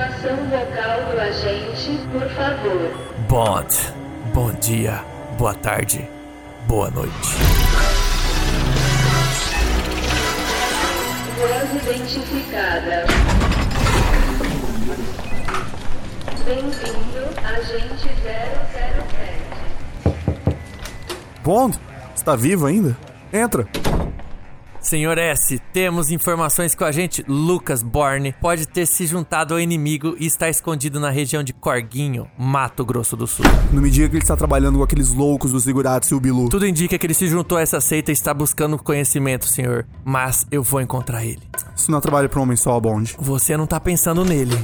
local do agente, por favor. Bond, bom dia, boa tarde, boa noite. Voz identificada. Bem-vindo, agente 007. Bond, está vivo ainda? Entra. Senhor S, temos informações que o agente Lucas Borne pode ter se juntado ao inimigo e está escondido na região de Corguinho, Mato Grosso do Sul. Não me diga que ele está trabalhando com aqueles loucos do Ziguratsu e o Bilu. Tudo indica que ele se juntou a essa seita e está buscando conhecimento, senhor. Mas eu vou encontrar ele. Isso não é trabalho para um homem só, Bond. Você não tá pensando nele.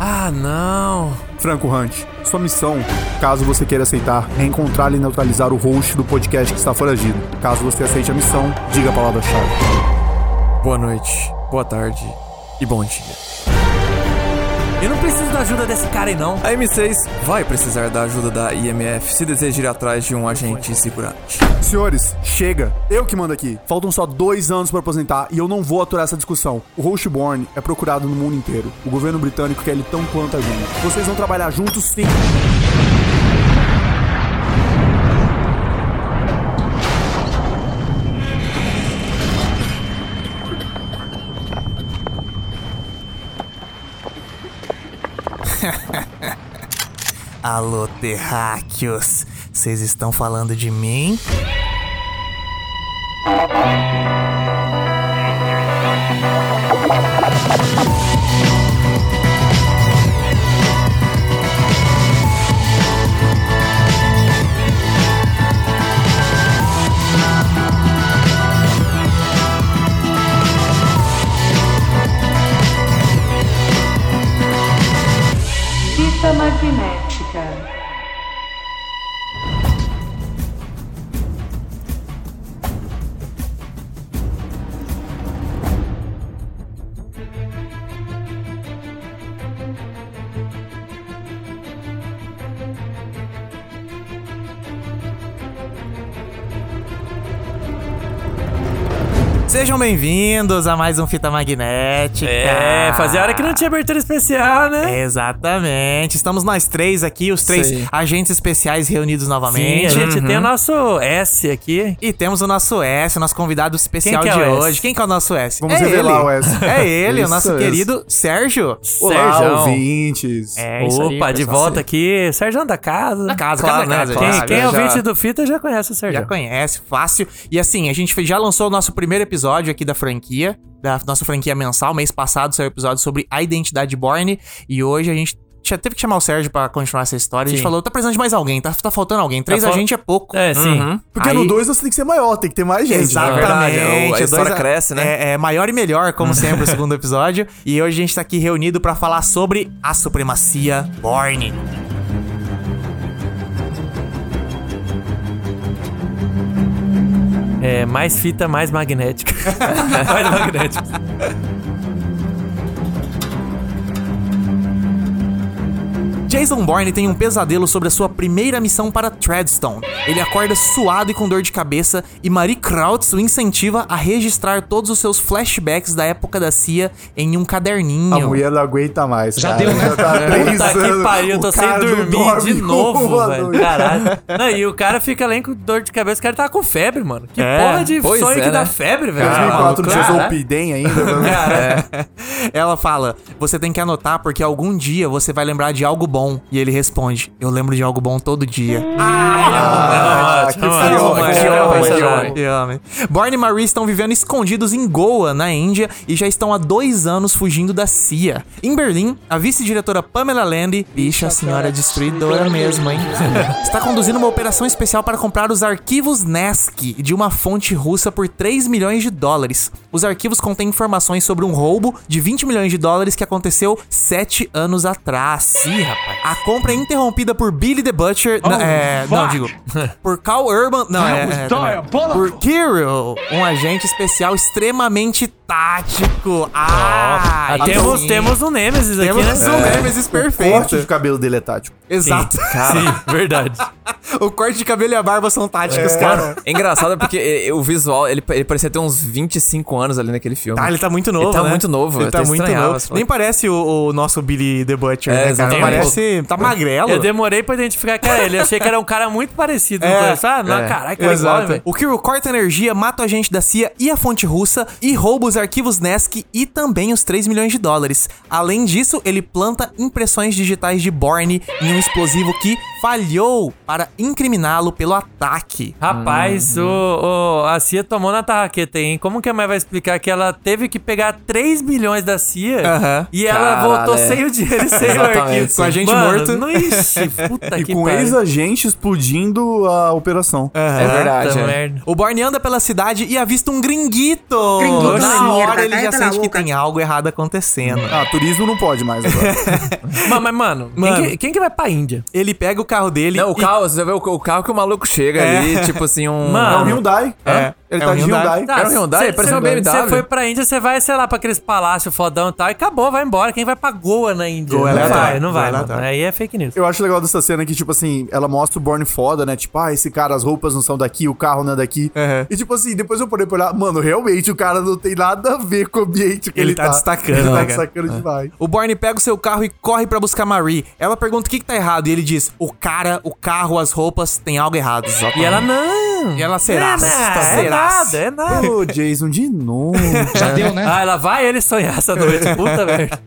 Ah, não. Franco Hunt, sua missão, caso você queira aceitar, é encontrar e neutralizar o host do podcast que está foragido. Caso você aceite a missão, diga a palavra-chave. Boa noite, boa tarde e bom dia. Eu não preciso da ajuda desse cara aí, não. A M6 vai precisar da ajuda da IMF se deseja ir atrás de um agente segurante. Senhores, chega. Eu que mando aqui. Faltam só dois anos para aposentar e eu não vou aturar essa discussão. O Hostborn é procurado no mundo inteiro. O governo britânico quer ele tão quanto a gente. Vocês vão trabalhar juntos, sim. Alô, terráqueos, vocês estão falando de mim? Fita magnética. Sejam bem-vindos a mais um Fita Magnética. É, fazia hora que não tinha abertura especial, né? Exatamente. Estamos nós três aqui, os três Sim. agentes especiais reunidos Sim, novamente. a gente Uhum. tem o nosso S aqui. E temos o nosso S, o nosso convidado especial Quem que de é o S? hoje. Quem que é o nosso S? Vamos é revelar ele. o S. É ele, o Isso, nosso S. querido Sérgio. Olá, Sérgio. ouvintes. É isso aí, Opa, de pessoal. volta aqui. Sérgio da casa. Da casa, claro, casa da né? casa, Quem, claro, quem é já. ouvinte do Fita já conhece o Sérgio. É, Já conhece, fácil. E assim, a gente fez- já lançou o nosso primeiro episódio aqui da franquia, da nossa franquia mensal. Mês passado saiu o episódio sobre a identidade Borne. E hoje a gente já teve que chamar o Sérgio pra continuar essa história. A gente Sim. falou, tá precisando de mais alguém, tá, tá faltando alguém. Três fal- a gente é pouco. É, sim. Porque Aí- no 2 você tem que ser maior, tem que ter mais gente. Exato. né? verdade, é o- a Exatamente. dois história cresce, né? É, é maior e melhor, como sempre, o segundo episódio. E hoje a gente tá aqui reunido pra falar sobre a supremacia Borne. É, mais fita, mais magnética. mais magnética. Jason Bourne tem um pesadelo sobre a sua primeira missão para Treadstone. Ele acorda suado e com dor de cabeça, e Marie Krautz o incentiva a registrar todos os seus flashbacks da época da CIA em um caderninho. A mulher não aguenta mais. Já deu, né? Já tá três Puta que anos, pariu, eu o tô sem cara não dormir dorme de novo, uma velho. noite. Caralho. Não, e o cara fica além com dor de cabeça, o cara tá com febre, mano. Que É, porra de pois sonho é, que né? dá febre, Ah, velho. 2004 não Maluco, tinha cara. Zolpidem ainda. né? Ela fala: Você tem que anotar porque algum dia você vai lembrar de algo bom. E ele responde: Eu lembro de algo bom todo dia. Ah, Ah, que mano, frio, mano, que que frio, homem, que que homem. homem. Que homem. Born e Marie estão vivendo escondidos em Goa, na Índia, e já estão há dois anos fugindo da CIA. Em Berlim, a vice-diretora Pamela Landy, bicha, a senhora é destruidora mesmo, hein? está conduzindo uma operação especial para comprar os arquivos NESC de uma fonte russa por 3 milhões de dólares. Os arquivos contêm informações sobre um roubo de 20 milhões de dólares que aconteceu 7 anos atrás. Ih, rapaz. A compra é interrompida por Billy the Butcher. na- é, não, digo. Por Cal Urban. Não, é. é, também. por Kirill, um agente especial extremamente tático. Ah, Ah, aí temos, sim. temos um Nemesis aqui, Temos né? um É. Nemesis O corte perfeito. de cabelo dele é tático. assim, Exato. Sim, verdade. o corte de cabelo e a barba são táticos, cara. É engraçado porque e- e o visual, ele, ele parecia ter uns 25 anos ali naquele filme. Ah, ele tá muito novo, Ele tá né? muito novo, Ele eu tá até muito estranhava novo. essa Nem parece o, o nosso Billy the Butcher, É, né, cara? exatamente. É. Parece... Tá magrelo. Eu demorei pra identificar que era ele. Achei que era um cara muito parecido. É, não conheço. Ah, não, é. caraca, era igual, Exato. velho. né, O Kirill corta energia, mata o agente da CIA e a fonte russa e rouba os arquivos NESC e também os 3 milhões de dólares. Além disso, ele planta impressões digitais de Borne em um explosivo que falhou para incriminá-lo pelo ataque. Rapaz, Uhum. o, o- a CIA tomou na tarraqueta, hein? Como que a mãe vai explicar que ela teve que pegar 3 milhões da CIA Aham. e ela Caralho, voltou é. sem o dinheiro e sem o Exatamente, arquivo? sim. Com a gente Mano, morto. Não, ixi, puta E que com pariu. ex-agente explodindo a operação. É verdade. Puta é. merda. O Borne anda pela cidade e avista um gringuito. Gringuito Na maneiro, hora tá ele já carta na sente que boca. tem algo errado acontecendo. Ah, turismo não pode mais agora. Mas, mas, mano, quem Mano. que- Quem, que vai pra Índia? Ele pega o carro dele Não, o e carro, você vê o, o carro que o maluco chega É. ali, tipo assim, um. Mano, É um Hyundai. É. Ele É tá um de Hyundai. Hyundai. Era um Hyundai? Ah, cê- cê- Parecia uma BMW. Você foi pra Índia, você vai, sei lá, pra aqueles palácios fodão e tal, e acabou, vai embora. Quem vai pra Goa na Índia? Goa é não aleatório, vai, não Goa é vai. mano. aleatório. Aí é fake news. Eu acho legal dessa cena que, tipo assim, ela mostra o Born foda, né? Tipo, ah, esse cara, as roupas não são daqui, o carro não é daqui. Uhum. E, tipo assim, depois eu parei pra olhar, mano, realmente o cara não tem nada a ver com o ambiente que Ele ele, tá destacando, Ele né, tá cara? destacando demais. O Borne pega o seu carro e corre pra buscar Marie. Ela pergunta o que, que tá errado e ele diz: O cara, o carro, as roupas, tem algo errado. E ela, não. E ela será? É, nada, Será? é nada, é nada. Ô, Jason, de novo. Já deu, né? Ah, ela vai ele sonhar essa noite, puta merda.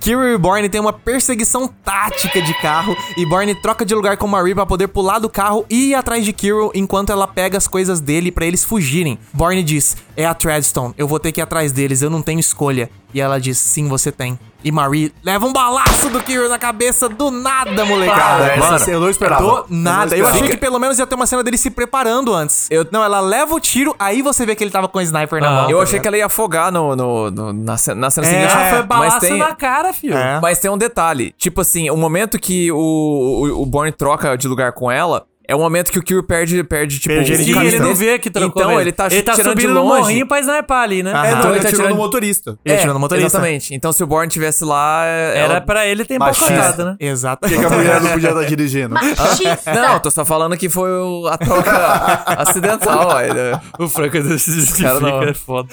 Kirill e Borne tem uma perseguição tática de carro e Borne troca de lugar com Marie pra poder pular do carro e ir atrás de Kirill enquanto ela pega as coisas dele pra eles fugirem. Borne diz: É a Treadstone, eu vou ter que ir atrás deles, eu não tenho escolha. E ela diz: Sim, você tem. E Marie leva um balaço do Kirill na cabeça do nada, molecada. Cara, essa cena eu não esperava. Do nada. Eu achei Fica- que pelo menos ia ter uma cena dele se preparando antes. Eu- Não, ela leva o tiro, aí você vê que ele tava com o sniper na mão. Ah, É. Eu tá achei que ligado? ela ia afogar no, no, no- na, ce- na cena seguinte. Ela foi mas balaço tem, na cara, filho. É. mas tem um detalhe. Tipo assim, o momento que o, o, o Borne troca de lugar com ela. É o momento que o Kiro perde, perde tipo... Perde o ele Sim, Ele ele não tá- vê que trocou Então, mesmo. ele tá, ele tá tirando de subindo no longe. morrinho pra snipar ali, né? Aham. Não, ele tá atirou tirando- no motorista. Ele atirou no motorista. Exatamente. Então, se o Borne tivesse lá... é- É, Era ela- é. pra ele ter Machista. empacotado, né? Exato. Que a mulher não podia estar dirigindo. Machista. Não, tô só falando que foi o- a troca acidental, velho. O Franco se Cara, não. é foda.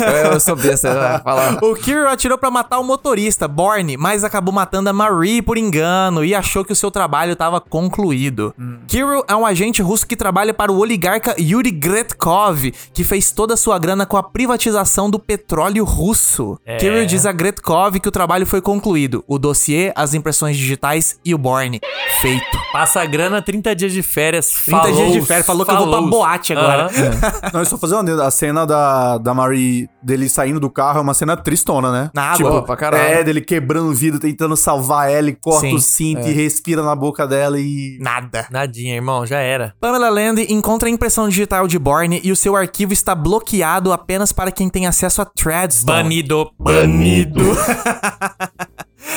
É, Eu, eu sou besta, vai, fala. O Kiro atirou pra matar o motorista, Borne, mas acabou matando a Marie por engano e achou que o seu trabalho tava concluído. Hum. Kirill é um agente russo que trabalha para o oligarca Yuri Gretkov, que fez toda a sua grana com a privatização do petróleo russo. É. Kirill diz a Gretkov que o trabalho foi concluído, o dossiê, as impressões digitais e o Borne. Feito. Passa a grana, 30 dias de férias. 30 dias de falou-se, férias, falou que eu vou pra falou-se. boate agora. Aham. Não, eu só fazer uma adenda. A cena da, da Marie dele saindo do carro é uma cena tristona, né? Na água. Pô, pra caralho. É, dele quebrando o vidro, tentando salvar ela e corta Sim, o cinto e respira na boca dela e. Nada. Nadinha, irmão, já era. Pamela Land encontra a impressão digital de Borne e o seu arquivo está bloqueado apenas para quem tem acesso a Threadstone. Banido.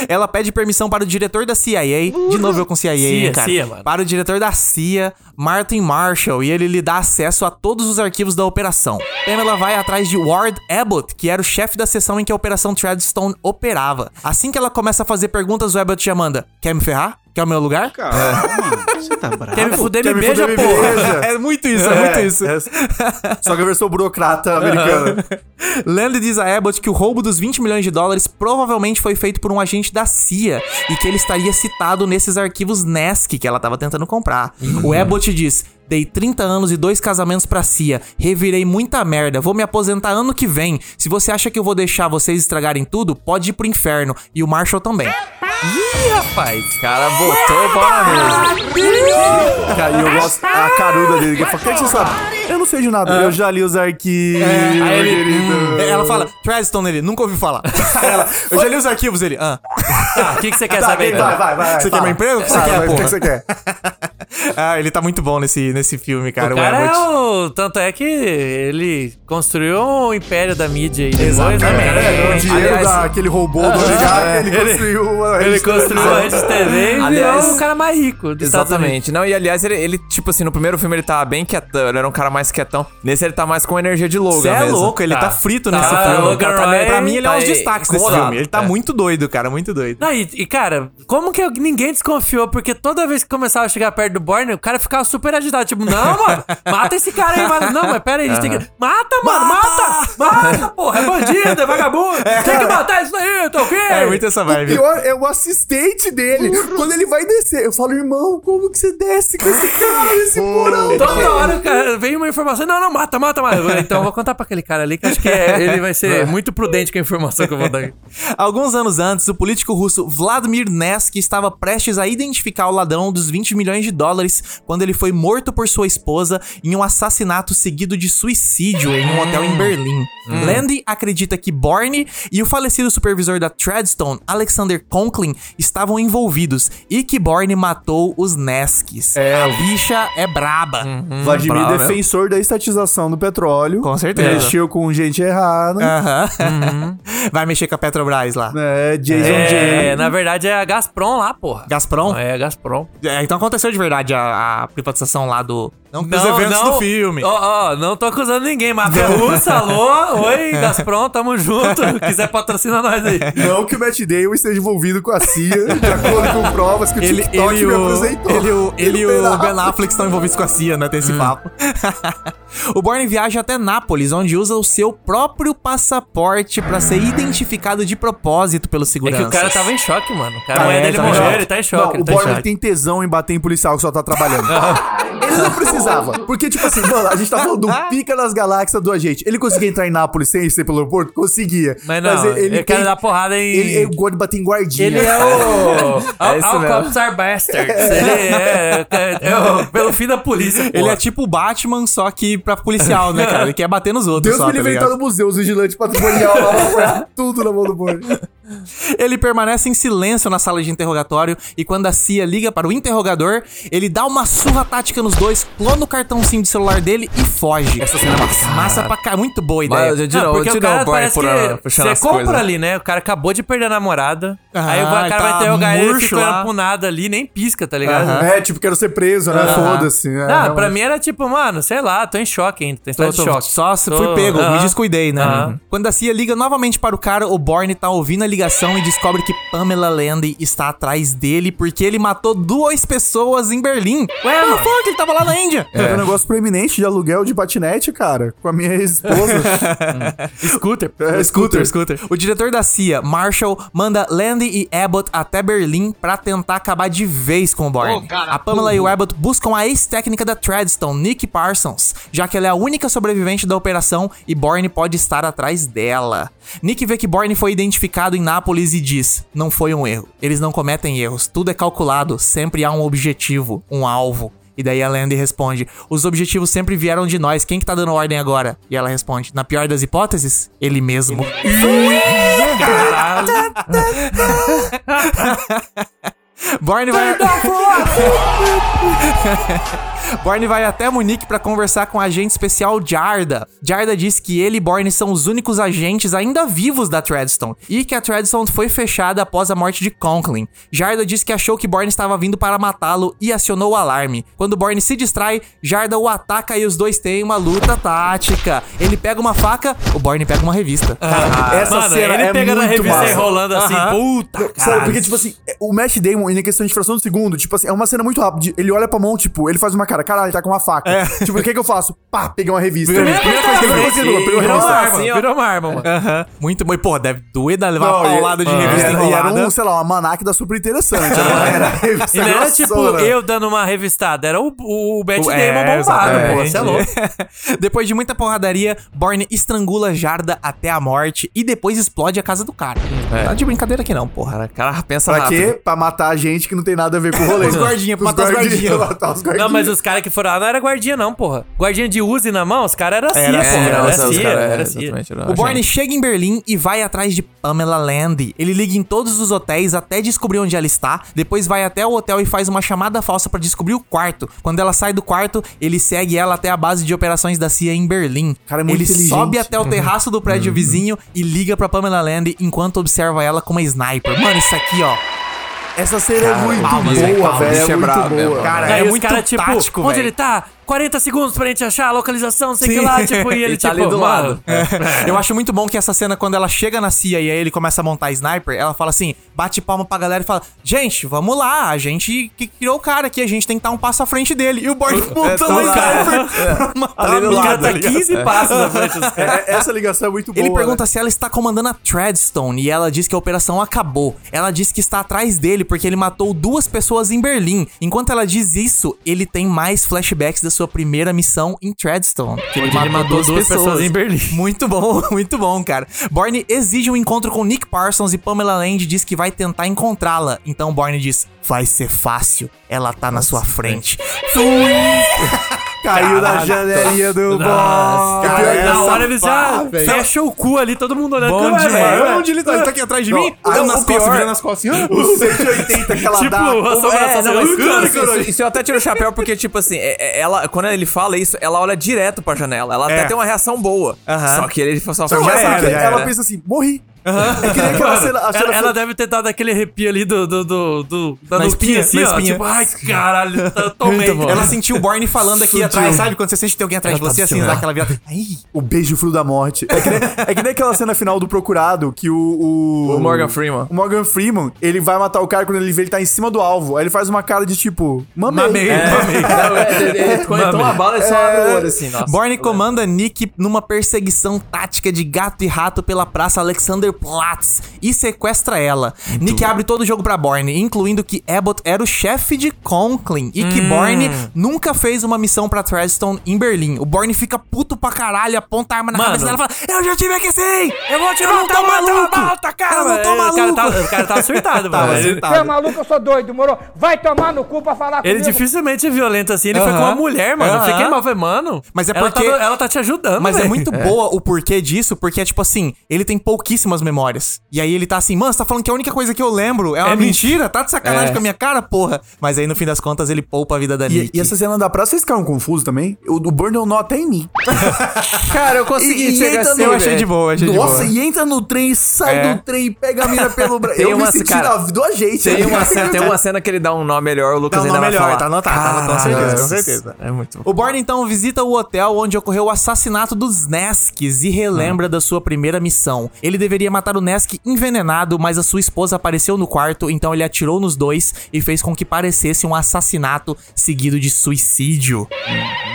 Ela pede permissão para o diretor da CIA, de novo eu com CIA, hein, CIA, cara. CIA, mano. Para o diretor da CIA, Martin Marshall, e ele lhe dá acesso a todos os arquivos da operação. Pamela vai atrás de Ward Abbott, que era o chefe da seção em que a operação Treadstone operava. Assim que ela começa a fazer perguntas, o Abbott já manda: "Quer me ferrar? Quer o meu lugar?" Calma, você tá Quer bravo. me fuder, me me beija, fuder, me porra. beija. É muito isso, é, muito isso. Só que a versão burocrata americana. Land diz a Abbott que o roubo dos 20 milhões de dólares provavelmente foi feito por um agente da CIA e que ele estaria citado nesses arquivos NESC que ela estava tentando comprar. O Abbott diz: Dei 30 anos e dois casamentos pra CIA, revirei muita merda, vou me aposentar ano que vem. Se você acha que eu vou deixar vocês estragarem tudo, pode ir pro inferno. E o Marshall também. Ih, rapaz. Cara, botou e bola mesmo. Cara, e eu gosto a caruda dele. Que fala, o que, que você sabe? é Eu não sei de nada. Eu já li os arquivos. É, Aí ele- "Hum, querido." É, Ela fala, Treston nele, nunca ouvi falar. Ela, eu já li os arquivos ele. Ah, Tá, O que, que você quer Tá, saber? vai, então? vai, vai. Você quer fala. meu emprego? O que você Fala, quer, vai, O que porra? que você quer? Ah, ele tá muito bom nesse, nesse filme, cara. O O, cara Ebert. é o... Tanto é que ele construiu um império da mídia aí. depois, né? Exatamente. O cara virou um É, O dinheiro Aliás, daquele robô do Obrigado, é. ele construiu. a Ele rede de construiu a Rede TV e Aliás- virou o cara mais rico dos Estados Unidos. Exatamente. Não, e aliás, ele, ele, tipo assim, no primeiro filme ele tava bem quietão, ele era um cara mais quietão. Nesse ele tá mais com energia de Logan Você é mesmo. louco, ele tá, Tá. frito Tá, nesse o filme. Logan Cara, pra, mim- pra Ryan mim, ele é um tá dos destaques desse incomodado. filme. Ele tá É. muito doido, cara, muito doido. Não, e, e, cara, como que eu- ninguém desconfiou? Porque toda vez que começava a chegar perto do Borne, o cara ficava super agitado. Tipo, não, mano, mata esse cara aí, mata. Não, mas pera aí, a gente tem que. Mata, mano, mata! Mata, porra! É bandido, é vagabundo! tem que matar isso daí, tô ok? É muito essa O vibe. pior é o assistente dele. Quando ele vai descer, eu falo, irmão, como que você desce com esse cara nesse porão? Então, Toda hora, cara, vem uma informação. Não, não, mata, mata, mata. Eu falei, Então eu vou contar pra aquele cara ali, que acho que é- ele vai É. ser muito prudente com a informação que eu vou dar. Alguns anos antes, o político russo Vladimir Nevsky estava prestes a identificar o ladrão dos 20 milhões de dólares quando ele foi morto por sua esposa em um assassinato seguido de suicídio em um hotel em Berlim. Landy acredita que Borne e o falecido supervisor da Treadstone, Alexander Conklin, estavam envolvidos e que Borne matou os Neskis. É, a bicha é braba. Vladimir, é bravo, né? defensor da estatização do petróleo. Com certeza. Mexeu com gente errada. Aham. Vai mexer com a Petrobras lá. É, Jason É, Jay. na verdade é a Gazprom lá, porra. Gazprom? É, Gazprom. É, então aconteceu de verdade a, a privatização lá do. Não, dos eventos do filme. Ó, ó, não tô acusando ninguém. Máfia russa, alô, oi, É. Gazprom, tamo junto. Quiser patrocinar nós aí. Não que o Matt Damon esteja envolvido com a CIA, de acordo com provas que o Ele, TikTok ele, e me o, apresentou. ele, e o, ele e Ben o Affleck. Ben Affleck estão envolvidos com a CIA, né? Tem esse papo. o Borne viaja até Nápoles, onde usa o seu próprio passaporte pra ser identificado de propósito pelo É segurança. que o cara tava em choque, mano. O cara, a Ah, mulher é, dele tava em morreu, choque. ele tá em choque. Não, ele o tá em Borne choque. tem tesão em bater em policial que só tá trabalhando. ele não precisava. Porque, tipo assim, mano, a gente tá falando do pica das galáxias do agente. Ele conseguia entrar em Nápoles sem ser pelo aeroporto? Conseguia. Mas não, ele quer dar porrada em- Ele, é ele gosta de bater em guardinha. Ele é o. É isso All mesmo. cops are bastards. Ele é. é- é o- Pelo fim da polícia. Ele é porra. tipo o Batman, só que pra policial, né, cara? Ele quer bater nos outros Deus só, me tá livre ligado? tá no museu, os vigilantes patrimonial lá, lá, lá, tudo na mão do Borne. Ele permanece em silêncio na sala de interrogatório e quando a CIA liga para o interrogador, ele dá uma surra tática nos dois, clona o cartãozinho de celular dele e foge. Essa cena é massa. Massa pra cá, muito boa a ideia. Mas eu Não, Tira o- porque o tira cara o Borne parece por a- que puxando você as compra coisas. ali, né? O cara acabou de perder a namorada. Ah, aí o cara tá vai interrogar ele, ele murcho fica olhando lá. pro nada ali, nem pisca, tá ligado? É, tipo, quero ser preso, né? Foda-se. né? Não, pra realmente. mim era tipo, mano, sei lá, tô em choque ainda, tô em Tô- estado de tá tô- choque. Só se fui Tô- pego, me Aham. descuidei, né? Aham. Quando a CIA liga novamente para o cara, o Borne tá ouvindo a ligação e descobre que Pamela Landy está atrás dele porque ele matou duas pessoas em Berlim. Ué, mano. não foi que ele tava lá na Índia. É um negócio proeminente de aluguel de patinete, cara, com a minha esposa. Scooter. É, scooter, scooter. scooter. O diretor da CIA, Marshall, manda Landy e Abbott até Berlim pra tentar acabar de vez com o Borne. a Pamela e o Abbott buscam a ex-técnica da Treadstone, Nick Parsons, já que ela é a única sobrevivente da operação e Borne pode estar atrás dela. Nick vê que Borne foi identificado em Nápoles e diz: "Não foi um erro. Eles não cometem erros. Tudo é calculado. Sempre há um objetivo, um alvo." E daí a Landy responde: Os objetivos sempre vieram de nós, quem que tá dando ordem agora? E ela responde: Na pior das hipóteses, ele mesmo. Borne vai. Borne vai até Munique pra conversar com o agente especial Jarda. Jarda diz que ele e Borne são os únicos agentes ainda vivos da Treadstone e que a Treadstone foi fechada após a morte de Conklin. Jarda diz que achou que Borne estava vindo para matá-lo e acionou o alarme. Quando Borne se distrai, Jarda o ataca e os dois têm uma luta tática. Ele pega uma faca, o Borne pega uma revista. Essa Ah, Mano, cena ele é pega na muito revista massa. enrolando assim, puta, Ah, Sabe, porque, tipo assim, é- o Matt Damon, em questão de fração de segundo, tipo assim, é uma cena muito rápida. Ele olha pra mão, tipo, ele faz uma cara, caralho, tá com uma faca. É. Tipo, o que que eu faço? Pá, peguei uma revista. Primeira coisa que eu Virou faço, eu pego uma a revista. arma, assim, virou uma arma, mano. Muito bom. E, pô, deve doer da levar Não, e- uma paulada de ah, revista era, e era enrolada. É. um, sei lá, um almanac da super interessante. né? Era a revista E não era tipo grossona. eu dando uma revistada, era o, o, o Bat Damon É, bombado, exatamente. pô, você é louco. depois de muita porradaria, Borne estrangula Jarda até a morte e depois explode a casa do cara. É. Tá de brincadeira aqui não, porra. Cara, pensa Pra rápido. quê? Pra matar a gente que não tem nada a ver com o rolê. Os guardinha, pra matar os guardinha. pra matar os guardinha. Não, mas os caras que foram lá não era guardinha, não, porra. Guardinha de Uzi na mão, os caras eram assim, porra. Era, os CIA, caras- era assim, assim. CIA. é, exatamente, era O Borne gente. chega em Berlim e vai atrás de Pamela Land. Ele liga em todos os hotéis até descobrir onde ela está. Depois vai até o hotel e faz uma chamada falsa pra descobrir o quarto. Quando ela sai do quarto, ele segue ela até a base de operações da CIA em Berlim. Cara, é muito ele inteligente. sobe até o terraço do prédio Uhum. vizinho e liga pra Pamela Land enquanto observa ela com uma sniper. Mano, isso aqui, ó. Essa cena é muito palmas, velho, boa, palmas, velho. bicho É é muito brabo mesmo, boa. cara. Aí É os muito cara, tipo, tático, onde velho. ele tá? 40 segundos pra gente achar a localização, sei Sim. que lá, tipo, e ele, Ele tá tipo, ali do mano, lado. É. Eu acho muito bom que essa cena, quando ela chega na CIA e aí ele começa a montar sniper, ela fala assim, bate palma pra galera e fala, gente, vamos lá, a gente que criou o cara aqui, a gente tem que estar um passo à frente dele. E o Borg montando tá um lá. sniper pra matar É. Ali do a O mina. cara lado, tá tá ligado? 15 passos na frente dos caras. É, essa ligação é muito boa. Ele né? pergunta se ela está comandando a Treadstone e ela diz que a operação acabou. Ela diz que está atrás dele porque ele matou duas pessoas em Berlim. Enquanto ela diz isso, ele tem mais flashbacks da sua primeira missão em Treadstone. Que ele, ele matou duas pessoas em Berlim. Muito bom, muito bom, cara. Borne exige um encontro com Nick Parsons e Pamela Land diz que vai tentar encontrá-la. Então Borne diz: vai ser fácil, ela tá na sua frente. Caiu da janelinha do boss. é Cara, na hora ele já fechou o cu ali, todo mundo olhando. Bom Cara, demais. velho, Onde ele tá? Ele tá aqui atrás de Não, mim? ah, Dando o nas pior- costas, virando nas costas. assim, Os 180 que ela Tipo, dá. a É, não, sobração mas, cara, é, isso, isso eu até tiro o chapéu, porque, tipo assim, é- é- ela, quando ele fala isso, ela olha direto pra janela. Ela É. até tem uma reação boa. Só que ele só, só Não, já essa era, aqui, já ela era. pensa assim, morri. É que nem aquela cena. a cena Ela, ela foi- deve ter dado aquele arrepio ali do, do, do, do- da Na nuquinha, espinha, assim, na ó. espinha. Tipo, ai, caralho, tá- tomei. Muito bom. Ela sentiu o Borne falando aqui Sentiu. atrás, sabe? Quando você sente que tem alguém atrás de Ela tá você, assim, assim, dá né? aquela virada. Ai, O beijo frio da morte. É que, nem, é que nem aquela cena final do Procurado, que o... O, O Morgan Freeman. O Morgan Freeman, ele vai matar o cara quando ele vê ele tá em cima do alvo. Aí ele faz uma cara de tipo, mamei. Mamei. É. Não, é, ele- Ele conectou uma bala e só abre o olho, assim, nossa. Borne comanda Nick numa perseguição tática de gato e rato pela praça Alexanderplatz e sequestra ela. Nick abre todo o jogo pra Borne, incluindo que Abbott era o chefe de Conklin e que Borne nunca fez uma missão pra Treadstone em Berlim. O Borne fica puto pra caralho, aponta a arma na Mano. cabeça dela e fala: Eu já tive aqui sim! Eu vou te Eu não matar, tô eu vou te maluco! matar, cara. tá, Eu não tô O cara tá- maluco. O cara tava surtado, mano. Ele- tá. Você é maluco, eu sou doido, moro? Vai tomar no cu pra falar Ele comigo. dificulmente é violento assim. Ele foi com Aham. uma mulher, mano. Eu Aham. fiquei mal, falei, mano. Mas é ela porque- Tá, ela tá te ajudando, Mas é velho. muito boa o porquê disso, porque é tipo assim, ele tem pouquíssimas memórias. E aí ele tá assim, mano, você tá falando que a única coisa que eu lembro é uma É mentira? Tá de sacanagem É. com a minha cara, porra? Mas aí no fim das contas ele poupa a vida da E, assim, Nick. e essa cena da praça, vocês ficaram confusos também? O, o Burn deu nó até em mim. Cara, É eu E- e consegui entra chegar assim, Eu achei velho. de boa, achei de Nossa, boa. e entra no trem, sai É. do trem, pega a mina pelo braço. Tem Eu me umas- senti cara, da, do né? ajeito. Tem uma, cena, tem uma cena que ele dá um nó melhor, o Lucas Dá um ainda nó vai melhor, falar. tá anotado, tá anotado, com Caralho, certeza, com certeza. É muito bom. O Borne então visita o hotel onde ocorreu o assassinato dos Nesks e relembra da sua primeira missão. Ele deveria matar o Nesk envenenado, mas a sua esposa apareceu no quarto, então ele atirou nos dois e fez com que parecesse um assassinato seguido de suicídio.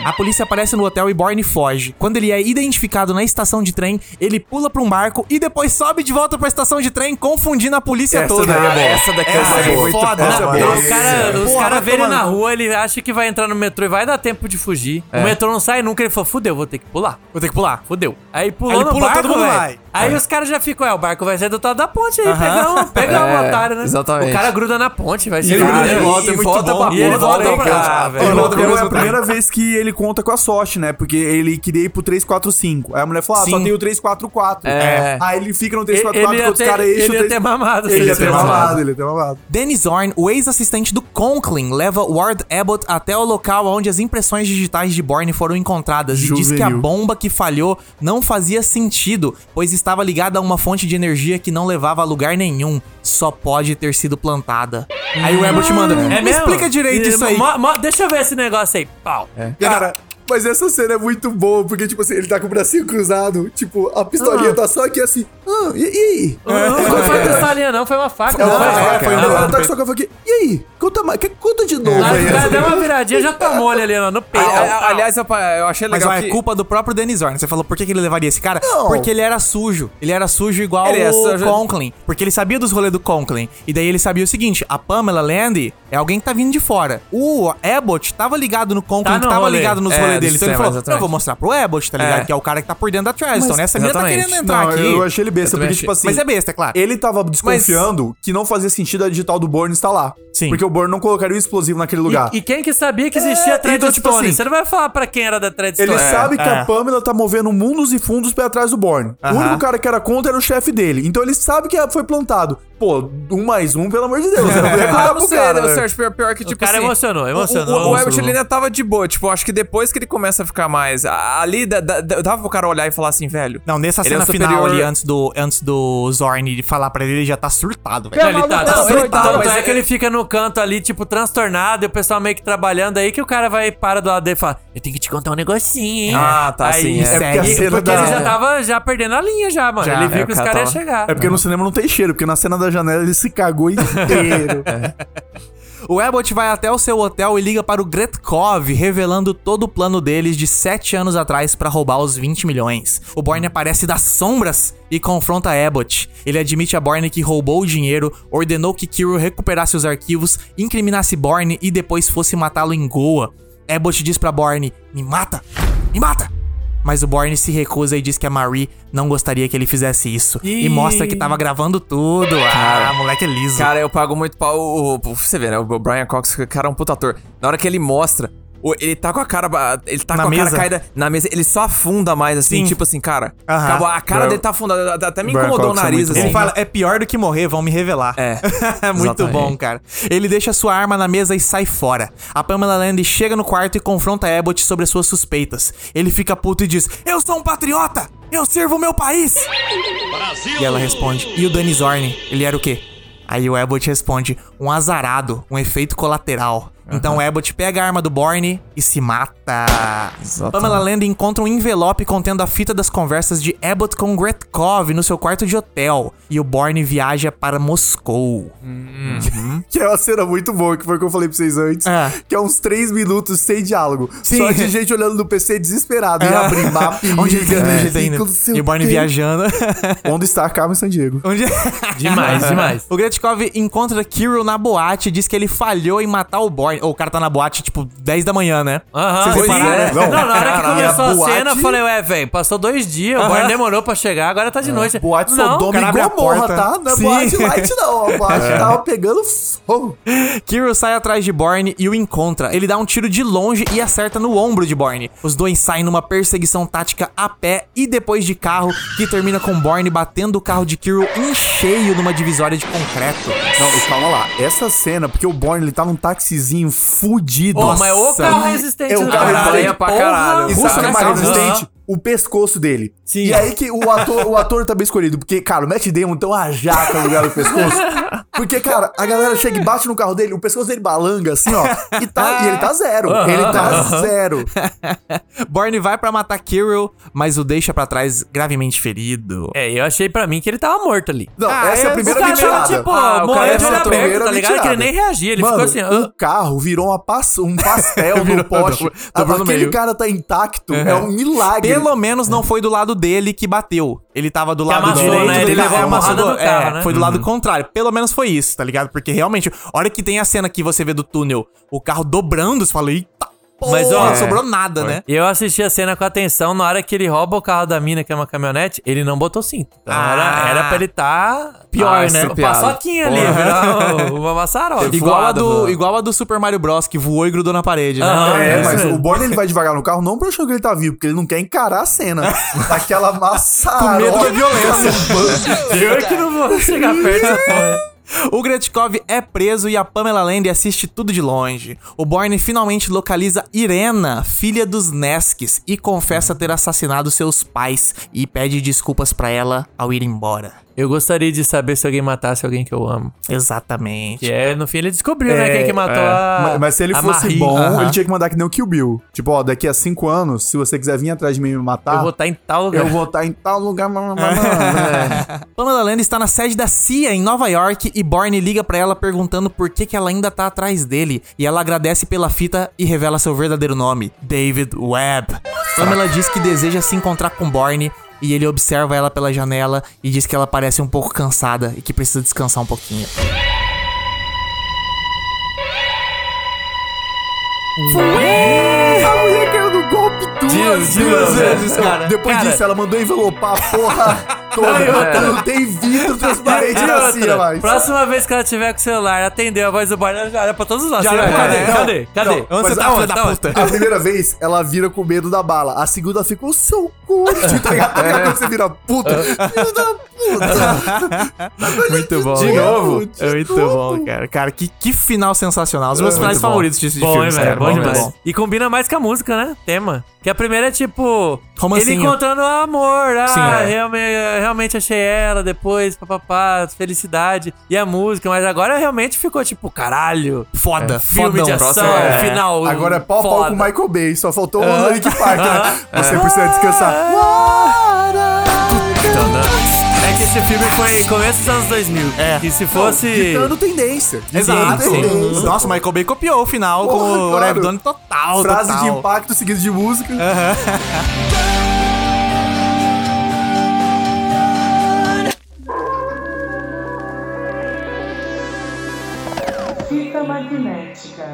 A polícia aparece no hotel e Borne foge. Quando ele é identificado na estação de trem, ele pula pra um barco e depois sobe de volta pra estação de trem, confundindo a polícia Essa toda. daí é boa. Essa daqui é Essa é boa. foda, Essa é mano. boa. Os caras Porra, os vai cara vê ele tomar na no rua, ele acha que vai entrar no metrô e vai dar tempo de fugir. O metrô não sai nunca, ele falou, fudeu, vou ter que pular. Vou ter que pular. Fudeu. Aí pulou Aí ele no pula, barco, todo mundo velho. vai. Aí os caras já ficam, é, o barco vai sair do outro lado da ponte aí, pega um, pega um É, otário, né? exatamente. O cara gruda na ponte, vai se Ele gruda fuder. de volta, é E muito volta bom. pra E ele ponte, volta volta pra pra- cá, velho. velho. Ele Ele volta volta é a mesmo primeira vez que ele conta com a sorte, né? Porque ele queria ir pro 345. Aí a mulher falou: ah, só Sim. tem o 344. É. Aí ele fica no Ele, 344 ia enquanto os ter, caras enchem ele o ia 3... ter mamado. se Ele ia tivesse ter mamado, ele ia ter mamado. Dennis Zorn, o ex-assistente do Conklin, leva Ward Abbott até o local onde as impressões digitais de Borne foram encontradas e diz que a Juvenil. bomba que falhou não fazia sentido, pois estava ligada a uma fonte de energia que não levava a lugar nenhum. Só pode ter sido plantada. Aí o Abbott manda, É me mesmo? Ah, explica direito E- isso aí. mo- mo- deixa eu ver esse negócio aí. Pau. Cara, mas essa cena é muito boa, porque, tipo assim, ele tá com o bracinho cruzado, tipo, a pistolinha tá só aqui assim. Ah, e, e aí? Não foi pistolinha, não, foi uma faca. Ela Não, vai- faca. é, foi Ah, um- ela tá com só com a faca aqui. E aí? Conta, mais- que- conta de novo Ah, Aí o cara aí. deu uma viradinha, já tomou ele ali, ó, no A- Ah, peito. É, a- Aliás, eu, pa- eu achei tá. Mas legal ó, é que... culpa do próprio Dennis Zorn. Você falou por que, que ele levaria esse cara? Não. Porque ele era sujo. Ele era sujo igual Ele é o sujo. Conklin. Porque ele sabia dos rolês do Conklin. E daí ele sabia o seguinte: a Pamela Land é alguém que tá vindo de fora. O Abbott tava ligado no Conklin, Tá que no tava rolê. ligado nos É, rolês do dele. Então ele sistema, falou: eu exatamente. vou mostrar pro Abbott, tá ligado? É. Que é o cara que tá por dentro da Treadstone. Essa menina tá exatamente. querendo entrar Não, aqui. eu achei ele besta, Eu porque, também tipo achei. assim. Mas é besta, é claro. Ele tava desconfiando que não fazia sentido a digital do Bourne estar lá. Sim. Porque o Bourne não colocaria o explosivo naquele lugar. E, e quem que sabia que existia É, a Threadstone? então, tipo assim, Você não vai falar pra quem era da Threadstone. Ele É. sabe que a Pamela tá movendo mundos e fundos pra trás do Borne. O único cara que era contra era o chefe dele. Então ele sabe que foi plantado. Pô, um mais um, pelo amor de Deus. Eu não ia é contar Ah, pro não sei, cara, né, né? Sérgio, pior, pior que, tipo cara assim, emocionou, o- o- emocionou, O, o, emocionou. Herbert, ele ainda tava de boa, tipo, acho que depois que ele começa a ficar mais, a- ali, da, da, da- dava pro cara olhar e falar assim, velho... Não, nessa ele é cena superior- final ali, antes do, antes do Zorn de falar pra ele, ele já tá surtado, velho. Não, ele tá, tá Não, ele surtado, tá, tanto mas é é- que ele fica no canto ali, tipo, transtornado, e o pessoal meio que trabalhando aí, que o cara vai e para do lado dele e fala, eu tenho que te contar um negocinho, hein? Ah, tá, aí, sim, é. segue, É porque a cena porque da- ele já tava já perdendo a linha já, mano. Já, ele viu é, que o os cara caras iam tava- chegar. É porque no cinema não tem cheiro, porque na cena da janela ele se cagou inteiro. O Abbott vai até o seu hotel e liga para o Gretkov, revelando todo o plano deles de 7 anos atrás para roubar os 20 milhões. O Borne aparece das sombras e confronta Abbott. Ele admite a Borne que roubou o dinheiro, ordenou que Kirill recuperasse os arquivos, incriminasse Borne e depois fosse matá-lo em Goa. Abbott diz para Borne: "Me mata! Me mata!" Mas o Borne se recusa e diz que a Marie não gostaria que ele fizesse isso. E Ih. mostra que tava gravando tudo. Ah, moleque liso. Cara, eu pago muito pau. O, o- você vê, né? O Brian Cox, o cara é um puta ator. Na hora que ele mostra, o- ele tá com a cara. ba- Ele tá Na com a mesa. cara caída na mesa. Ele só afunda mais, assim, Sim. Ah, tipo assim, cara. Aham. acabou. a cara Brian- dele tá afundada. até- Até me Brian incomodou Cox o é nariz, muito assim. Ele fala, é pior do que morrer, vão me revelar. É, Muito exatamente. bom, cara. Ele deixa sua arma na mesa e sai fora. A Pamela Land chega no quarto e confronta Abbott sobre as suas suspeitas. Ele fica puto e diz: Eu sou um patriota! Eu sirvo o meu país! E ela responde: E o Danny Zorn? Ele era o quê? Aí o Abbott responde: Um azarado, um efeito colateral. Então o Abbott pega a arma do Borne e se mata. Pamela Land encontra um envelope contendo a fita das conversas de Abbott com Gretkov no seu quarto de hotel. E o Borne viaja para Moscou. que é uma cena muito boa, que foi o que eu falei pra vocês antes. É. Que é uns três minutos sem diálogo. Só de gente olhando no PC desesperado. E abrir mapa e Onde ele tá liga, indo? né? Onde ele tá E indo? com não sei E o Borne quê. viajando. Onde está Carmen San Diego? Onde... Demais, demais. O Gretkov encontra Kirill na boate e diz que ele falhou em matar o Borne. Ou o cara tá na boate, tipo, 10 da manhã, né? Aham, Vocês sim. repararam, né? Não, na hora que Caralho, começou a, a boate- cena, eu falei, ué, velho, passou dois dias, o Borne demorou pra chegar, agora tá de noite. Boate não, Sodoma cara e abre a Gomorra, porta. tá? Não é Sim. boate light, não. A boate tava pegando fogo. Kirill sai atrás de Borne e o encontra. Ele dá um tiro de longe e acerta no ombro de Borne. Os dois saem numa perseguição tática a pé e depois de carro, que termina com Borne batendo o carro de Kirill em cheio numa divisória de concreto. Não, e calma lá. Essa cena, porque o Borne ele tá num taxizinho fudido. Ô, mas ô carro E resistente É o do carro caralho, resistente porra. pra caralho, E sabe? sabe, é mais Aham. resistente, o pescoço dele. Sim. E aí que o ator, o ator tá bem escolhido, porque, cara, o Matt Damon tem uma jaca no lugar do pescoço. Porque, cara, a galera chega e bate no carro dele, o pescoço dele balanga assim, ó. E, tá, e ele tá zero. Ele tá zero. Borne vai pra matar Kirill, mas o deixa pra trás gravemente ferido. É, eu achei pra mim que ele tava morto ali. Não, Ah, essa é a é, primeira o cara mentirada. tava, tipo, Ah, o cara morrendo de é olho só aberto, primeira tá ligado? Que mentirada. ele nem reagia, ele Mano, ficou assim, o "Hã?" carro virou uma pas- um pastel no poste. dobrou no Aquele meio. cara tá intacto, é um milagre. Pelo menos não foi do lado dele que bateu. Ele tava do lado amassou, direito. né? do Ele cara. levou a Amassou porrada do- do carro, né? Foi do lado contrário. Pelo menos foi isso, tá ligado? Porque realmente, a hora que tem a cena que você vê do túnel, o carro dobrando, você fala, eita, Mas, porra, ó, não sobrou nada, né? E eu assisti a cena com atenção, na hora que ele rouba o carro da mina, que é uma caminhonete, ele não botou cinto. Então Ah. era, era pra ele tá pior, Ah, né? isso é O piada. Paçoquinha ali, Porra. virar uma- uma maçaroca. Igual a, voado, do, mano. igual a do Super Mario Bros. que voou e grudou na parede, né? Aham. É, É, mas isso o Borne ele vai devagar no carro não pra achar que ele tá vivo, porque ele não quer encarar a cena. Aquela maçaroca. Com medo da violência. Eu que não vou chegar perto dessa porra. O Gretkov é preso e a Pamela Land assiste tudo de longe. O Borne finalmente localiza Irena, filha dos Neskis, e confessa ter assassinado seus pais e pede desculpas pra ela ao ir embora. Eu gostaria de saber se alguém matasse alguém que eu amo. Exatamente. Que é, no fim ele descobriu, né, quem que matou a. É, Mas, mas se ele a fosse Marie. bom, Aham. ele tinha que mandar que nem o Kill Bill. Tipo, ó, daqui a cinco anos, se você quiser vir atrás de mim e me matar, Eu vou estar em tal lugar. eu vou estar em tal lugar. mas- mas- mas- Pamela Land está na sede da CIA em Nova York e Borne liga pra ela perguntando por que, que ela ainda tá atrás dele. E ela agradece pela fita e revela seu verdadeiro nome, David Webb. Pamela diz que deseja se encontrar com Borne e ele observa ela pela janela e diz que ela parece um pouco cansada e que precisa descansar um pouquinho. A mulher caiu no golpe duas, Dias, dias, duas vezes, cara. cara. Depois Cara. disso, ela mandou envelopar a porra. toda. e outra? Não tem vidro transparente E na outra, cia mais. próxima vez que ela tiver com o celular, atender a voz do Barney, ela já olha pra todos nós. Já Você olha, vai, cara, é. cadê? não, cadê? Cadê? Onde mas você tá, aonde? filha da Aonde? puta? A primeira vez, ela vira com medo da bala. A segunda fica o seu cu. Tá ligado? Tá ligado Quando você vira puta. Filho da puta. tá Muito bom. De cara. novo? É muito bom, cara. Cara, que, que final sensacional. Os meus É, finais muito bom. favoritos de, de Bom, hein, filmes, velho? cara. Bom Muito demais. E combina mais com a música, né? Tema. Que a primeira é tipo. Romancinho. Ele encontrando o amor. Ah, assim, Sim, é. realmente, realmente achei ela depois, papapá, felicidade. E a música, mas agora realmente ficou tipo, caralho. Foda, Filme de fodão. ação, É. final. Agora é pau a pau foda. com o Michael Bay. Só faltou o Link Park. né? Você precisa É. descansar. É que esse filme foi começo dos anos 2000. É. E se fosse. Ditando tendência. Ditando Exato. tendência. Nossa, o Michael Bay copiou o final Porra, com o claro. Revdone total. Frase total. de impacto seguida de música. É. Fita magnética.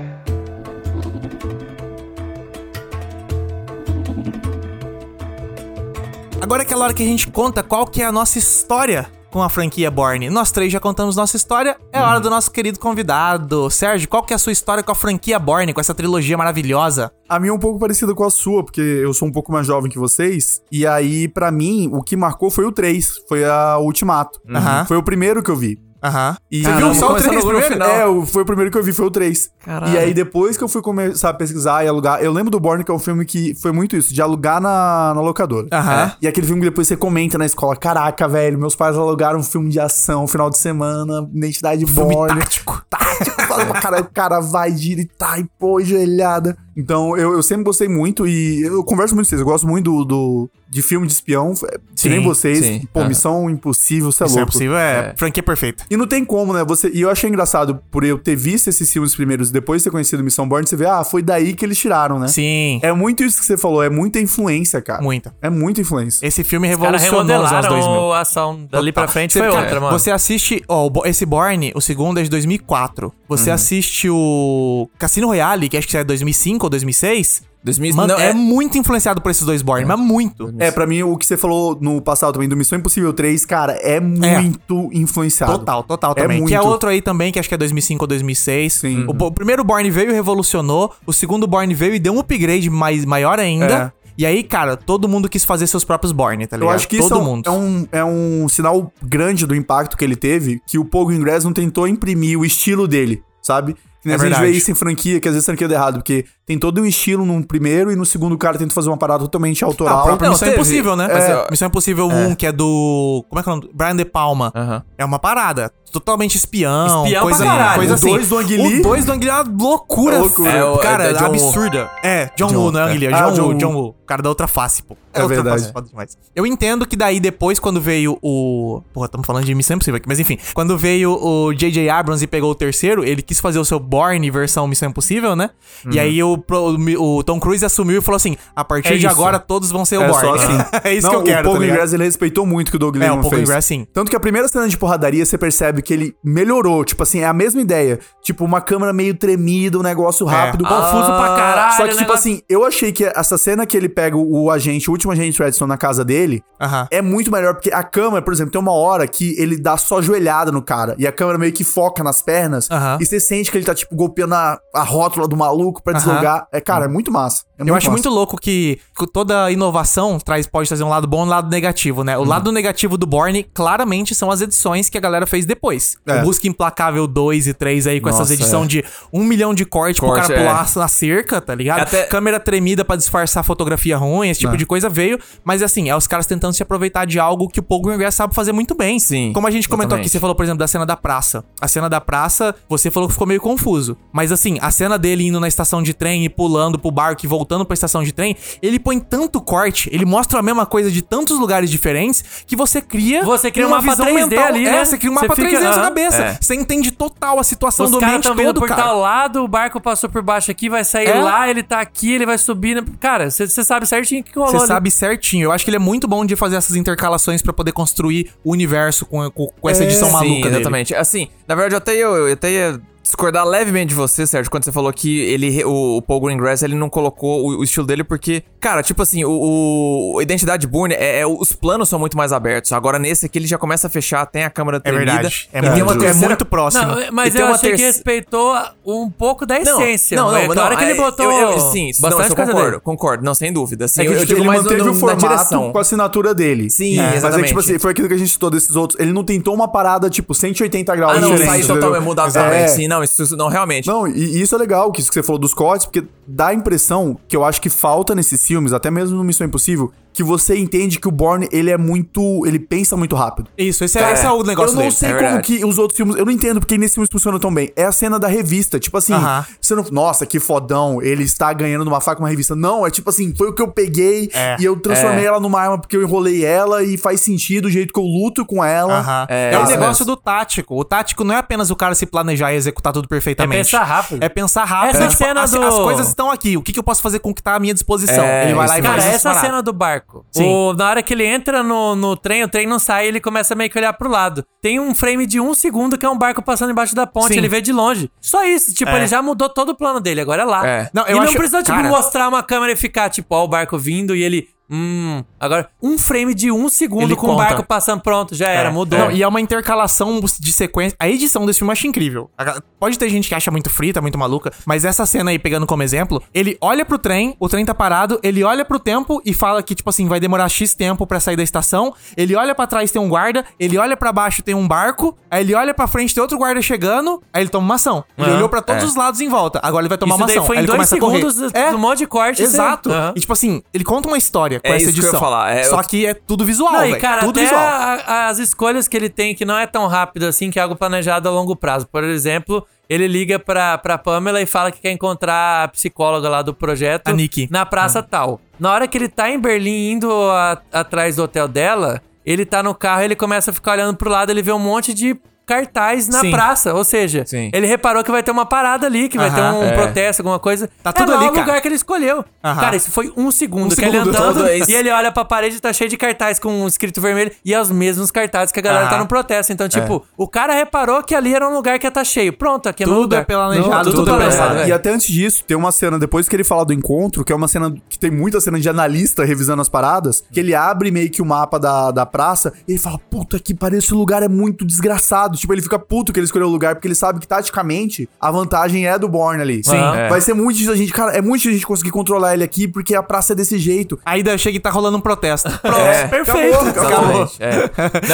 Agora é aquela hora que a gente conta qual que é a nossa história com a franquia Borne. Nós três já contamos nossa história, é hora do nosso querido convidado. Sérgio, qual que é a sua história com a franquia Borne, com essa trilogia maravilhosa? A minha é um pouco parecida com a sua, porque eu sou um pouco mais jovem que vocês. E aí, pra mim, o que marcou foi o 3. Foi a Ultimato. Aham. Foi o primeiro que eu vi. Aham. E Você viu só o começando três agora primeiro? no final. É, o- foi o primeiro que eu vi, foi o 3. E aí depois que eu fui começar a pesquisar e alugar, eu lembro do Born, que é um filme que foi muito isso, de alugar na, na locadora. Aham. É. E aquele filme que depois você comenta na escola, caraca, velho, meus pais alugaram um filme de ação, final de semana, identidade Filme Born. tático. Tático, fala pra caralho, o cara vai direitar e pô, joelhada. Então, eu, eu sempre gostei muito e eu converso muito com vocês, eu gosto muito do, do- de filme de espião, é, que nem Sim, vocês, sim. pô, Aham. Missão Impossível, você é Isso é louco. possível, é, franquia perfeita. E não tem como, né? Você, e eu achei engraçado, por eu ter visto esses filmes primeiros e depois de ter conhecido Missão Born, você vê, ah, foi daí que eles tiraram, né? Sim, É muito isso que você falou, é muita influência, cara. muita. É muita influência. Esse filme Cara, revolucionou os anos 2000. remodelaram a ação dali pra frente Você- foi cara, outra, mano. Você assiste. Ó, o Bo- esse Born, o segundo é de 2004. Você Uhum. assiste o Cassino Royale, que acho que é 2005 ou 2006. 2000, Mano, não, é, é- muito influenciado por esses dois Born, mas muito. É, pra mim, o que você falou no passado também do Missão Impossível 3, cara, é muito influenciado. Total, total É também. Que é muito. outro aí também, que acho que é 2005 ou 2006. Sim. O, bo- o primeiro Born veio e revolucionou. O segundo Born veio e deu um upgrade mais, maior ainda. E aí, cara, todo mundo quis fazer seus próprios Born, tá É. Eu ligado? acho que todo isso é um, mundo. é, um, é um sinal grande do impacto que ele teve, que o Pogo Ingress não tentou imprimir o estilo dele, sabe? Que nem É a gente vê verdade. isso em franquia, que às vezes tá franquia dá errado, porque tem todo um estilo num primeiro e no segundo o cara tenta fazer uma parada totalmente Ah, o autoral. próprio Não, Missão teve. Impossível, né? é. Mas, ó, Missão Impossível 1, que é do. Como é que é o nome? Brian De Palma. Aham. É uma parada. Totalmente espião. Espião coisa, pra caralho. coisa O assim. dois do Ang Lee. O 2 do Ang Lee é uma loucura. É loucura. É, É o- cara, é John Woo. absurda. É, John, Woo, não é Ang Lee, é Ah, John, John Woo, Woo. John Woo. Cara da outra face, pô. É outra verdade. face, foda demais. Eu entendo que daí depois, quando veio o. Porra, estamos falando de Missão Impossível é aqui, mas enfim. Quando veio o J.J. Abrams e pegou o terceiro, ele quis fazer o seu Born versão Missão Impossível, né? Uhum. E aí o, pro- o Tom Cruise assumiu e falou assim: a partir É de isso. agora todos vão ser o É Born. só assim. é isso Não, que eu quero. O Paul tá ligado? Greengrass, ele respeitou muito o que o Doug É, Liman o Paul fez. Greengrass, sim. Tanto que a primeira cena de porradaria, você percebe que ele melhorou. Tipo assim, é a mesma ideia. Tipo, uma câmera meio tremida, um É. negócio Ah, rápido. Confuso pra caralho, né, Só que, tipo negócio- assim, eu achei que essa cena que ele pega o agente, o último agente Redstone na casa dele, Aham. é muito melhor, porque a câmera, por exemplo, tem uma hora que ele dá só joelhada no cara, e a câmera meio que foca nas pernas, Aham. e você sente que ele tá, tipo, golpeando a, a rótula do maluco pra Aham. deslogar. É, cara, é muito massa. É Eu acho massa. muito louco que co- toda inovação traz, pode trazer um lado bom e um lado negativo, né? O Uhum. lado negativo do Borne claramente são as edições que a galera fez depois. É. O Busca Implacável 2 e 3 aí, com essas Nossa, é. edições de um milhão de cortes pro Corte, cara é. pular na cerca, tá ligado? Até- Câmera tremida pra disfarçar fotografia ruim, esse Né. tipo de coisa veio. Mas assim, é os caras tentando se aproveitar de algo que o Paul Greengrass sabe fazer muito bem. Sim, Como a gente comentou aqui, exatamente. você falou, por exemplo, da cena da praça. A cena da praça, você falou que ficou meio confuso. Mas assim, a cena dele indo na estação de trem e pulando pro barco e voltando pra estação de trem, ele põe tanto corte, ele mostra a mesma coisa de tantos lugares diferentes que você cria. Você cria um mapa 3D ali, né? É, você cria um Você mapa fica- 3D na sua aham. cabeça. É. Você entende total a situação Os do caras ambiente estão vindo todo, por cara. tal lado, o barco passou por baixo aqui, vai sair É. lá, ele tá aqui, ele vai subir. né? Cara, você sabe certinho o que rolou. Você ali. sabe certinho. Eu acho que ele é muito bom de fazer essas intercalações pra poder construir o universo com, com- com essa edição É. Sim, maluca. dele. exatamente. Assim, na verdade, eu até, eu, eu até ia discordar levemente de você, Sérgio, quando você falou que ele, o, o Paul Greengrass ele não colocou o, o estilo dele porque, cara, tipo assim, o, o Identidade Bourne, é, é- os planos são muito mais abertos. Agora nesse aqui ele já começa a fechar, tem a câmera É tremida. verdade. É, e tem muito, uma é terceira- muito próximo. Não, mas E tem eu uma achei que terce- respeitou um pouco da essência. não, né? mas não, é claro não, que ele é, botou. eu- eu- sim, isso- não, bastante isso eu coisa concordo, dele. concordo. Não, sem dúvida. Assim, É que, eu, eu tipo, digo ele mais no- manteve no- o na formato direção. com a assinatura dele. Sim, Mas é que, exatamente. tipo assim, foi aquilo que a gente citou desses outros. Ele não tentou uma parada, tipo, 180 graus Ah, não, diferente. sai totalmente entendeu? mudar totalmente. É. Sim, não, isso, isso- não, realmente. Não, e, e isso é legal, que isso que você falou dos cortes, porque dá a impressão que eu acho que falta nesses filmes, até mesmo no Missão Impossível, que você entende que o Bourne, ele é muito... Ele pensa muito rápido. Isso, esse é, esse é o negócio eu não dele. sei é como verdade. que os outros filmes... Eu não entendo porque nesses filmes funciona tão bem. É a cena da revista, tipo assim... Aham. Você não... Nossa, que fodão, ele está ganhando numa faca uma revista. Não, é tipo assim, foi o que eu peguei É. e eu transformei ela numa arma porque eu enrolei ela e faz sentido o jeito que eu luto com ela. Aham. É, É, o isso negócio do tático. O tático não é apenas o cara se planejar e executar tudo perfeitamente. É pensar rápido. É pensar rápido. Essa É, tipo, cena as, do- as coisas estão aqui. O que, que eu posso fazer com o que tá à minha disposição? É, ele vai lá isso e faz mesmo. Cara, essas essa paradas. cena do barco. Sim. O- na hora que ele entra no, no trem, o trem não sai ele começa meio que olhar pro lado. Tem um frame de um segundo que é um barco passando embaixo da ponte, Sim. ele vê de longe. Só isso, tipo, ele já mudou todo o plano dele, agora é lá. É. Não, e eu não acho- precisa, tipo, cara- mostrar uma câmera e ficar, tipo, ó, o barco vindo e ele. Hum. Agora, um frame de um segundo Ele com o conta. barco passando, pronto, já era, mudou. Não, e é uma intercalação de sequência. A edição desse filme eu acho incrível. A ga- Pode ter gente que acha muito frita, muito maluca, mas essa cena aí, pegando como exemplo, ele olha pro trem, o trem tá parado, ele olha pro tempo e fala que, tipo assim, vai demorar X tempo pra sair da estação. Ele olha pra trás, tem um guarda, ele olha pra baixo, tem um barco, aí ele olha pra frente, tem outro guarda chegando, aí ele toma uma ação. Ele olhou pra todos os lados em volta, agora ele vai É, tomar Isso uma daí ação. foi aí em ele dois começa a correr. É. segundos do monte de corte. você- Exato. Aham. E tipo assim, ele conta uma história com É essa isso que eu ia edição. falar, é, só eu- que é tudo visual, Não, e velho. cara, tudo até visual. a- as escolhas que ele tem que não é tão rápido assim, que é algo planejado a longo prazo. Por exemplo, ele liga pra, pra Pamela e fala que quer encontrar a psicóloga lá do projeto A Nikki. Ah. na praça tal. Na hora que ele tá em Berlim indo a- atrás do hotel dela, ele tá no carro, ele começa a ficar olhando pro lado, ele vê um monte de cartaz na Sim. praça, ou seja, Sim. ele reparou que vai ter uma parada ali, que vai ter Aham, um é. protesto, alguma coisa. Tá tudo lá ali, o cara. lugar que ele escolheu. Aham. Cara, isso foi um segundo, que ele segundo. andando Todo esse- e ele olha pra parede e tá cheio de cartaz com um escrito vermelho e é os mesmos cartazes que a galera Ah. tá no protesto. É. Então, tipo, o cara reparou que ali era um lugar que ia tá cheio. Pronto, aqui é meu Tudo lugar. é planejado, tudo, tudo é é planejado. planejado, E velho. até antes disso, tem uma cena, depois que ele fala do encontro, que é uma cena que tem muita cena de analista revisando as paradas, que ele abre meio que o mapa da, da praça e ele fala, puta que pariu, esse lugar é muito desgraçado. Tipo, ele fica puto que ele escolheu o lugar, porque ele sabe que taticamente a vantagem é do Born ali. Sim. É. Vai ser muito difícil a gente, cara, é muito difícil a gente conseguir controlar ele aqui, porque a praça é desse jeito. Aí daí chega e tá rolando um protesto. Pronto, É. perfeito. Acabou. Acabou. Exatamente,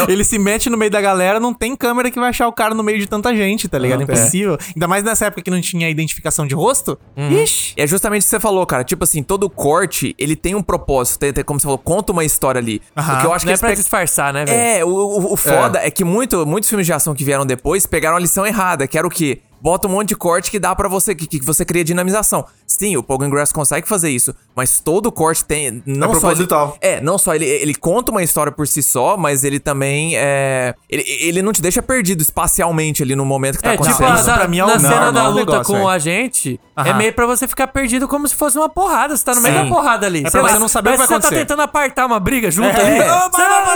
é. Ele se mete no meio da galera, não tem câmera que vai achar o cara no meio de tanta gente, tá ligado? Impossível. Ainda mais nessa época que não tinha identificação de rosto. Ixi. É justamente o que você falou, cara. Tipo assim, todo corte, ele tem um propósito. Tem, tem- como você falou, conta uma história ali. Aham. Porque eu acho Não é que pra eles pe- disfarçar, né, velho? É, o, o- o foda é, que muito, muitos filmes de ação que vieram depois pegaram a lição errada, que era o quê? Bota um monte de corte que dá pra você, que, que você cria dinamização. Sim, o Pogan Grass consegue fazer isso, mas todo corte tem. Não É só ele, proposital. É, não só ele, ele conta uma história por si só, mas ele também é. Ele, ele não te deixa perdido espacialmente ali no momento que tá É, tipo, acontecendo. a, Isso da- pra mim é um- na não, cena não, da é um luta negócio, com velho. a gente, é Aham. meio pra você ficar perdido como se fosse uma porrada. Você tá no meio Sim. da porrada ali. É pra Sei você lá, não saber o que parece vai que Você tá acontecer. tentando apartar uma briga junto É. ali. É. Você tá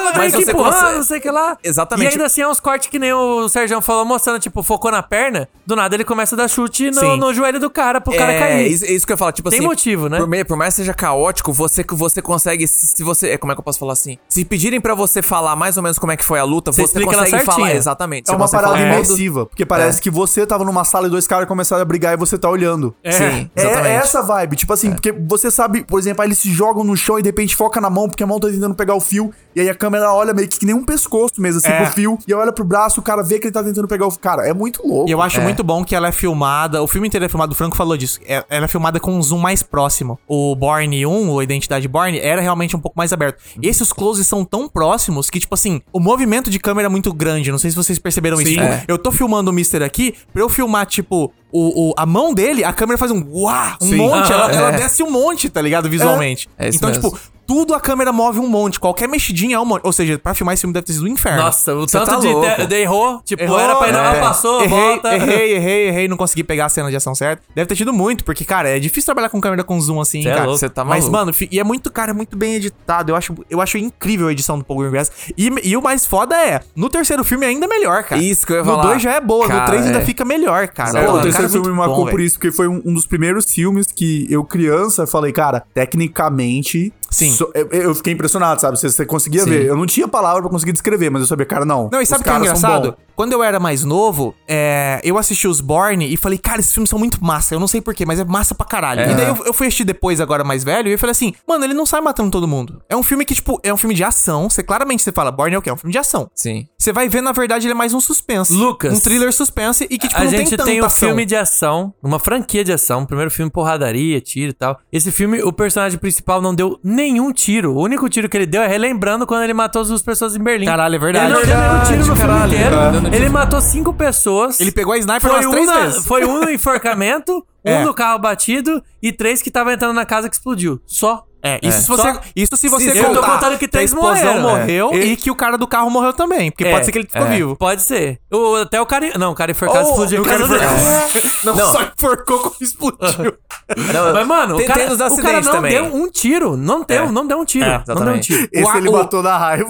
meio Mas que você empurrando, consegue. não sei o que lá. Exatamente. E ainda assim é uns cortes que nem o Sérgio falou, mostrando, tipo, focou na perna, do nada ele começa a dar chute no, Sim. no joelho do cara pro cara é, cair. Isso, isso que eu falo, tipo Tem assim. motivo, né? Por, meio- por mais que seja caótico, você que você consegue. Se, se você. é, Como é que eu posso falar assim? Se pedirem pra você falar mais ou menos como é que foi a luta, Você você, explica ela consegue falar. certinho. Exatamente. É Você uma consegue parada falar todo- imersiva, é. porque parece que você tava numa sala e dois caras começaram a brigar e você tá olhando. É. Sim, É, exatamente. é essa vibe, tipo assim, porque você sabe, por exemplo, aí eles se jogam no chão e de repente foca na mão, porque a mão tá tentando pegar o fio, e aí a câmera olha meio que, que nem um pescoço mesmo, assim, É. pro fio, e olha pro braço, o cara vê que ele tá tentando pegar o fio. Cara, é muito louco. E eu acho muito bom que ela é filmada. O filme inteiro é filmado, o Franco falou disso. é- Ela é filmada com um zoom mais próximo. O Borne 1, ou Identidade Borne, era realmente um pouco mais aberto. Esses closes são tão próximos que, tipo assim, o movimento de câmera é muito grande. Não sei se vocês perceberam isso. Tipo, É. Eu tô filmando o Mister aqui, pra eu filmar, tipo, o, o- a mão dele, a câmera faz um uá, um monte. Ah, ela, é. ela desce um monte, tá ligado? Visualmente. É isso então, mesmo. tipo, tudo a câmera move um monte. Qualquer mexidinha é um monte. Ou seja, pra filmar esse filme deve ter sido um inferno. Nossa, o Cê tanto tá de, louco. de, de errou. Tipo, era pra ir lá, é. passou, errei, volta. Errei, errei, errei, não consegui pegar a cena de ação certa. Deve ter tido muito, porque, cara, é difícil trabalhar com câmera com zoom assim, Cê é cara. louco, cê tá Mas, maluco. mano, fi- e é muito, cara, é muito bem editado. Eu acho, eu acho incrível a edição do Paul Grass. E, e o mais foda é, no terceiro filme é ainda melhor, cara. Isso que eu ia No falar. 2 já é boa, no Cara, 3 ainda é. fica melhor, cara. Exato. Pô, Pô, o cara, terceiro é filme muito me marcou bom, por velho. isso, porque foi um, um dos primeiros filmes que eu, criança, falei, cara, tecnicamente. Sim. só- eu, eu fiquei impressionado, sabe? Você, você conseguia ver. Eu não tinha palavra pra conseguir descrever, mas eu sabia, cara, não. Não, e os sabe o que é caras são engraçado? bons. Quando eu era mais novo, é, eu assisti os Born e falei, cara, esses filmes são muito massa. Eu não sei porquê, mas é massa pra caralho. E daí eu, eu fui assistir depois, agora mais velho, e eu falei assim, mano, ele não sai matando todo mundo. É um filme que, tipo, é um filme de ação. Você claramente você fala, Born é o quê? É um filme de ação. Sim. Você vai ver, na verdade, ele é mais um suspense. Lucas, Um thriller suspense e que, tipo, a não gente tem tem tanta um ação. filme de ação, uma franquia de ação. Primeiro filme, porradaria, tiro e tal. Esse filme, o personagem principal não deu nenhum tiro. O único tiro que ele deu é relembrando quando ele matou as duas pessoas em Berlim. Caralho, é verdade. Ele não deu nenhum Verdade, tiro no caralho, tá filme inteiro. cara. Ele matou cinco pessoas. Ele pegou a sniper foi umas um, três na- vezes. foi um no enforcamento, um É. no carro batido e três que tava entrando na casa que explodiu. Só. É, isso, Se você, Só- isso se você eu tô contando que três a morreram. explosão morreu É. e que o cara do carro morreu também. Porque É, pode ser que ele ficou é. vivo. Pode ser. O, até o cara. Não, o cara enforcado Ou- explodiu. o a casa cara dele. Não, só enforcou como explodiu. Mas, mano, o tem, cara, tem nos o cara acidentes não também. deu um tiro. Não deu, É. não deu um tiro. É, não deu um exatamente. tiro. Esse O- ele o- matou da raiva.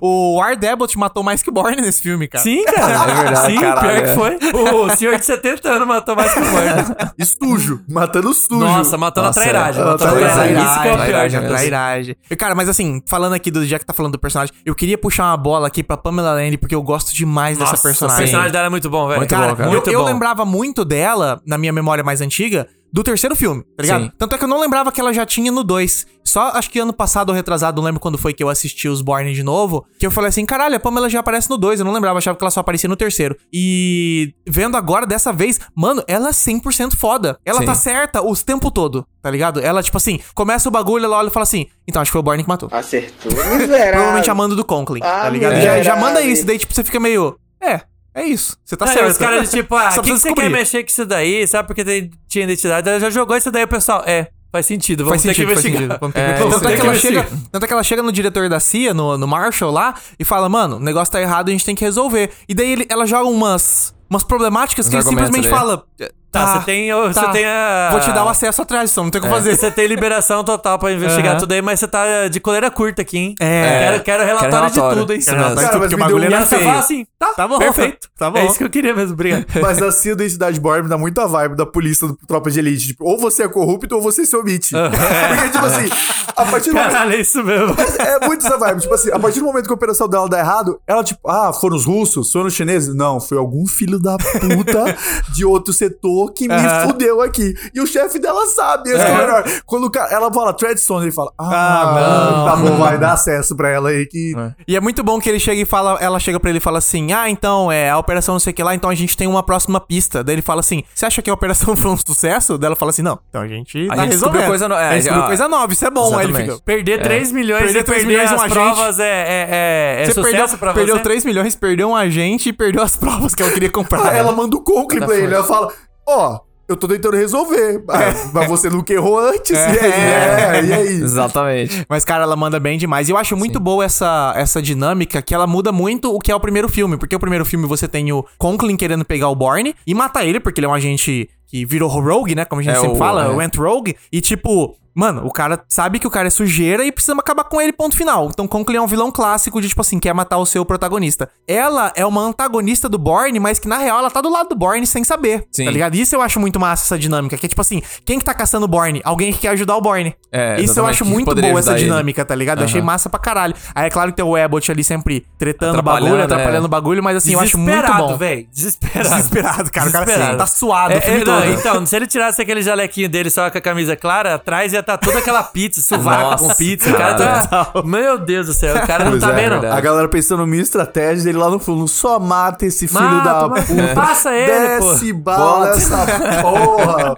o War Debut matou mais que o Borne nesse filme, cara. Sim, cara. É verdade, Sim, caralho, pior é. que foi. O senhor de 70 anos matou mais que o morto. E sujo. Matando sujo. Nossa, matou na Nossa, trairagem. é. Tá Matou na trairagem. Trairagem, Isso que é o pior. cara. trairagem. Trairagem, né? trairagem. E, Cara, mas assim, falando aqui do já que tá falando do personagem, eu queria puxar uma bola aqui pra Pamela Land, porque eu gosto demais Nossa, dessa personagem. o personagem dela é muito bom, velho. Muito Cara, bom, cara. eu- Muito eu, bom. lembrava muito dela, na minha memória mais antiga, do terceiro filme, tá ligado? Sim. Tanto é que eu não lembrava que ela já tinha no 2. Só acho que ano passado ou retrasado, não lembro quando foi que eu assisti os Born de novo, que eu falei assim, caralho, a Pamela já aparece no 2, eu não lembrava, achava que ela só aparecia no terceiro. E vendo agora, dessa vez, mano, ela é 100% foda. Ela Sim. tá certa o tempo todo, tá ligado? Ela, tipo assim, começa o bagulho, ela olha e fala assim, então acho que foi o Born que matou. Acertou. Miserável. Provavelmente amando do Conklin, tá Ah, ligado? Já, miserável. já manda isso, daí tipo, você fica meio, é, é isso, você tá Aí, certo. os caras, tipo, ah, Só o que, que precisa você quer descobrir. mexer com isso daí? Sabe porque tem- tinha identidade? Ela já jogou isso daí, o pessoal. É, faz sentido, vamos Faz ter sentido, que faz investigar. sentido. Vamos ter que É, investigar. isso Tanto é aí. que ela Tem que chega- Tanto é que ela chega no diretor da CIA, no, no Marshall lá, e fala, mano, o negócio tá errado, a gente tem que resolver. E daí ele- ela joga umas, umas problemáticas Uns que ele argumentos simplesmente ali. fala... Tá, você tem, Ah. você tem a- Vou te dar o acesso à tradição, não tem o que fazer. Você tem liberação total pra investigar Aham. tudo aí, mas você tá de coleira curta aqui, hein? É. Quero, quero relatório, relatório. de tudo, hein? Quero relatório. Cara, mas porque o me deu bagulho um era Você feio. fala assim, tá, Tá bom, perfeito. tá bom. É isso que eu queria mesmo, obrigado. Mas assim, a identidade Borb dá muita vibe da polícia do Tropa de Elite. Tipo, ou você é corrupto ou você se omite. Porque, tipo assim, a partir do momento. Caralho, é isso mesmo. É muito essa vibe. Tipo assim, a partir do momento que a operação dela dá errado, ela, tipo, ah, foram os russos, foram os chineses. Não, foi algum filho da puta de outro setor que me fudeu aqui. E o chefe dela sabe, esse que é o melhor. Quando o cara, ela fala Treadstone, ele fala, ah, Ah, não. tá bom, vai dar acesso pra ela aí que. E é muito bom que ele chega e fala, ela chega pra ele e fala assim: "Ah, então é a operação não sei o que lá, então a gente tem uma próxima pista". Daí ele fala assim: "Você acha que a operação foi um sucesso?" Daí ela fala assim: "Não, então a gente A tá gente descobriu resolvendo. coisa no- é, a gente descobriu ó. coisa nova, isso é bom". Aí ele Exatamente. fica Perder 3 milhões Perder e 3 perder milhões as um agente. provas é, é, é, é Você sucesso perdeu, pra perdeu você? 3 milhões, perdeu um agente e perdeu as provas que ela queria comprar. É, Ah, ela manda o Conklin pra ele. Ela fala: Ó, eu tô tentando resolver. Ah, Mas você nunca errou antes. E aí? É, e aí? Exatamente. Mas, cara, ela manda bem demais. E eu acho muito boa essa, essa dinâmica, que ela muda muito o que é o primeiro filme. Porque o primeiro filme você tem o Conklin querendo pegar o Borne e matar ele, porque ele é um agente que virou rogue, né? Como a gente É, sempre o- fala, é. went rogue. E, tipo... Mano, o cara sabe que o cara é sujeira e precisa acabar com ele, ponto final. Então, Conklin é um vilão clássico de, tipo assim, quer matar o seu protagonista. Ela é uma antagonista do Borne, mas que, na real, ela tá do lado do Borne sem saber, Sim. tá ligado? Isso eu acho muito massa, essa dinâmica. Que é, tipo assim, quem que tá caçando o Borne? Alguém que quer ajudar o Borne. É, Isso eu exatamente, acho que muito poderia boa ajudar essa ele. dinâmica, tá ligado? Eu achei massa pra caralho. Aí é claro que tem o Abbott ali sempre tretando o Atrapalhando, bagulho, né? atrapalhando o bagulho, mas assim, eu acho muito Desesperado, bom. velho. Desesperado. Desesperado, cara. O cara assim, Desesperado. tá suado É, o filme é, todo. não, então, se ele tirasse aquele jalequinho dele só com a camisa clara, atrás ia estar toda aquela pizza, sovaco Nossa, com pizza. O cara tá. Meu Deus do céu, o cara não Pois tá é, vendo. A galera pensando minha estratégia dele lá no fundo, só mata É. esse filho Mata, da mata. É. puta. Passa É, ele, né, Desce bala essa porra.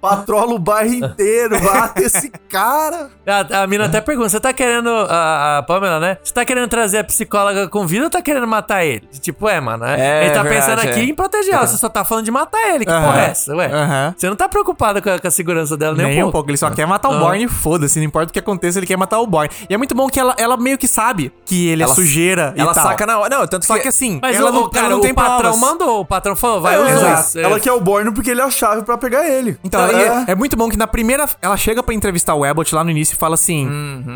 Patrola o bairro inteiro, mata esse cara. A, a mina até pergunta: você tá querendo. A, a Pamela, né? Você tá querendo trazer a psicóloga com vida ou tá querendo matar ele? Tipo, é, mano. É, ele tá é pensando verdade, aqui é. em proteger ela. Você só tá falando de matar ele. Que Aham. porra é essa, ué? Aham. Você não tá preocupado com a, com a segurança dela nem, Nem um pouco, ele só quer matar o Borne, foda-se, não importa o que aconteça, ele quer matar o Borne. E é muito bom que ela, ela meio que sabe que ele é Ela- sujeira e Ela tal. saca na hora. Não, tanto Só que assim, Mas ela, o, não, cara, ela não tem o patrão palavras. É, mandou, o patrão falou, vai os dois. Exato. Ela quer o Borne porque ele é a chave pra pegar ele. Então, ela aí é, é muito bom que na primeira. Ela chega pra entrevistar o Abbott lá no início e fala assim: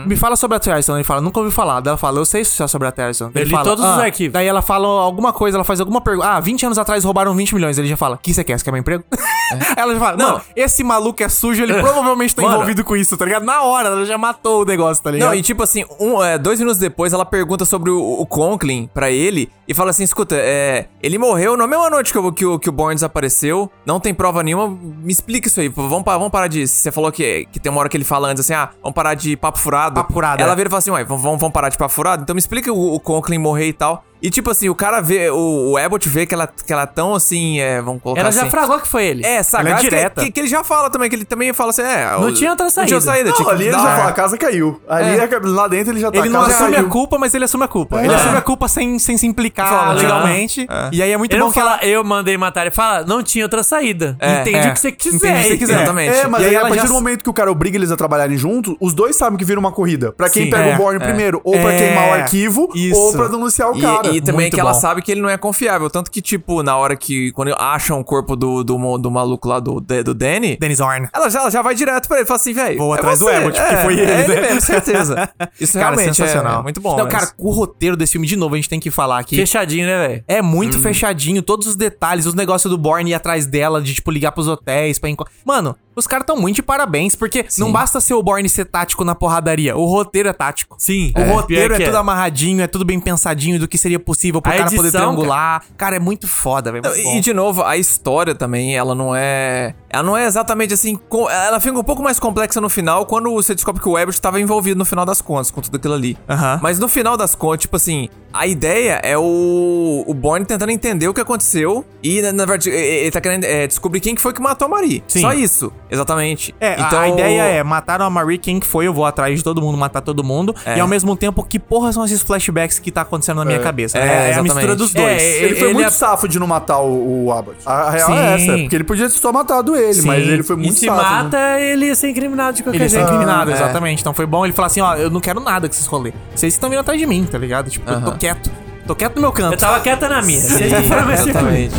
Me fala sobre a Terson. Ele fala, nunca ouvi falar. Daí ela fala, eu sei só sobre a Terson. Eu li todos "Ah." os arquivos. Daí ela fala alguma coisa, ela faz alguma pergunta. Ah, 20 anos atrás roubaram 20 milhões. Ele já fala, que você quer? Você quer meu emprego? ela já fala, não, É. Mano. esse maluco é sujo, ele provavelmente tá Mano. envolvido com isso, tá ligado? Na hora, ela já matou o negócio, tá ligado? Não, e tipo assim, um, é, dois minutos depois ela pergunta sobre o, o Conklin pra ele e fala assim: escuta, é, ele morreu na mesma noite que, o- que, o- que o Bourne desapareceu, não tem prova nenhuma, me explica isso aí, pô, vamos, pa- vamos parar de. Você falou que, que tem uma hora que ele fala antes assim: ah, vamos parar de papo furado. Papo furado, Ela é. vira e fala assim: ué, vamos, vamos vamos parar de papo furado? Então me explica o, o Conklin morrer e tal. E tipo assim, o cara vê, o, o Abbott vê que ela, que ela é tão assim, é, vamos colocar Ela assim. já fragou que foi ele. É, saca, Ela é acho que- direta. Que, que ele já fala também, que ele também fala assim: é. Não o- tinha outra Não tinha saída. outra saída, Não, tipo, tinha que ali ele dar- já fala, a casa caiu. Ali, é. lá dentro, ele já tá, tipo, Ele não a casa assume caiu. a culpa, mas ele assume a culpa. Ele É. assume a culpa sem, sem se implicar Fala, legalmente. é. E aí é muito ele bom não que ela. fala, eu mandei matar. Ele fala, não tinha outra saída. É, Entendi é. o que você quiser. Entendi o que você quiser. Exatamente. É, mas E aí aí, a ela partir já- do momento que o cara obriga eles a trabalharem juntos, os dois sabem que vira uma corrida. Pra quem Sim. pega É, o Borne primeiro, ou pra É. queimar o arquivo, Isso. ou pra denunciar o E- cara. E, também Muito que ela Ah. bom. sabe que ele não é confiável. Tanto que, tipo, na hora que. Quando acham o corpo do, do, mo- do maluco lá do, do Danny. Dennis Horn. Ela já, ela já vai direto pra ele fala assim, velho. Vou é atrás do você. Abbott, porque É, foi ele, É né? ele mesmo, certeza. Isso Cara, realmente sensacional. É, muito bom. Não, mas- cara, o roteiro desse filme, de novo, a gente tem que falar aqui. Fechadinho, né, velho? É muito Uhum. fechadinho, todos os detalhes, os negócios do Borne ir atrás dela, de tipo ligar pros hotéis pra enco- Mano, os caras tão muito de parabéns, porque não basta ser o Borne ser tático na porradaria, o roteiro é tático. Sim. O roteiro é, que tudo amarradinho, é tudo bem pensadinho do que seria possível pro A cara poder edição, triangular. Cara. é muito foda, velho. Não, muito e- bom. e de novo, a história também, ela não é. Ela não é exatamente assim. co- Ela fica um pouco mais complexa no final quando você descobre que o Abbott estava envolvido no final das contas com tudo aquilo ali. Aham. Mas no final das contas, tipo assim, a ideia é o, o Borne tentando entender o que aconteceu e, na, na verdade, e- e- ele tá querendo é, descobrir quem que foi que matou a Marie. Sim. Só isso, exatamente. Então, É, a- a ideia é, mataram a Marie, quem que foi, eu vou atrás de todo mundo, matar todo mundo. É. E ao mesmo tempo, que porra são esses flashbacks que tá acontecendo na minha cabeça? é, né? É, a exatamente. mistura dos É, dois. é, Ele foi Ele muito é- safo de não matar o, o Abbott. A real é Sim. essa. Porque ele podia ter só matado ele, mas ele foi muito e se safo. né? mata, ele ia ser incriminado de qualquer Ele é jeito. incriminado, exatamente. Então foi bom ele falar assim, ó, eu não quero nada com esses rolês. Vocês que estão vindo atrás de mim, tá ligado? Tipo, eu tô quieto. Tô quieto no meu canto. Eu tava quieta na minha. Vocês não foram mais firmes. Exatamente.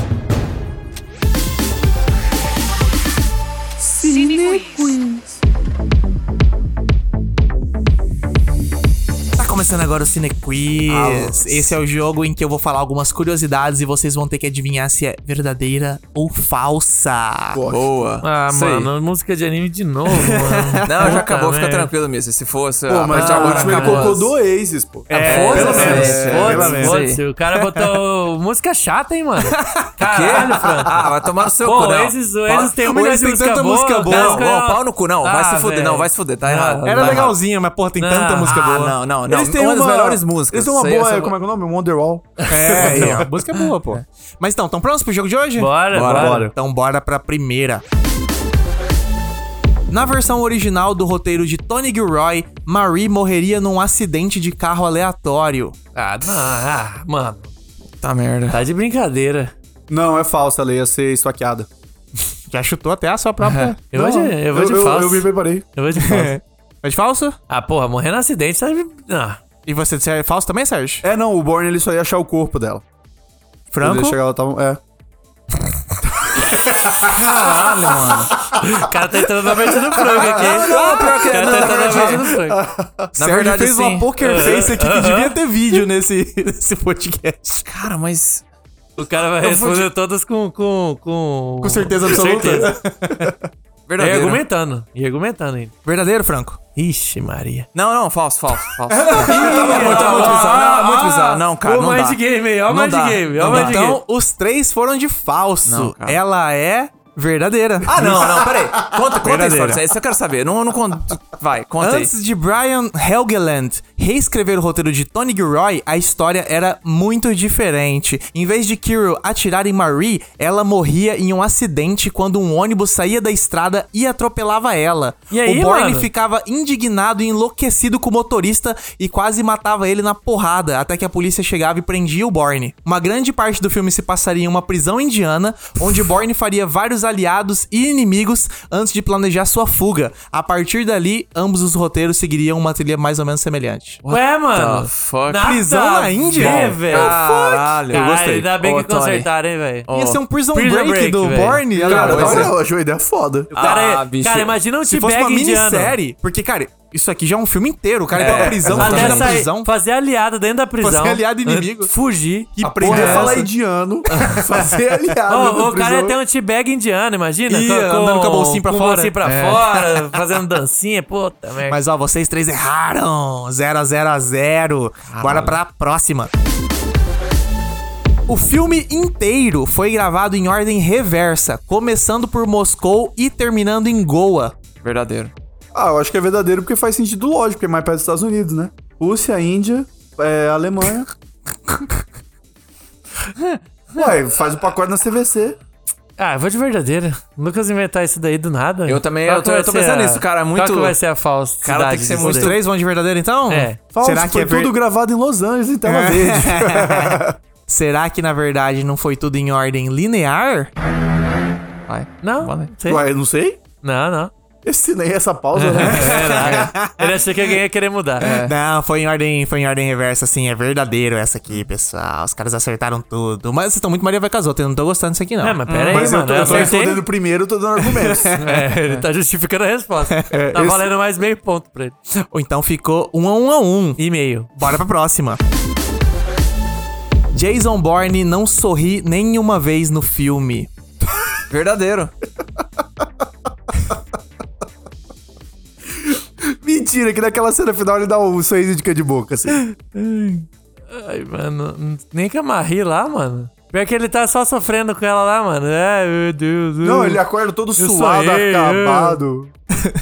Tá começando agora o Cine Quiz. Esse é o jogo em que eu vou falar algumas curiosidades e vocês vão ter que adivinhar se é verdadeira ou falsa. Boa. Ah, Isso aí. mano, música de anime de novo, mano. Não, já acabou, Puta fica merda. tranquilo, Missa. Se fosse. Pô, mas partir já de agora ele acabou. colocou do Oasis, pô. É, pelo Foda-se, menos, velho. é, pelo É, foda-se, menos. foda-se. O cara botou música chata, hein, mano. Caralho, Fran. Ah, vai tomar no seu Pô, cu, o não. Oasis- o Pau- Oasis tem o muita Oasis tem música tanta boa, música boa. cara, Não, cara- não, pau no cu, não. Vai Ah, se fuder, velho. não, vai se fuder. Tá Ah, errado. Era tá errado. legalzinha, mas porra, tem tanta Não. música Ah, boa. não, não, não. Eles têm uma, das melhores músicas. Eles têm uma Isso aí, boa, essa- como é que é o nome? Wonderwall. É, aí, então. ó, a música é boa, pô. Mas então, estão prontos pro jogo de hoje? Bora, bora. Então bora pra primeira. Na versão original do roteiro de Tony Gilroy, Marie morreria num acidente de carro aleatório. Ah, ah, ah, mano, Tá merda. tá de brincadeira. Não, é falsa, ela ia ser esfaqueada. Já chutou até a sua própria. Eu vou de, eu vou de falso. Eu, me preparei. Eu vou de falso. É de falso? ah, porra, morrer no acidente, sabe? Ah, E você disse é falso também, Sérgio? É, não, o Borne ele só ia achar o corpo dela. Quando Franco? Ele chegar lá, tava... É. caralho, mano. O cara tá entrando na frente do frango aqui. não, pior que- O cara não, tá na entrando na frente do frango. Na Sérgio verdade, fez sim. uma poker face aqui que devia ter vídeo nesse, nesse podcast. Cara, mas. O cara vai responder todas com... Com, com... Com certeza absoluta. certeza. E Verdadeiro. argumentando. E argumentando ainda. Verdadeiro, Franco? Ixi, Maria. Não, não, falso, falso, falso. É muito, é muito bizarro. Não, é muito bizarro. Não, cara, o não dá. mind game aí, ó o Não mind dá. game, ó Não o dá. mind game. Então, os três foram de falso. Não, cara. Ela é verdadeira. Ah, não, não, peraí. Conta, conta a Verdadeira. história. Isso aí, Isso eu quero saber. Não, não conto. Vai, conta aí. Antes de Brian Helgeland reescrever o roteiro de Tony Gilroy, a história era muito diferente. Em vez de Kirill atirar em Marie, ela morria em um acidente quando um ônibus saía da estrada e atropelava ela. E aí, o Borne mano? ficava indignado e enlouquecido com o motorista e quase matava ele na porrada, até que a polícia chegava e prendia o Borne. Uma grande parte do filme se passaria em uma prisão indiana, onde Borne faria vários aliados e inimigos antes de planejar sua fuga. A partir dali, ambos os roteiros seguiriam uma trilha mais ou menos semelhante. Ué, mano. the fuck? Prisão na Índia? É, Bom, velho. Caralho, eu Caralho, gostei. ainda bem Ô, que Tony. consertaram, hein, velho. Ia ser um Prison, Prison Break, Break, do velho. Borne. Cara, pois olha, é. eu achei a ideia foda. Cara, Ah, bicho. cara, imagina um Se fosse uma T-Bag indiano. minissérie, porque, cara, isso aqui já é um filme inteiro. O cara É, tá na prisão, exatamente. fugindo da Até prisão. sair, fazer aliado dentro da prisão. Fazer aliado inimigo. Fugir. Que Aprender porra é a falar essa? indiano, fazer aliado. Ô, na o cara ia prisão. ter um T-Bag indiano, imagina. Ia, andando com a bolsinha pra com fora. bolsinha pra É. fora, fazendo dancinha, puta merda. Mas ó, vocês três erraram! 0 a 0 a 0 Bora pra próxima. O filme inteiro foi gravado em ordem reversa, começando por Moscou e terminando em Goa. Verdadeiro. Ah, eu acho que é verdadeiro porque faz sentido lógico, porque é mais perto dos Estados Unidos, né? Rússia, Índia, é, Alemanha. Ué, faz o pacote na CVC. Ah, eu vou de verdadeira. Lucas inventar isso daí do nada. Eu também- eu que tô- vai eu tô ser pensando a- nisso, cara, é muito- Qual que vai ser a falsa? Cara, tem que ser Os muito- três vão de verdadeiro então? É. Falso, Será que foi é ver- tudo gravado em Los Angeles, em tela verde. Será que na verdade não foi tudo em ordem linear? Vai. Não, Bora. não sei. Ué, eu não sei. não, não. Esse nem essa pausa, né? Ele achou que alguém ia querer mudar. É. Não, foi em ordem, foi em ordem reversa, assim, é verdadeiro essa aqui, pessoal. Os caras acertaram tudo. Mas vocês estão muito Maria vai casota, eu não tô gostando disso aqui não. É, mas pera aí, Mas eu mano. tô, Eu, eu tô acertei. respondendo primeiro, eu tô dando argumentos. É, ele tá justificando a resposta. tá É, esse- valendo mais meio ponto pra ele. Ou então ficou um a um a um. E meio. Bora pra próxima. Jason Bourne não sorri nenhuma vez no filme. Verdadeiro. Mentira, que naquela cena final ele dá um sorriso de cã de boca, assim. Ai, mano. Nem que a Marie lá, mano. Pior que ele tá só sofrendo com ela lá, mano. Ai, meu Deus. uh. Não, ai. ele acorda todo suado, sonhei, eu- acabado.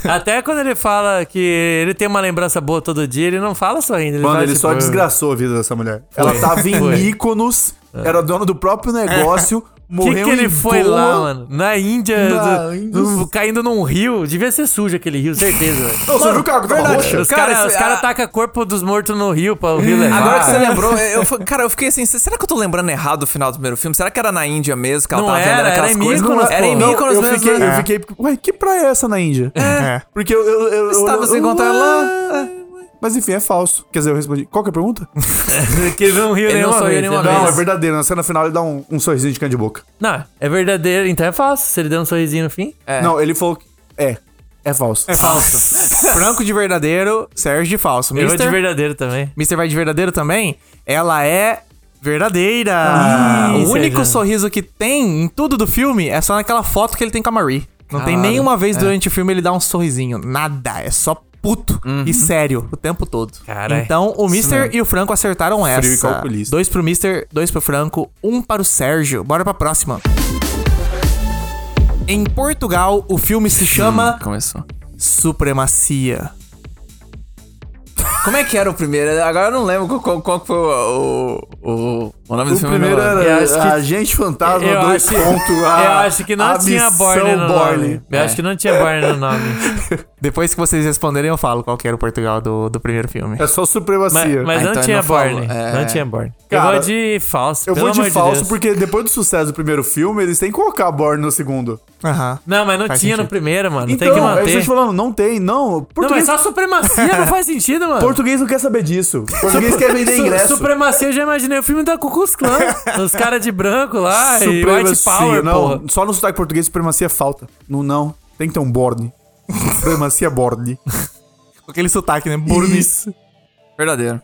Até quando ele fala que ele tem uma lembrança boa todo dia, ele não fala sorrindo. Ele Mano, fala, ele só tipo, desgraçou a vida dessa mulher. Ela tava em Mykonos, era dona do próprio negócio, O É. que, morreu que ele em foi Goa. lá, mano? Na Índia, Na do- Índia. do- caindo num rio. Devia ser sujo aquele rio, certeza. velho. Não, você viu que ela tava roxa? Os caras Cara, cara, é isso- cara ah. tacam corpo dos mortos no rio pra o rio levar. Agora que você lembrou, eu, eu- cara, eu fiquei assim, será que eu tô lembrando errado do final do primeiro filme? Será que era na Índia mesmo que ela Não tava era, vendendo era aquelas em coisas? Mykonos, era em pô. Mykonos eu, mesmo. fiquei, né? eu fiquei, ué, que praia é essa na Índia? É. Porque eu... eu, eu eu- Estava sem eu- encontrar lá. Mas enfim, é falso. Quer dizer, eu respondi. Qual que é a pergunta? que não riu Ele não nenhuma sorriu vez. nenhuma né? vez. Não, é Não, verdadeiro. Na cena final ele dá um, um sorrisinho de cã de boca. Não, é verdadeiro, então é falso. Se ele deu um sorrisinho no fim. É. Não, ele falou que... É. É falso. Franco de verdadeiro, Sérgio de falso. Eu vou de Mister, verdadeiro também. Mister vai de verdadeiro também? Ela é verdadeira. Ah, Ih, é o único Sérgio. sorriso que tem em tudo do filme é só naquela foto que ele tem com a Marie. Não tem Cara, nenhuma é. vez durante o filme ele dá um sorrisinho. Nada. É só puto Uhum. e sério o tempo todo. Carai. Então o Mister e o Franco acertaram e essa. calculista. Dois pro Mister, dois pro Franco, um para o Sérgio. Bora pra próxima. Em Portugal, o filme se chama Começou. Supremacia. Como é que era o primeiro? Agora eu não lembro qual, qual, qual que foi o, o, o, o nome do O filme. primeiro eu não lembro. né? era Eu acho que- Agente Fantasma Eu 2. acho- ponto, a- eu acho que não a tinha missão Borne no Borne. nome. Eu acho que não tinha Borne no nome. Depois que vocês responderem, eu falo qual que era o Portugal do, do primeiro filme. É só Mas, supremacia. mas Ah, não, então tinha ele não falou. Borne. É. Não tinha Borne. eu Cara, vou de falso. eu vou pelo de amor falso Deus. porque depois do sucesso do primeiro filme, eles têm que colocar Borne no segundo. Aham. Não, mas não Faz tinha sentido. no primeiro, mano. Tem então, que eu estou manter. te falando, não tem, não. Não, mas Português, só supremacia não faz sentido, mano. português não quer saber disso. Português quer vender Su- ingresso. Supremacia, eu já imaginei o filme da Ku Klux Klan. Os caras de branco lá e White Power, não. porra. Só no sotaque português supremacia falta. Não, não. Tem que ter um Borne. supremacia Borne. Com aquele sotaque, né? Isso. Verdadeiro. Uhum.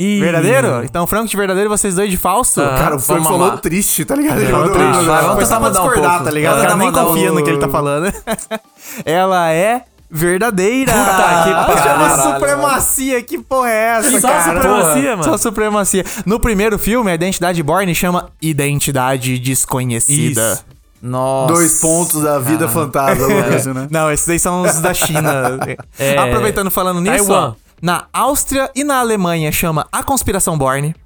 Ih. Verdadeiro? Então, Franco de verdadeiro, vocês dois de falso? Ah. Cara, o Frank vamos lá. falou triste, tá ligado? Ele mandou- triste. Vai, mandou- vamos Foi só tentar pra mudar um discordar, pouco. tá ligado? O Vamos cara tentar nem mudar confia o- no que um- ele tá falando. Ela é verdadeira. Puta que Ela chama pariu. supremacia. Que porra é essa, Só cara? supremacia, Porra. mano. Só supremacia. No primeiro filme, a identidade Borne chama identidade desconhecida. Isso. Nossa. Dois pontos da vida fantasma, alguma coisa, né? Não, esses aí são os da China. É. Aproveitando falando nisso, ó, Taiwan. na Áustria e na Alemanha chama A Conspiração Borne.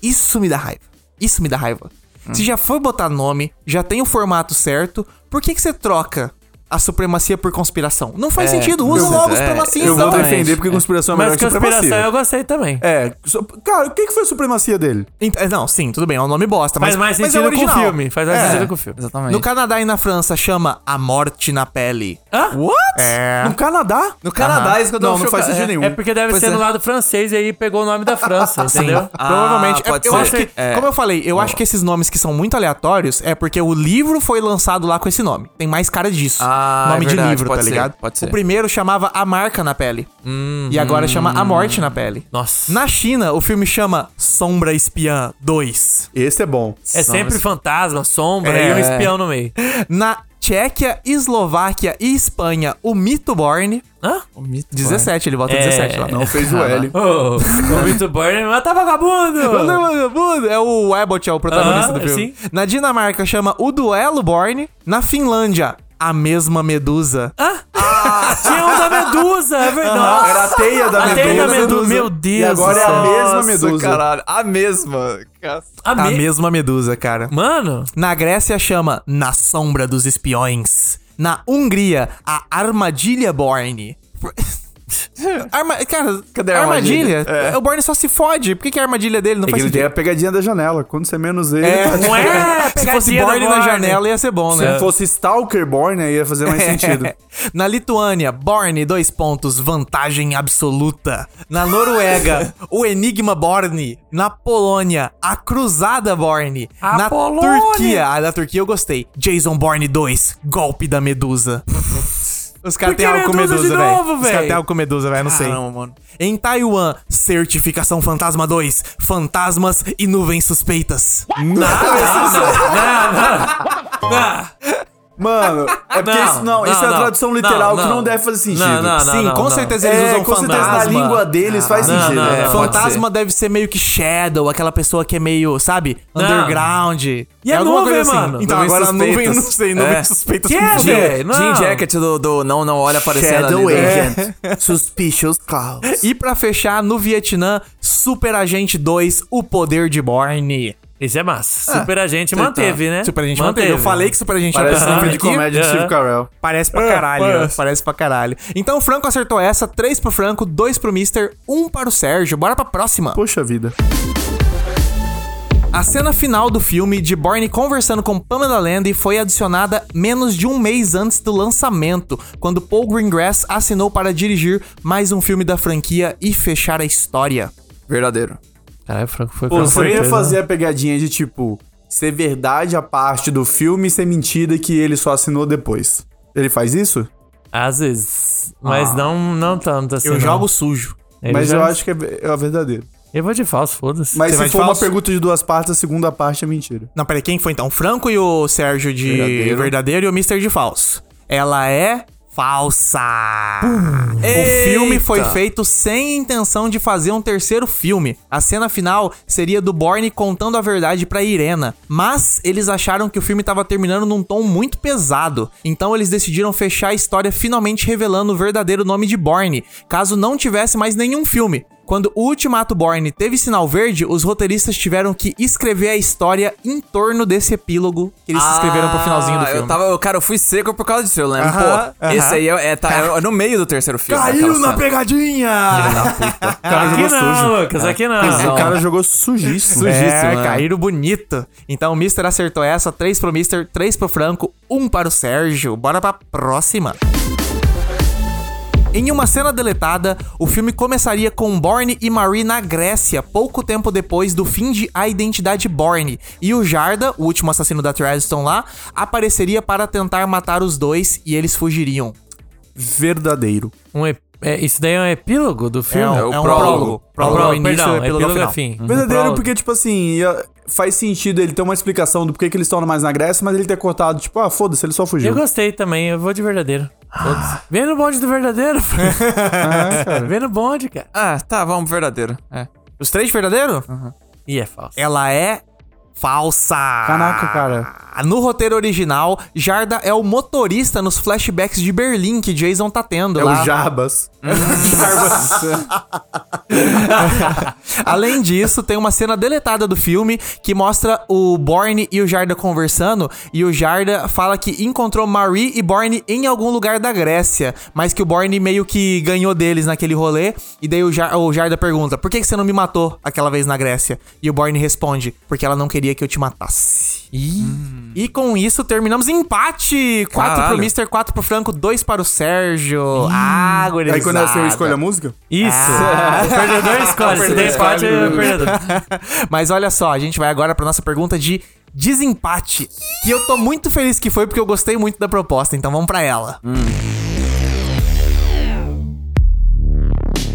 Isso me dá raiva. Isso me Hum. dá raiva. Se já foi botar nome, já tem o formato certo, por que que você troca a supremacia por conspiração. Não faz É, sentido, usa não- logo a é, supremacia. então. Eu vou sabe? Exatamente. defender porque conspiração é melhor Mas que conspiração supremacia. eu gostei também. É, so- cara, o que que foi a supremacia dele? Ent- é, Não, sim, tudo bem, é um nome bosta, mas, Faz mais mas sentido com o original. filme. Faz mais Ah, É. sentido com o filme. Exatamente. No Canadá e na França chama A Morte na Pele. Hã? What? É. No Canadá? No Canadá, Aham. isso que eu tô Não, não faz chocado. sentido É. nenhum. É porque deve Pois ser é. no lado francês e aí pegou o nome da França, entendeu? Ah, Provavelmente. pode eu ser. acho que, É. como eu falei, eu acho que esses nomes que são muito aleatórios é porque o livro foi lançado lá com esse nome. Tem mais cara disso. Ah, nome é de verdade, livro, pode tá ser, ligado? pode ser. Hum. O primeiro chamava A Marca na Pele. e agora chama A Morte na Pele. Nossa. Na China, o filme chama Sombra Espiã 2. Esse é bom. É sempre fantasma, sombra É. e um espião no meio. Na Tchequia, Eslováquia e Espanha, o Mito Born. Hã? O mito, 17, ele bota É. 17 lá. Não fez o L. Ô, o Vitor Burner mata Quando é tá vagabundo! vagabundo, É o Abbott, é o protagonista Ah. Aham, do filme. sim. Na Dinamarca chama O Duelo Born. Na Finlândia, A Mesma Medusa. Ah, Tinha um da Medusa, é verdade. Era a teia da A teia da medusa. Medusa, meu Deus E agora do é a céu. mesma medusa. caralho. A mesma. A A me- Mesma Medusa, cara. Mano, Na Grécia chama Na Sombra dos Espiões. Na Hungria, A Armadilha Born. Arma... Cara, Cadê a armadilha? armadilha? O Born só se fode. Por que, que a armadilha dele não É que faz ele tem sentido? a pegadinha da janela. Quando você menos ele, tá não é Se fosse pegadinha da Born na Borne. janela ia ser bom, né? É. Se fosse Stalker Born, aí ia fazer mais sentido. Na Lituânia, Borne, dois pontos, vantagem absoluta. Na Noruega, o Enigma Borne. Na Polônia, a Cruzada Borne. A na Polônia! Turquia, a da Turquia eu gostei. Jason Borne 2, golpe da medusa. Os caras Por têm que algo com medusa de medusa, velho. novo, Os caras velho? têm algo com medusa, velho, não sei. Caramba, mano. Em Taiwan, Certificação Fantasma 2, fantasmas e nuvens suspeitas. Mano, é porque Não, isso não, isso não, é a não. tradução literal Não, que não não. deve fazer sentido. Não, não, não, Sim, não, com não. certeza eles É, usam com certeza na fantasma. língua deles faz não, sentido. não, é. não. pode Fantasma deve ser meio que Shadow, aquela pessoa que é meio, sabe? Não. Underground. E é nuvem, mano. Então, Nuvens agora a nuvem, eu suspeitas. não sei, nuvem É. suspeita. Que tudo bem. velho? Não. Jean Jacket do, é do Não Não Olha aparecendo Shadow é. ali. né? Agent. Suspicious Clouds. E pra fechar, no Vietnã, Super Agente 2, O Poder de Borne. Tá. isso é Ah, massa. Super agente manteve, né? Super Agente manteve. Eu falei que Super Agente Parece manteve. um filme de aqui. comédia de Steve Carell. Parece pra É, caralho. Parece. parece. pra caralho. Então o Franco acertou essa. Três pro Franco, dois pro Mister, um para o Sérgio. Bora pra próxima. Poxa vida. A cena final do filme de Borne conversando com Pamela Landy foi adicionada menos de um mês antes do lançamento, quando Paul Greengrass assinou para dirigir mais um filme da franquia e fechar a história. Verdadeiro. Caralho, o Franco foi né? Pô, você ia fazer a pegadinha de tipo, ser verdade a parte do filme e ser mentira que ele só assinou depois. Ele faz isso? Às vezes. Ah. Mas não, não tanto assim. Eu não. jogo sujo. Ele Mas já- eu acho que é, é verdadeiro. Eu vou de falso, foda-se. Mas Você vai se de for uma falso? pergunta de duas partes, a segunda parte é mentira. Não, peraí, quem foi então? O Franco e o Sérgio de verdadeiro, Verdadeiro. e o Mr. de falso. Ela é falsa. O filme foi feito sem intenção de fazer um terceiro filme. A cena final seria do Borne contando a verdade pra Irena, mas eles acharam que o filme tava terminando num tom muito pesado. Então eles decidiram fechar a história finalmente revelando o verdadeiro nome de Borne, caso não tivesse mais nenhum filme. Quando o Ultimato Borne teve sinal verde, os roteiristas tiveram que escrever a história em torno desse epílogo que eles escreveram pro finalzinho do Ah, filme. Eu tava, eu- cara, eu fui seco por causa disso, eu lembro. Aham, Pô, aham. esse aí é, é- tá, é no meio do terceiro filme. né, aquela cena. pegadinha! aqui não, Lucas, aqui não. O cara jogou sujíssimo. É, né? caíram bonito. Então o Mister acertou essa, 3 pro Mister, 3 pro Franco, 1 para o Sérgio. Bora pra próxima. Em uma cena deletada, o filme começaria com Borne e Marie na Grécia, pouco tempo depois do fim de A Identidade Borne, e o Jarda, o último assassino da Tristan lá, apareceria para tentar matar os dois e eles fugiriam. Verdadeiro. Um ep- é, isso daí é um epílogo do filme? um- é o um prólogo. Prólogo é o Prólogo, início, perdão, epílogo é o epílogo é final. fim. Verdadeiro Prólogo. porque, tipo assim, ia- faz sentido ele ter uma explicação do porquê que eles estão mais na Grécia, mas ele ter cortado, tipo, ah, foda-se, ele só Eu fugiu. gostei também, eu vou de verdadeiro. Todos. Vem no bonde do verdadeiro, Franco. Vem no bonde, cara. Ah, tá, vamos, verdadeiro. É. Os três de verdadeiro? E é falso. ela é falsa. Caraca, cara. No roteiro original, Jarda é o motorista nos Ah, flashbacks de Berlim que Jason tá tendo É lá. o Jabas. Além disso, tem uma cena deletada do filme que mostra o Borne e o Jarda conversando e o Jarda fala que encontrou Marie e Borne em algum lugar da Grécia, mas que o Borne meio que ganhou deles naquele rolê e daí o, Jar- o Jarda pergunta, por que que você não me matou aquela vez na Grécia? E o Borne responde, porque ela não queria que eu te matasse. E com isso terminamos em empate! 4 pro Caralho. Mr., 4 pro Franco, 2 para o Sérgio. Ah, gurizada. Aí quando é seu escolha a música? Isso. O perdedor escolhe. Se der empate, é o perdedor. Mas olha só, a gente vai agora pra nossa pergunta de desempate. Que eu tô muito feliz que foi, porque eu gostei muito da proposta. Então vamos pra ela. Hum.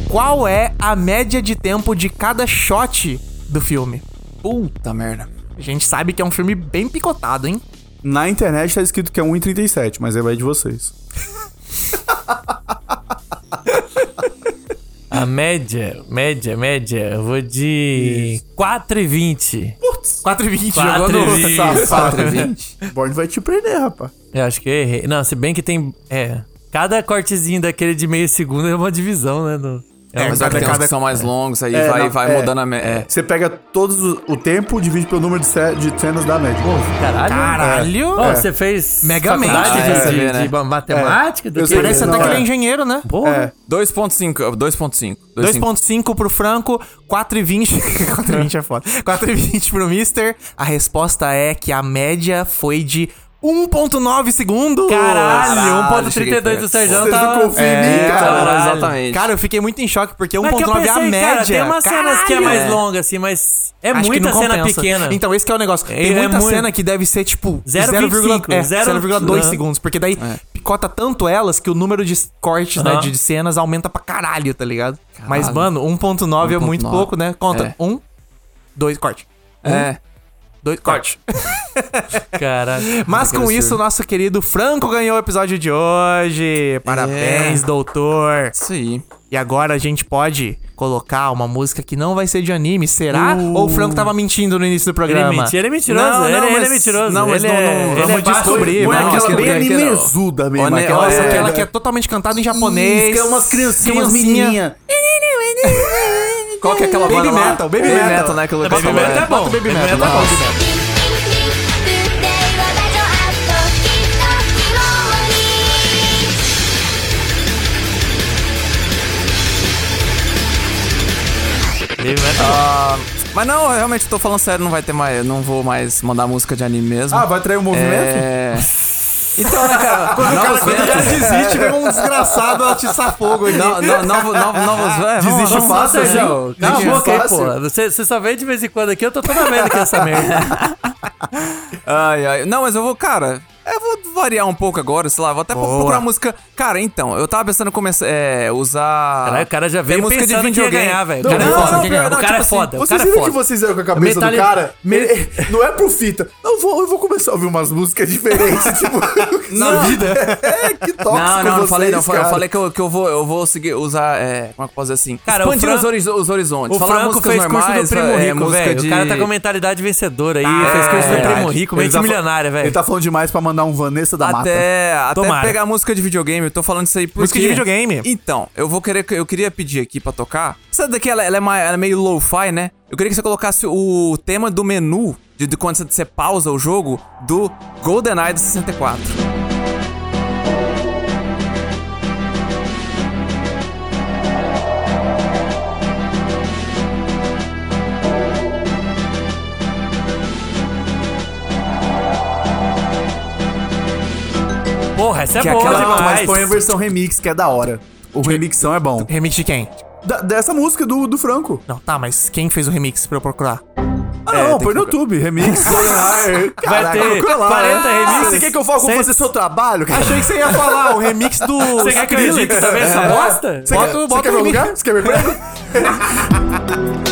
Qual é a média de tempo de cada shot do filme? Puta merda. A gente sabe que é um filme bem picotado, hein? Na internet tá escrito que é 1,37, mas aí vai de vocês. A média, média, média, eu vou de 4,20. 4,20 jogou no... 4,20. 4,20. Born vai te prender, rapaz. Eu acho que eu errei. Não, se bem que tem. É. Cada cortezinho daquele de meio segundo é uma divisão, né? No, É, um mas vai ter cada- uns que são mais longos, aí É, vai, não, vai é. mudando a... me- É. Você pega todo o tempo, divide pelo número de, ce- de cenas da média. Caralho. Caralho! É. Ô, você fez Megamente. faculdade de, Ah, é, de- você vê, né? de ma- matemática? Do Eu que? sei, Parece não, até que é. ele é engenheiro, né? Porra. 2.5, 2.5. 2.5. 2.5 pro Franco, 4,20. 4,20 é foda. 4,20 pro Mister. A resposta é que a média foi de 1,9 segundos. Caralho, Caralho, cheguei 1.32 do perto. Sérgio Vocês tá... não confiam em mim, É, cara. exatamente. Cara, eu fiquei muito em choque, porque Mas que eu 1,9 pensei, é a média. Cara, tem umas cenas que é Caralho. mais longa, assim, mas é Acho que muita não cena compensa. pequena. Então, esse que é o negócio. Tem É, é muita muito- cena que deve ser, tipo, 0,5, 0,2 é, 0,2 0,2 né? segundos. Porque daí picota tanto elas que o número de cortes, né, Aham. de, de cenas aumenta pra caralho, tá ligado? Mas, mano, 1.9 é Um muito 1.9. pouco, né? Conta. É. Um, dois, corte. Um, É. Dois, corte. É. Caralho. Mas com absurdo. isso, nosso querido Franco ganhou o episódio de hoje. Parabéns, É. doutor. Isso aí. E agora a gente pode colocar uma música que não vai ser de anime, será? Ou o Franco tava mentindo no início do programa? Ele mentiu, ele é mentiroso, ele- ele é mentiroso, Não, mas ele não, não, é- ele é vamos baixo, descobrir. Põe vamos mas aquela que- descobrir. bem que- que- animezuda mesmo. Olha, aquela- Nossa, É, aquela é. que é totalmente cantada em japonês. Isso, que é umas criancinhas, umas criancinha. menininha. Qual que é aquela Baby banda lá? metal, baby metal. né? Aquilo que eu Baby tava- Metal é bom. Baby Metal é bom. Baby Metal é bom. Mas não, eu realmente tô falando sério, não vai ter mais. Não vou mais mandar música de anime mesmo. Ah, vai trair o movimento? É. Então, né, cara? novos ventos. Desiste, vem um desgraçado atiçar fogo aí. No- no- novo- novo- novos ventos. Vamos Vamos- vamos lá, lá, Sérgio. Sérgio. Cala a Gente, boca aí, fácil. pô. Você, você só vê de vez em quando aqui, eu tô toda vendo com essa merda. Ai, ai. Não, mas eu vou, cara. Eu vou variar um pouco agora, sei lá, vou até procurar música. Cara, então, eu tava pensando em começar. É, usar. Caralho, o cara já veio música de pensando que ia videogame. ganhar, velho. O Não, cara é não, foda, não, quem ganhou? não, O cara tipo é assim, foda, o Vocês cara é viram que foda. vocês eram com a cabeça Metali- do cara? Me- Não é pro fita. Não, vou, eu vou começar a ouvir umas músicas diferentes, tipo, na vida. É, que tóxico Não, não, não vocês, falei, não. Eu cara. falei que eu, que eu vou, eu vou seguir, usar. É, como é que eu posso dizer assim? Cara, o Expandir Fran- os, horiz- os horizontes. O falar Franco músicas fez normais, curso do Primo é, Rico, música velho. de... O cara tá com mentalidade vencedora aí, Ah, fez curso é, do Primo verdade. Rico, Ele mente tá fal- milionária, velho. Ele tá falando demais pra mandar um Vanessa da Mata. é. Até, até Tomara. pegar música de videogame, eu tô falando isso aí porque... Música de videogame. Então, eu vou querer, eu queria pedir aqui pra tocar. Essa daqui, ela, ela é, mais, ela é meio lo-fi, né? Eu queria que você colocasse o tema do menu, de, de quando você, você pausa o jogo, do GoldenEye do 64. Porra, essa é Que é boa aquela- Mas demais. põe a versão remix, que é da hora. O remixão é bom. Remix de quem? Da- dessa música do, do Franco. Não, tá, mas quem fez o remix pra eu procurar? Ah, É, não, tem põe que no YouTube. Remix. Goldeneye. Caraca, ter procura lá. Ah, 40 remixes. Você quer que eu faça Cem- fazer seu trabalho? cara? Achei que você ia falar o remix do. Você quer que eu edite também essa bosta? Você quer, você quer meu lugar? Você quer meu emprego?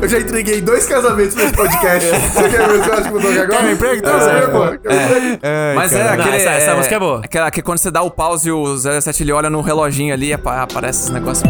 Eu já entreguei dois casamentos nesse podcast. Você quer meu emprego que eu tô aqui agora? Quer meu emprego? Então, você quer, pô. Quer meu emprego? Mas é cara. Não, aquele... essa- essa música é boa. Aquela que quando você dá o pause e o 07 ele olha no reloginho ali, apa- aparece esse negócio.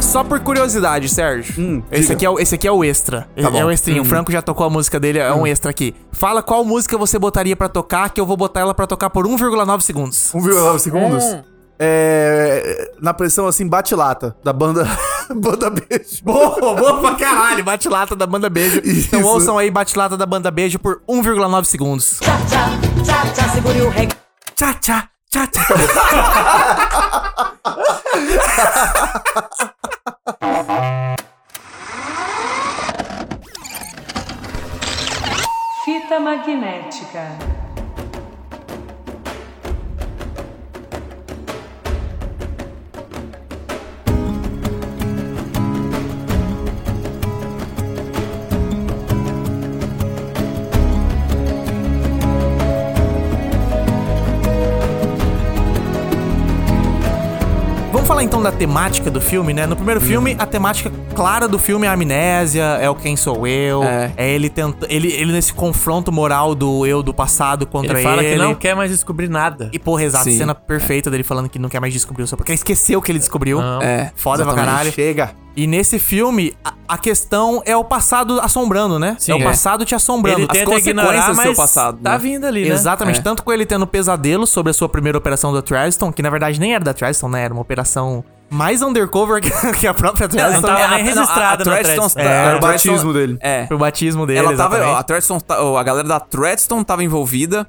só por curiosidade, Sérgio. Hum, esse, diga. aqui é o, esse aqui é o extra. Tá bom. é o extrinho. O Franco já tocou a música dele, é um extra aqui. Fala qual música você botaria pra tocar, que eu vou botar ela pra tocar por 1,9 segundos. 1,9 segundos? Um. É, na pressão assim, bate lata. Da banda. banda beijo. Boa, boa pra caralho. Bate-lata da banda Beijo. Então Isso. ouçam aí Bate-lata da banda Beijo por 1,9 segundos. Tchá, tchá, tchá, tchá, segure o reggae. Tchá, tchá, tchá, Fita magnética. Vamos falar então da temática do filme, né? No primeiro filme, a temática clara do filme é a amnésia, é o quem sou eu, é, É. ele, tenta, ele ele nesse confronto moral do eu do passado contra ele. Ele fala que não quer mais descobrir nada. E, porra, exato, Sim. cena perfeita dele falando que não quer mais descobrir o seu... Quer esquecer o que ele descobriu. Não. É, Foda exatamente. pra caralho. Chega. E nesse filme, a, a questão é o passado assombrando, né? é o é. passado te assombrando. Ele As tenta consequências ignorar, do seu mas passado, tá né? vindo ali, né? Exatamente. É. Tanto com ele tendo pesadelo sobre a sua primeira operação da Triston, que na verdade nem era da Triston, né? Era uma operação mais undercover que, que a própria Triston. tava É, nem registrada na Treadstone. tá- É, a era o Treadstone- batismo dele. É. Pro batismo dele, Ela tava, exatamente. a, Treadstone tá- a galera da Treadstone tava envolvida,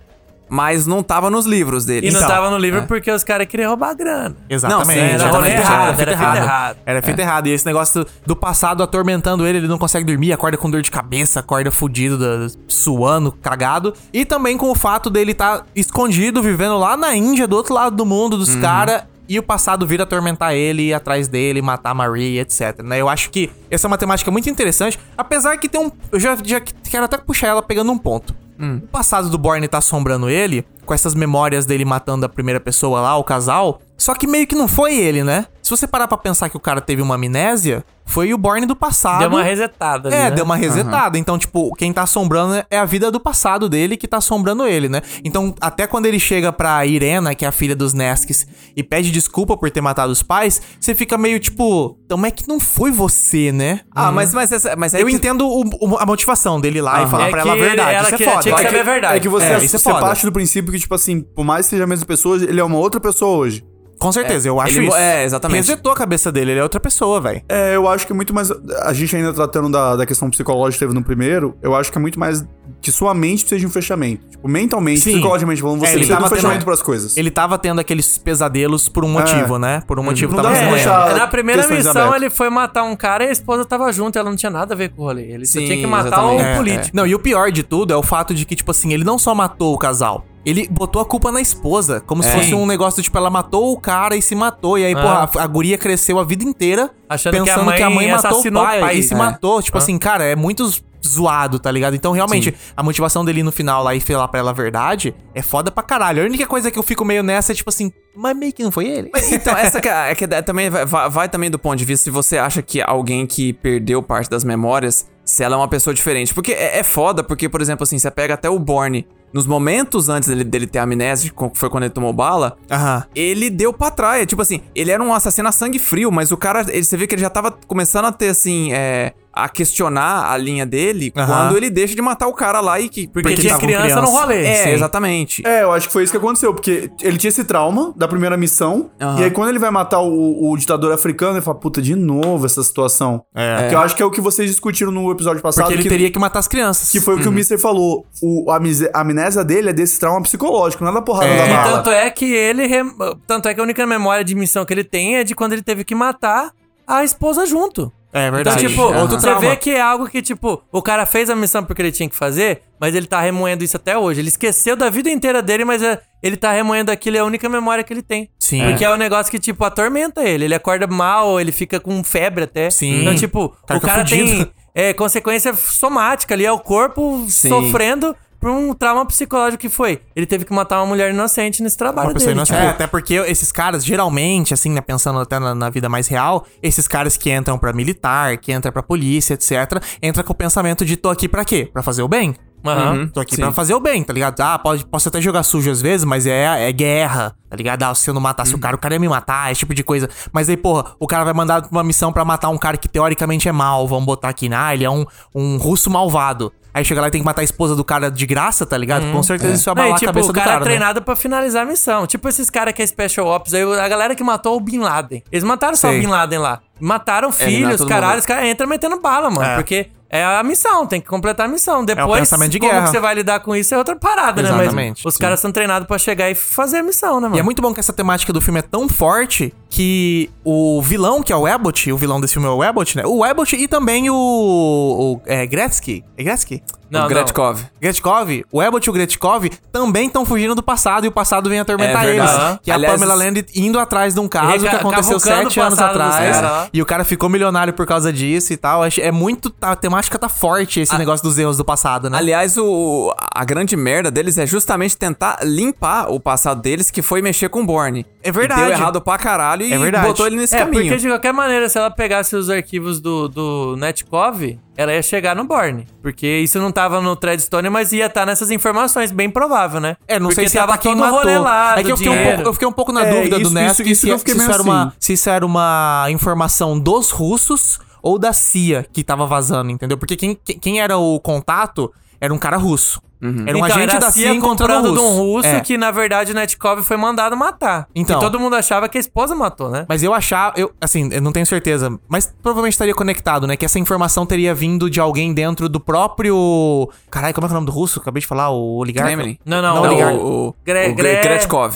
mas não tava nos livros dele. E não Então, tava no livro porque os caras queriam roubar a grana. Exatamente. Não, sim, era exatamente, rolê errado, fita era É. fita errada. Era fita errada. E esse negócio do passado atormentando ele, ele não consegue dormir, acorda com dor de cabeça, acorda fudido, da- suando, cagado. E também com o fato dele estar escondido, vivendo lá na Índia, do outro lado do mundo dos Uhum. caras. E o passado vir atormentar ele, ir atrás dele, matar a Marie, etc. né? Eu acho que essa é uma temática muito interessante. Apesar que tem um. Eu já, já quero até puxar ela pegando um ponto. Hum. O passado do Borne tá assombrando ele, com essas memórias dele matando a primeira pessoa lá, o casal. Só que meio que não foi ele, né? Se você parar pra pensar que o cara teve uma amnésia, foi o Borne do passado. Deu uma resetada ali, É, né? deu uma resetada. Então, tipo, quem tá assombrando é a vida do passado dele que tá assombrando ele, né? Então, até quando ele chega pra Irena, que é a filha dos Nesks, e pede desculpa por ter matado os pais, você fica meio tipo, então é que não foi você, né? Ah, mas, mas, essa- mas aí Eu que- entendo o- o- a motivação dele lá e falar É pra que ela a ele- verdade. ela Isso é que- foda. tinha que É saber a verdade. É que você, É, isso é você foda. parte do princípio que, tipo assim, por mais que seja a mesma pessoa, hoje, ele é uma outra pessoa hoje. Com certeza, eu acho ele mo- isso. é, exatamente. Resetou a cabeça dele, ele é outra pessoa, velho. É, eu acho que é muito mais. A gente ainda tratando da, da questão psicológica que teve no primeiro, eu acho que é muito mais que sua mente precisa de um fechamento. Tipo, mentalmente, Sim. psicologicamente falando, É, você ele precisa de um tava tendo- fechamento pras coisas. Ele tava tendo aqueles pesadelos por É. um motivo, né? Por um Uhum. motivo Não tava dá pra doendo. deixar- É, Na primeira Questões missão, abertas. ele foi matar um cara e a esposa tava junto, ela não tinha nada a ver com o rolê. Ele só Sim, tinha que matar o exatamente. É, político. Não, e o pior de tudo é o fato de que, tipo assim, ele não só matou o casal, ele botou a culpa na esposa. Como se É. fosse um negócio, tipo, ela matou o cara e se matou. E aí, porra, a, a guria cresceu a vida inteira Achando que a pensando Ah. que a mãe, mãe matou o assassinou pai, o pai. e se É. matou. Tipo assim, cara, é muito zoado, tá ligado? Então, realmente, a motivação dele no final lá e falar pra ela a verdade é foda pra caralho. A única coisa que eu fico meio nessa é, tipo assim, mas meio que não foi ele. Então, essa que, é que é também vai, vai- vai também do ponto de vista se você acha que alguém que perdeu parte das memórias, se ela é uma pessoa diferente. Porque é, é foda, porque, por exemplo, assim, você pega até o Borne, nos momentos antes dele, dele ter amnésia, que co- foi quando ele tomou bala, Aham. ele deu pra trás. Tipo assim, ele era um assassino a sangue frio, mas o cara, ele, você vê que ele já tava começando a ter, assim, é, a questionar a linha dele Aham. quando ele deixa de matar o cara lá e que... Porque, ele tinha tava com criança, no criança. rolê. É, Sim. exatamente. É, eu acho que foi isso que aconteceu, porque ele tinha esse trauma da primeira missão, Aham. e aí quando ele vai matar o, o ditador africano, ele fala, puta, de novo essa situação. É. Que eu acho que é o que vocês discutiram no episódio passado. Porque ele que, teria que matar as crianças. que foi o que o Mister falou. O, a, mise- a amnésia dele é desse trauma psicológico, não é da porrada da E bala. Então, tanto é que ele. rem- Tanto é que a única memória de missão que ele tem é de quando ele teve que matar a esposa junto. É Então, verdade. tipo, Aham. você vê que é algo que, tipo, o cara fez a missão porque ele tinha que fazer, mas ele tá remoendo isso até hoje. Ele esqueceu da vida inteira dele, mas é- ele tá remoendo aquilo, é a única memória que ele tem. Sim. Porque é um negócio que, tipo, atormenta ele. Ele acorda mal, ele fica com febre até. Sim. Então, tipo, Cara, o fica cara fudido. tem é, consequência somática ali, é o corpo Sim. sofrendo por um trauma psicológico que foi. Ele teve que matar uma mulher inocente nesse trabalho Uma pessoa dele. inocente. tipo. É, até porque esses caras, geralmente, assim, né, pensando até na, na vida mais real, esses caras que entram pra militar, que entram pra polícia, etc., entra com o pensamento de tô aqui pra quê? Pra fazer o bem. Aham. Uhum. Tô aqui Sim. pra fazer o bem, tá ligado? Ah, pode, posso até jogar sujo às vezes, mas é, é guerra, tá ligado? Ah, se eu não matasse o cara, o cara ia me É, matar, esse tipo de coisa. Mas aí, porra, o cara vai mandar uma missão pra matar um cara que teoricamente é mal, vamos botar né? aqui, ah, ele é um, um russo malvado. Aí chega lá e tem que matar a esposa do cara de graça, tá ligado? Com certeza isso isso ia Uhum. Não, abalar e, a tipo, cabeça o cara, do cara, né? treinado pra finalizar a missão. Tipo esses caras que é Special Ops, aí a galera que matou o Bin Laden. Eles mataram só o Sei. Bin Laden lá. Mataram filhos, todo caralho, mundo. os caras entram metendo bala, mano. É. Porque é a missão, tem que completar a missão. Depois, pensamento de como guerra. que você vai lidar com isso é outra parada, né? Mas Exatamente, os sim. caras são treinados pra chegar e fazer a missão, né, mano? E é muito bom que essa temática do filme é tão forte que o vilão, que é o Abbott, o vilão desse filme é o Abbott, né? O Abbott e também o. o é, Gretzky. É Gretzky? Não, o Gretkov. Gretkov, o Abbott e o Gretkov também estão fugindo do passado e o passado vem atormentar É eles. verdade. Que é Aliás, a Pamela Land indo atrás de um caso Ele que ca- aconteceu cavucando sete o anos passado dos atrás. caras, né? E o cara ficou milionário por causa disso e tal. Acho- É muito. tá- A temática tá forte esse negócio dos erros do passado, né? Aliás, o, a grande merda deles é justamente tentar limpar o passado deles, que foi mexer com o Borne. É verdade. E deu errado pra caralho e É verdade. botou ele nesse É, caminho. porque de qualquer maneira, se ela pegasse os arquivos do, do Netcov, ela ia chegar no Borne. Porque isso não tava no Treadstone, mas ia estar nessas informações, bem provável, né? É, não porque sei se tava ela quem todo matou. rolê lá é que do eu fiquei, um dinheiro. pouco, eu fiquei um pouco na É, dúvida do isso- Nets isso- isso se, que eu fiquei se isso meio era uma, assim. se isso era uma informação dos russos ou da CIA que tava vazando, entendeu? Porque quem, quem- quem era o contato era um cara russo. Era um Então, agente era da a CIA encontrando comprando um de um russo. russo É. que, na verdade, o Netcov foi mandado matar. Então. E todo mundo achava que a esposa matou, né? Mas eu achava, eu, assim, eu não tenho certeza, mas provavelmente estaria conectado, né? Que essa informação teria vindo de alguém dentro do próprio. Caralho, como é que é o nome do russo? Acabei de falar, o oligarca. Kremlin. Não, não, Não, o- oligarca. o, o, Gre- o Gre- Gre- Gretkov.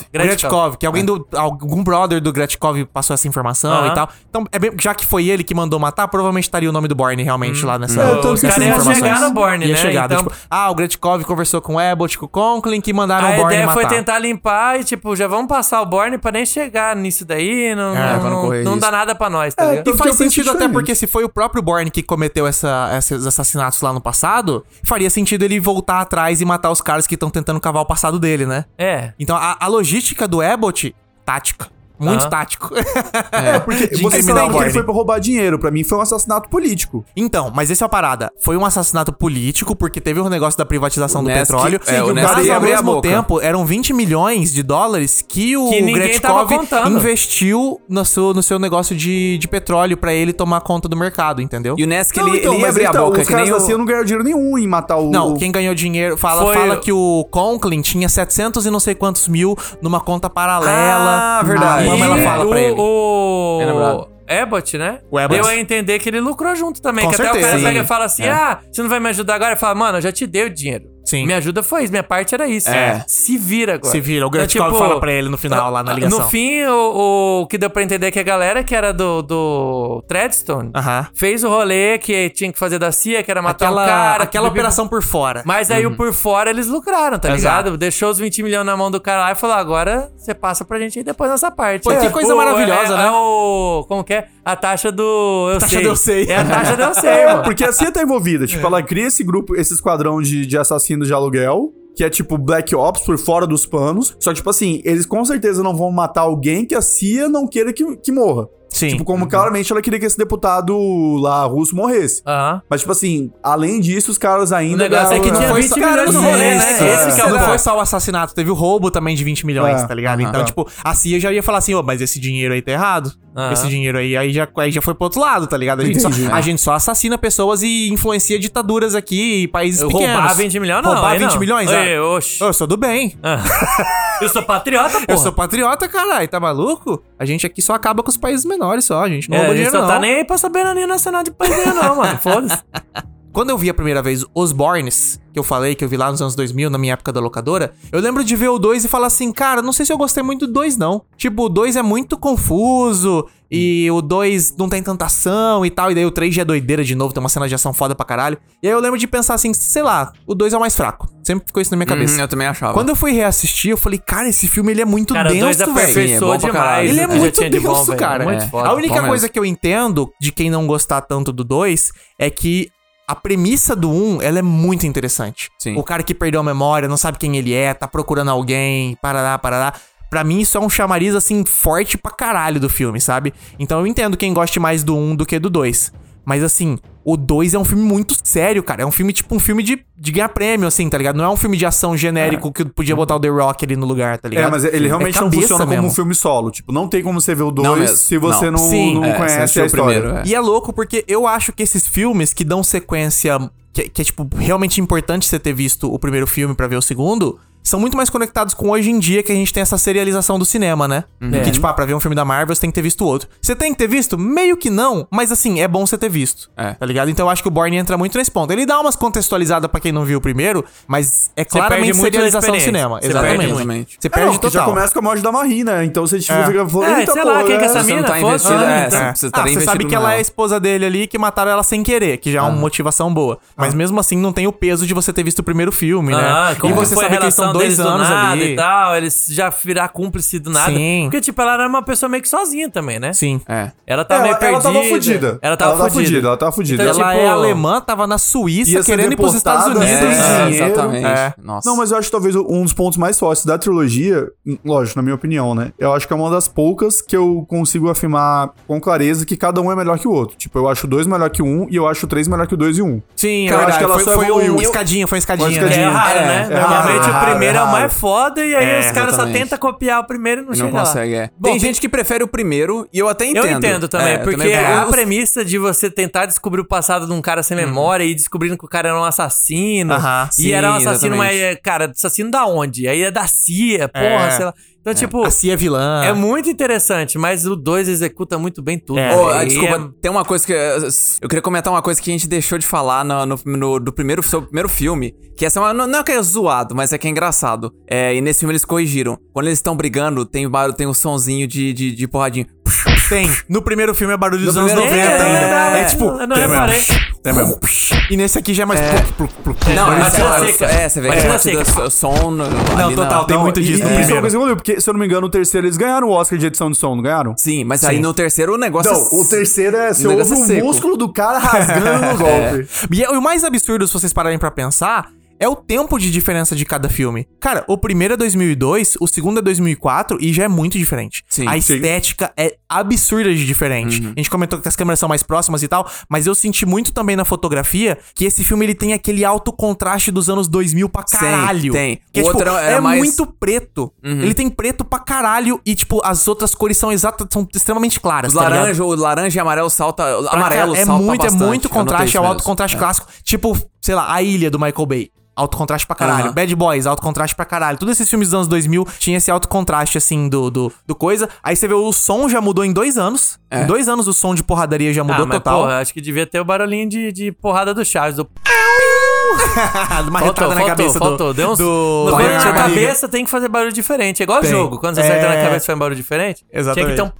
Gretkov. É. Gretkov, que alguém do. Algum brother do Gretkov passou essa informação Aham. e tal. Então, é bem- já que foi ele que mandou matar, provavelmente estaria o nome do Borne realmente Hum. lá nessa. É, eu tô nessas pensando em informações. chegar no Borne, ia né? Chegar, Então- tipo, ah, o Gretkov conversou com o Abbott, com o Conklin, que mandaram a o Borne ideia matar. foi tentar limpar e, tipo, já vamos passar o Borne pra nem chegar nisso daí. Não, É, não, pra não não, correr não risco. dá nada pra nós, tá É, ligado? E Porque eu faz pensei sentido até diferente. porque se foi o próprio Borne que cometeu essa- esses assassinatos lá no passado, faria sentido ele voltar atrás e matar os caras que estão tentando cavar o passado dele, né? É. Então a, a logística do Abbott, tática. Muito Aham. tático. É, porque de você incriminar o falou que ele Borne. foi pra roubar dinheiro. Pra mim foi um assassinato político. Então, mas essa é a parada. Foi um assassinato político, porque teve o negócio da privatização O do Netsky- petróleo. é, o mas Netsky ao abriu a mesmo boca. tempo, eram 20 milhões de dólares que o Que ninguém Gretkov tava contando. investiu no seu, no seu negócio de, de petróleo pra ele tomar conta do mercado, entendeu? E o Nesk, Não, então, ele, ele ia mas abrir então, a boca, os que nem caras o... da CIA assim, não ganharam dinheiro nenhum em matar o... Não, quem ganhou dinheiro fala, Foi- fala que o Conklin tinha 700 e não sei quantos mil numa conta paralela. Ah, verdade. A Pamela E fala o, pra ele. o- Bem lembrado. Abbott, né? O Abbott. Deu a entender que ele lucrou junto também. Com que até o certeza. cara pega e Sim. fala assim: ah, você não vai me ajudar agora? Ele fala, mano, eu já te dei o dinheiro. Sim. Minha ajuda foi isso, minha parte era isso. É. Se vira agora. Se vira, o Então, Gretkov fala pra ele no final, lá na ligação. No fim, o, o que deu pra entender é que a galera que era do, do Treadstone Aham. fez o rolê que tinha que fazer da CIA, que era matar Aquela, o cara. aquela que- operação por fora. mas aí o por fora eles lucraram, tá Uhum. Exato. ligado? Deixou os 20 milhões na mão do cara lá e falou: agora você passa pra gente aí depois nessa parte. Pô, que coisa maravilhosa, é- né? É o, como que é? A taxa do. Eu Taxa sei. do eu sei. É a taxa do eu sei, É, mano. porque a CIA tá envolvida. Tipo, ela cria esse grupo, esse esquadrão de, de assassinos de aluguel, que é tipo Black Ops por fora dos panos. Só que, tipo assim, eles com certeza não vão matar alguém que a CIA não queira que, que morra. Sim. Tipo, como claramente ela queria que esse deputado lá russo morresse. Aham. Mas, tipo assim, além disso, os caras O ainda. negócio é que ganharam- tinha foi 20 só- milhões no Cara, rolê, né? não Que é Esse isso, Tá. que é o não foda. foi só o assassinato, teve o roubo também de 20 milhões, É. tá ligado? Então, Aham. tipo, a CIA já ia falar assim, ô, mas esse dinheiro aí tá errado. Aham. Esse dinheiro aí, aí, já, aí já foi pro outro lado, tá ligado? A gente, só, Entendi. a gente só assassina pessoas e influencia ditaduras aqui e países Eu pequenos. roubar 20 milhões, não. Roubar aí 20 não. milhões, Ei, é. oxe. Eu sou do bem. Eu sou patriota, pô. Eu sou patriota, caralho, tá maluco? A gente aqui só acaba com os países menores só, a gente não É, rouba a gente dinheiro só não. tá nem aí pra soberania nacional de país nenhum, não, mano. Foda-se. Quando eu vi a primeira vez Os Bornes, que eu falei, que eu vi lá nos anos 2000, na minha época da locadora, eu lembro de ver o 2 e falar assim, cara, não sei se eu gostei muito do 2, não. Tipo, o 2 é muito confuso, e o 2 não tem tanta ação e tal, e daí o 3 já é doideira de novo, tem uma cena de ação foda pra caralho. E aí eu lembro de pensar assim, sei lá, o 2 é o mais fraco. Sempre ficou isso na minha cabeça. Uhum, eu também achava. Quando eu fui reassistir, eu falei, cara, esse filme ele é muito Cara, o dois denso, velho. Sim, é aperfeiçoou bom pra demais. caralho. Ele é É, né? Já muito tinha de bom, denso, velho. cara. Muito É. foda. a bom única mesmo. coisa que eu entendo de quem não gostar tanto do 2 é que a premissa do 1, um, ela é muito interessante. Sim. O cara que perdeu a memória, não sabe quem ele é, tá procurando alguém, parará, parará. Pra mim, isso é um chamariz, assim, forte pra caralho do filme, sabe? Então eu entendo quem goste mais do 1 um do que do 2. Mas assim, o 2 é um filme muito sério, cara. É um filme, tipo, um filme de, de ganhar prêmio, assim, tá ligado? Não é um filme de ação É. genérico que podia botar o The Rock ali no lugar, tá ligado? É, mas ele realmente não cabeça funciona como mesmo. um filme solo. Tipo, não tem como você ver o Não mesmo, 2 se você não. não, Sim. não É, conhece sem ser a o história. primeiro, é. E é louco porque eu acho que esses filmes que dão sequência, que, que é tipo realmente importante você ter visto o primeiro filme pra ver o segundo, são muito mais conectados com hoje em dia que a gente tem essa serialização do cinema, né? Que tipo, ah, pra ver um filme da Marvel você tem que ter visto o outro. Você tem que ter visto? Meio que não, mas assim, é bom você ter visto. É. Tá ligado? Então eu acho que o Bourne entra muito nesse ponto. Ele dá umas contextualizadas pra quem não viu o primeiro, mas é claramente perde muito da serialização do experiência. cinema. Você perde exatamente. muito. Você É, perde não, que total. já começa com a morte da Marie, né? Então você tipo, É. fica falando, É, eita, sei lá, quem pô, que é né? essa Você não mina, tá foda-se. investido, Ah, é, então. você Ah, tá você investido sabe que ela nela. é a esposa dele ali, que mataram ela sem querer, que já é Ah. uma motivação boa. Mas mesmo assim, não tem o peso de você ter visto o primeiro filme, Ah, né? como e você foi sabe a que eles relação estão deles dois do anos nada ali. e tal, eles já virar cúmplice do nada. Sim. Porque, tipo, ela era uma pessoa meio que sozinha também, né? Sim. É. Ela Ela, tava meio ela perdida. tava fudida. Ela tava fudida. Ela tava fudida. Ela Então, tipo, é alemã, tava na Ia Suíça ser querendo ir pros deportada, Estados Unidos. né? É, dinheiro. exatamente. É. Nossa. Não, mas eu acho que talvez um dos pontos mais fortes da trilogia, lógico, na minha opinião, né? Eu acho que é uma das poucas que eu consigo afirmar com clareza que cada um é melhor que o outro. Tipo, eu acho o dois melhor que o um e eu acho o três melhor que o dois e o um. Sim, Cara, é acho que verdade. ela Foi, só foi um evoluiu. escadinha, foi escadinha. Uma É escadinha. raro, É, né? é Normalmente raro, o primeiro é, é o mais raro. foda e aí É, os caras só exatamente. tentam copiar o primeiro e não, Não chega consegue, lá. é. Bom, tem gente que prefere o primeiro e eu até entendo. Eu entendo também, É, eu porque eu- a premissa de você tentar descobrir o passado de um cara sem memória e descobrindo que o cara era um assassino. Hum. Aham, e sim, era um assassino, exatamente. mas, cara, assassino da onde? Aí é da CIA, porra, É. sei lá. Então, tipo, A Cia é vilã. é muito interessante, mas o 2 executa muito bem tudo. É. né? Ô, ah, E desculpa, tem uma coisa que. eh, Eu queria comentar uma coisa que a gente deixou de falar no, no- no- do primeiro, sobre o primeiro filme. Que essa é uma. Não não é que é zoado, mas é que é engraçado. É, e nesse filme eles corrigiram. Quando eles estão brigando, tem o barulho, tem o sonzinho de, de, de porradinha. Tem. No primeiro filme é barulho dos No anos 90 primeiro ainda. É, filme, é, É, é, tipo... eu não reparei. E nesse aqui já é mais... Plu, plu, plu, plu. Não, batida essa é a- seca. É, você vê que é Batida batida so- som. Não, total, tem muito disso no e, Isso é uma primeiro. coisa que eu lembro, porque, se eu não me engano, o terceiro eles ganharam o Oscar de edição de som, não ganharam? Sim, mas aí no terceiro o negócio. Não, o terceiro é você O ouve negócio é o seco. músculo do cara rasgando no golpe. E é- o mais absurdo, se vocês pararem pra pensar, é o tempo de diferença de cada filme. Cara, o primeiro é 2002, o segundo é 2004 e já é muito diferente. Sim, a sim. Uhum. estética é absurda de diferente. A gente comentou que as câmeras são mais próximas e tal, mas eu senti muito também na fotografia que esse filme ele tem aquele alto contraste dos anos 2000 pra Sim, caralho. tem. Que, O tipo, outro é, era mais- Uhum. muito preto. Ele tem preto pra caralho e tipo as outras cores são exatas, são extremamente claras, Os tá ligado? laranja, o laranja e amarelo salta. Pra Amarelo cá- é salta muito, bastante. É muito Eu notei contraste, isso é o mesmo. alto contraste clássico. Tipo, sei lá, A Ilha do Michael Bay. Alto contraste pra caralho. Aham. Bad Boys, alto contraste pra caralho. Todos esses filmes dos anos 2000 tinha esse alto contraste, assim, do, do, do coisa. Aí você vê o som já mudou em dois anos. Em dois anos o som de porradaria já mudou É. Ah, mas, total. porra, acho que devia ter o barulhinho de, de porrada do Chaves. Do... Uma Faltou, retada na faltou, cabeça faltou. do... Deu uns... do... No do- vento Iron na Man. cabeça tem que fazer barulho diferente. É igual Tem. jogo. Quando você acerta É. na cabeça faz um barulho diferente. Tinha Exatamente. que ter um...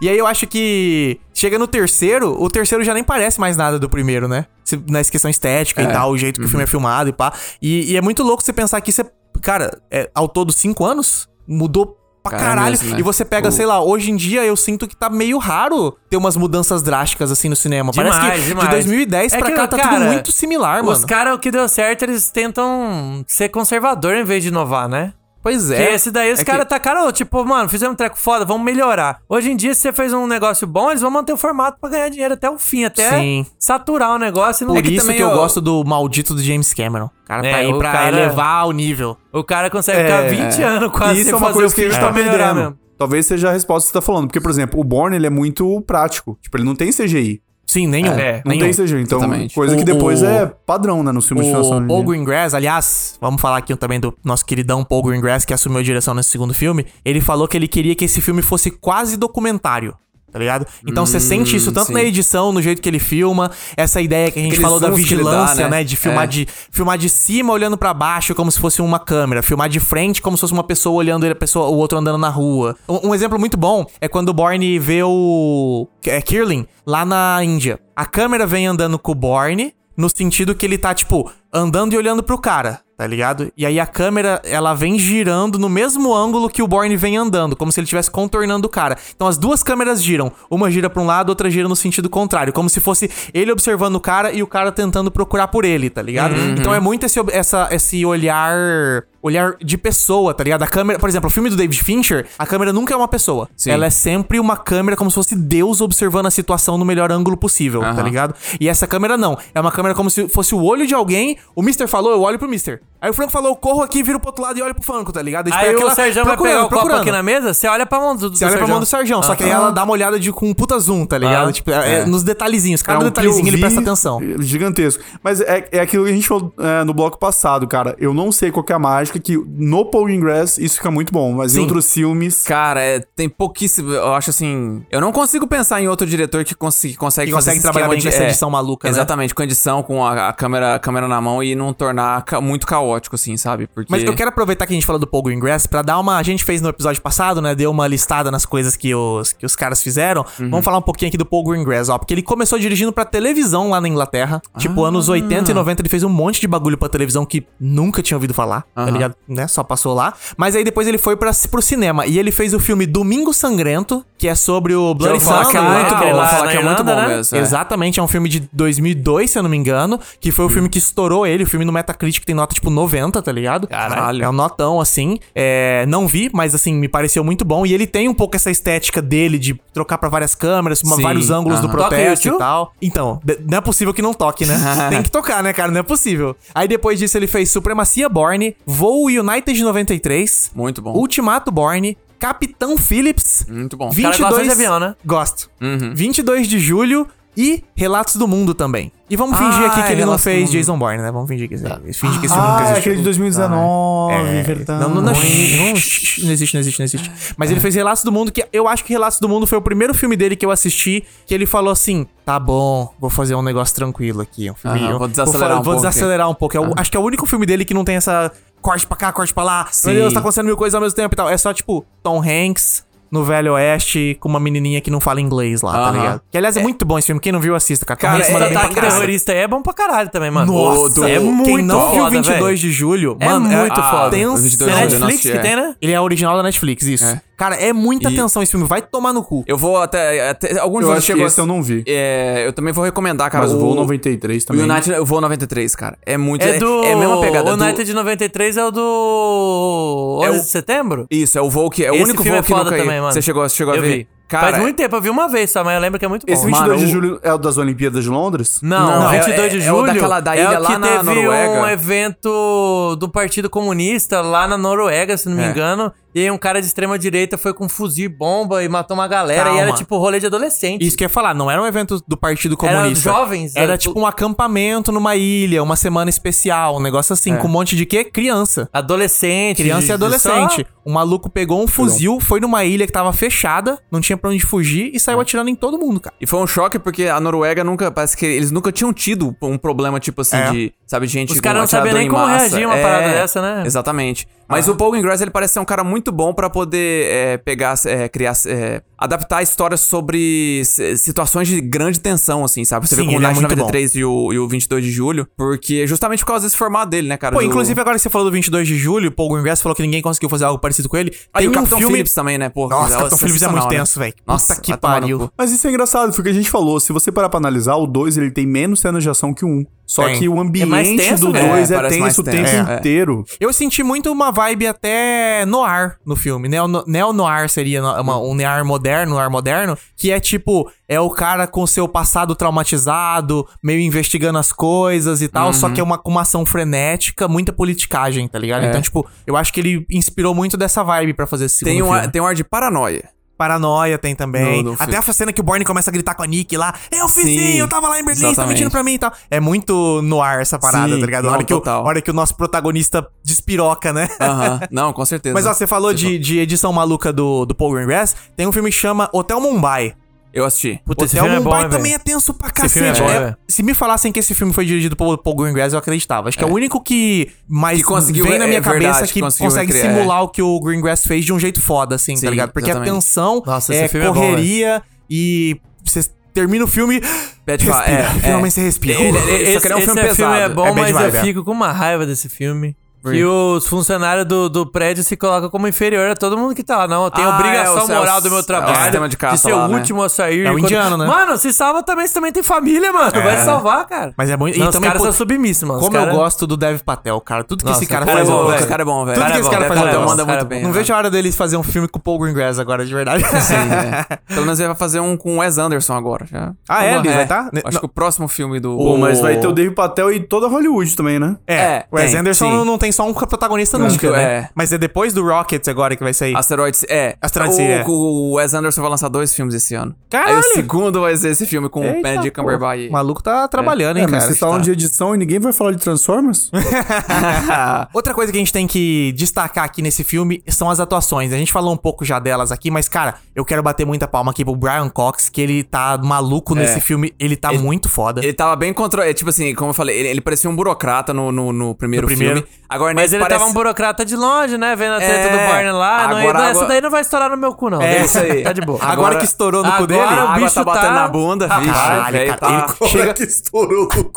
E aí eu acho que chega no terceiro, o terceiro já nem parece mais nada do primeiro, né? Se- Na questão estética e tal, o jeito que Uhum. o filme é filmado e pá. E, e é muito louco você pensar que isso é, cara, é, ao todo cinco anos, mudou pra Cara, é caralho. mesmo, né? E você pega, O- sei lá, hoje em dia eu sinto que tá meio raro ter umas mudanças drásticas assim no cinema. parece Demais, que demais. de 2010 É pra que, cá tá tudo cara, muito similar, Os mano. caras, o que deu certo, eles tentam ser conservador em vez de inovar, né? Pois Porque esse daí os é que- caras tacaram, tipo, mano, fizemos um treco foda, vamos melhorar. Hoje em dia, se você fez um negócio bom, eles vão manter o formato pra ganhar dinheiro até o fim, até Sim. saturar o negócio. e não- Por É que isso também que eu o- gosto do maldito do James Cameron. O cara É, tá aí o pra cara- elevar o nível. O cara consegue ficar 20 anos quase isso sem é uma fazer coisa o que a filme gente pra tá melhorar perdendo. mesmo. Talvez seja a resposta que você tá falando. Porque, por exemplo, o Born ele é muito prático. Tipo, ele não tem CGI. Sim, nenhum. É, Não nenhum. tem CGI. Então, Exatamente. coisa O- que depois o- é padrão, né? Nos filmes de O transformação. Paul Greengrass, aliás, vamos falar aqui também do nosso queridão Paul Greengrass, que assumiu a direção nesse segundo filme. Ele falou que ele queria que esse filme fosse quase documentário. Tá ligado? Então você sente isso tanto sim. na edição, no jeito que ele filma, essa ideia que a gente Aqueles falou da sons que ele dá, vigilância, né? né? De filmar, É. de filmar de cima olhando pra baixo como se fosse uma câmera, filmar de frente como se fosse uma pessoa olhando ele, a pessoa, o outro andando na rua. Um, um exemplo muito bom é quando o Borne vê o é, Kirling lá na Índia. A câmera vem andando com o Borne no sentido que ele tá tipo andando e olhando pro cara. tá ligado? E aí a câmera, ela vem girando no mesmo ângulo que o Bourne vem andando, como se ele estivesse contornando o cara. Então as duas câmeras giram, uma gira pra um lado, outra gira no sentido contrário, como se fosse ele observando o cara e o cara tentando procurar por ele, tá ligado? Então é muito esse, ob- essa, esse olhar olhar de pessoa, tá ligado? A câmera, por exemplo, o filme do David Fincher, a câmera nunca é uma pessoa. Ela é sempre uma câmera como se fosse Deus observando a situação no melhor ângulo possível, tá ligado? E essa câmera não. É uma câmera como se fosse o olho de alguém. O Mister falou, eu olho pro Mister. Aí o Franco falou, eu corro aqui, viro pro outro lado e olho pro Franco, tá ligado? E, tipo, é Aí o aquela- Sérgio vai procurando, pegar o copo procurando. aqui na mesa, você olha pra mão do, do Você olha pra mão do Sarjão, só que aí ela dá uma olhada de, com um puta zoom, tá ligado? Ah. Tipo, é- é nos detalhezinhos. Cada É um que eu detalhezinho ele vi presta atenção. Gigantesco. Mas é, é aquilo que a gente falou é, no bloco passado, cara. Eu não sei qual que é a mágica, que no Paul Ingress isso fica muito bom, mas em Sim. outros filmes. Cara, é- tem pouquíssimo. Eu acho assim. Eu não consigo pensar em outro diretor que, consi- consegue Que fazer consegue esse trabalhar esquema é, bem com essa edição maluca, né? Exatamente, com edição, com a, a câmera, a câmera na mão e não tornar ca- muito caótico, assim, sabe? Porque. Mas eu quero aproveitar que a gente falou do Paul Greengrass pra dar uma. A gente fez no episódio passado, né? Deu uma listada nas coisas que os, que os caras fizeram. Uhum. Vamos falar um pouquinho aqui do Paul Greengrass, ó. Porque ele começou dirigindo pra televisão lá na Inglaterra. Tipo, Ah. anos 80 e 90, ele fez um monte de bagulho pra televisão que nunca tinha ouvido falar, tá ligado? Né? Só passou lá. Mas aí depois ele foi pra, pro cinema. E ele fez o filme Domingo Sangrento, que é sobre o Eu Bloody vou falar que é Sunday, né? muito lá, bom. eu vou lá falar na que é muito Irlanda, bom né? mesmo. é. Exatamente, é um filme de 2002, se eu não me engano, que Hum. foi o filme que estourou ele, o filme no Metacritic tem nota tipo 90, tá ligado? Caralho. É um notão assim. É, não vi, mas assim, me pareceu muito bom e ele tem um pouco essa estética dele de trocar pra várias câmeras, uma- Sim, vários ângulos do aham. Toca protesto isso? e tal. Então, de- não é possível que não toque, né? tem que tocar, né, cara? Não é possível. Aí depois disso ele fez Supremacia Borne, Voo United de 93, Muito bom. Ultimato Borne, Capitão Phillips, Muito bom. cara gosta de avião, né? Gosto. 22 de julho e Relatos do Mundo também. E vamos fingir Ah, aqui que é ele não Relatos do fez Mundo. Jason Bourne, né? Vamos fingir que, fingir que esse filme nunca Ah, é existiu. aquele de 2019, É, verdade. Não, não, não, shh, não, shh, não existe, não existe, não existe. Mas ele fez Relatos do Mundo, que eu acho que Relatos do Mundo foi o primeiro filme dele que eu assisti, que ele falou assim: tá bom, vou fazer um negócio tranquilo aqui. Um filme, Aham, eu- vou desacelerar vou, um vou pouco desacelerar um pouco. É o- Acho que é o único filme dele que não tem essa corte pra cá, corte pra lá. Meu Deus, tá acontecendo mil coisas ao mesmo tempo e tal. É só tipo Tom Hanks. No Velho Oeste, com uma menininha que não fala inglês lá, tá Aham. ligado? Que, aliás, é, muito bom esse filme. Quem não viu, assista, cara. Tom Cara, Hanks Esse manda é- bem pra ataque caralho. terrorista aí é bom pra caralho também, mano. Nossa, é muito Quem não viu foda, 22 véi. de julho, É mano, muito foda. tenso. 22 de É julho, Netflix nossa, que é. tem, né? Ele é original da Netflix, isso. É. Cara, é muita E- atenção esse filme. Vai tomar no cu. Eu vou até. até algum de Eu vocês acho que esse- esse eu não vi. É, eu também vou recomendar, cara. Mas o o Voo 93 O também. United, o Voo 93, cara. É muito. É do. É a mesma pegada. O do- United de 93 é o do. É 11 o- de setembro? Isso, é o voo que. É o Esse único filme voo é que foda nunca ia. também, mano. Você chegou, você chegou a Eu ver? vi. Cara, é Faz muito tempo, eu vi uma vez só, mas eu lembro que é muito bom. Esse 22 mano, de o- julho é o das Olimpíadas de Londres? Não, Não, é- 22 de é- é o julho daquela- da ilha o lá que na teve Noruega. um evento do Partido Comunista lá na Noruega, se não me É. engano, e aí um cara de extrema direita foi com um fuzil e bomba e matou uma galera e era Calma. tipo rolê de adolescente. Isso que eu ia falar, não era um evento do Partido Era Comunista. jovens, Era é, tipo um acampamento numa ilha, uma semana especial, um negócio assim, com um monte de quê? Criança. Adolescente. Criança de- e adolescente. só- O maluco pegou um fuzil, foi numa ilha que tava fechada, não tinha pra onde fugir e saiu atirando em todo mundo, cara. E foi um choque porque a Noruega nunca. Parece que eles nunca tinham tido um problema, tipo assim, É. de. Sabe, gente. Os com caras não atirador sabem nem em como massa. É, reagir a uma parada dessa, né? Exatamente. Ah. Mas o Paul Ingress, ele parece ser um cara muito bom pra poder é, pegar, é, criar. é, adaptar histórias sobre s- situações de grande tensão, assim, sabe? Você Sim, vê com o ele é Night muito bom. 93 e o, e o 22 de julho. Porque é justamente por causa desse formato dele, né, cara? Pô, Do- inclusive agora que você falou do 22 de julho, Paul Greengrass falou que ninguém conseguiu fazer algo parecido com ele. Aí Tem o um Capitão filme... Phillips também, né? Pô, Nossa, Capitão Phillips é muito sensacional, né? tenso, velho. Nossa, Puta que vai tomar no pariu. cu. Mas isso é engraçado, foi o que a gente falou. Se você parar pra analisar, o 2 ele tem menos cenas de ação que o 1. Só Tem. que o ambiente mais tenso, do velho. 2 É, é, parece mais tenso o tempo tenso. É. inteiro. Eu senti muito uma vibe até noir no filme. Neo, neo noir seria no- uma- um noir moderno, noir moderno, que é tipo, é o cara com seu passado traumatizado, meio investigando as coisas e tal, Uhum. só que é uma, com uma ação frenética, muita politicagem, tá É. ligado? Então, tipo, eu acho que ele inspirou muito dessa vibe pra fazer esse segundo Tem um, ar, filme. tem um ar de paranoia. Paranoia tem também. No- no Até a cena que o Borne começa a gritar com a Nick lá. Eu fiz Sim, sim, eu tava lá em Berlim, você tá exatamente. mentindo pra mim e tal. É muito no ar essa parada, Sim, tá ligado? A não, hora, que o, a total. hora que o nosso protagonista despiroca, né? Aham. Não, com certeza. Mas assim, ó, você falou de, de edição maluca do, do Paul Greengrass. Tem um filme que chama Hotel Mumbai. Eu assisti. Puta, esse Hotel filme é bom, Mumbai hein, também velho? é tenso pra filme é cacete. bom, É- velho. se me falassem que esse filme foi dirigido por Paul Greengrass, eu acreditava. Acho que é, o único que mais Que conseguiu, vem na é minha verdade, cabeça que que conseguiu consegue criar, simular o que o Greengrass fez de um jeito foda, assim, Sim, tá ligado? Porque exatamente. a tensão Nossa, esse é filme é bom, correria e você termina o filme... Pede pra- é, respira, é. finalmente você respira. Ele- ele- Esse, Só que ele é um esse filme filme é pesado. bom, É bad mas vibe, eu é. fico com uma raiva desse filme. Que os funcionários do, do prédio se colocam como inferior a todo mundo que tá lá. Não, tem Ah, obrigação é, o- é o- moral do meu é o trabalho. sistema de caça ser lá, o né? último a sair. É o indiano, né? Mano, se salva também, você também tem família, É. mano. Vai salvar, cara. Mas é muito- e Não, os também, caras pô, são submissos, mano. Os Como cara- eu gosto do Dev Patel, cara. Tudo que Nossa, esse cara o cara faz é bom, eu gosto. velho. O cara é bom, velho. Tudo O cara que é esse bom, cara o faz cara eu é bom, gosto. manda muito bem, Não né? vejo a hora deles fazer um filme com o Paul Greengrass agora, de verdade. é. Pelo menos ele vai fazer um com o Wes Anderson agora. Já. Ah, é? Ele vai tá? Acho que o próximo filme do. Pô, mas vai ter o Dave Patel e toda Hollywood também, né? É, É, o Wes tem, Anderson sim. não- não tem só um protagonista Não, nunca, que- né? é. Mas é depois do Rockets agora que vai sair. Asteroides. É. Asteroid City, é. O, o Wes Anderson vai lançar dois filmes esse ano. Caralho! Aí o segundo vai ser esse filme com o Eita, Benedict pô. Cumberbatch. O maluco tá trabalhando, É, hein, mas cara. você tá um de edição e ninguém vai falar de Transformers? É, Outra coisa que a gente tem que destacar aqui nesse filme são as atuações. A gente falou um pouco já delas aqui, mas, cara, eu quero bater muita palma aqui pro Brian Cox, que ele tá maluco nesse filme. Ele tá muito foda. É. Ele tava bem contra. é, Tipo assim, como eu falei, ele, ele parecia um burocrata no, no, no primeiro, No primeiro. filme. Agora Mas nesse ele parece... tava um burocrata de longe, né? Vendo a teta É, do Barney lá. não, agora- não, Essa agora- daí não vai estourar no meu cu, não. É isso aí. tá de boa. Agora, que estourou no cu agora dele. a o água bicho tá batendo tá- na bunda, vixe. Caralho, velho, cara, tá- ele- chega, que estourou no cu.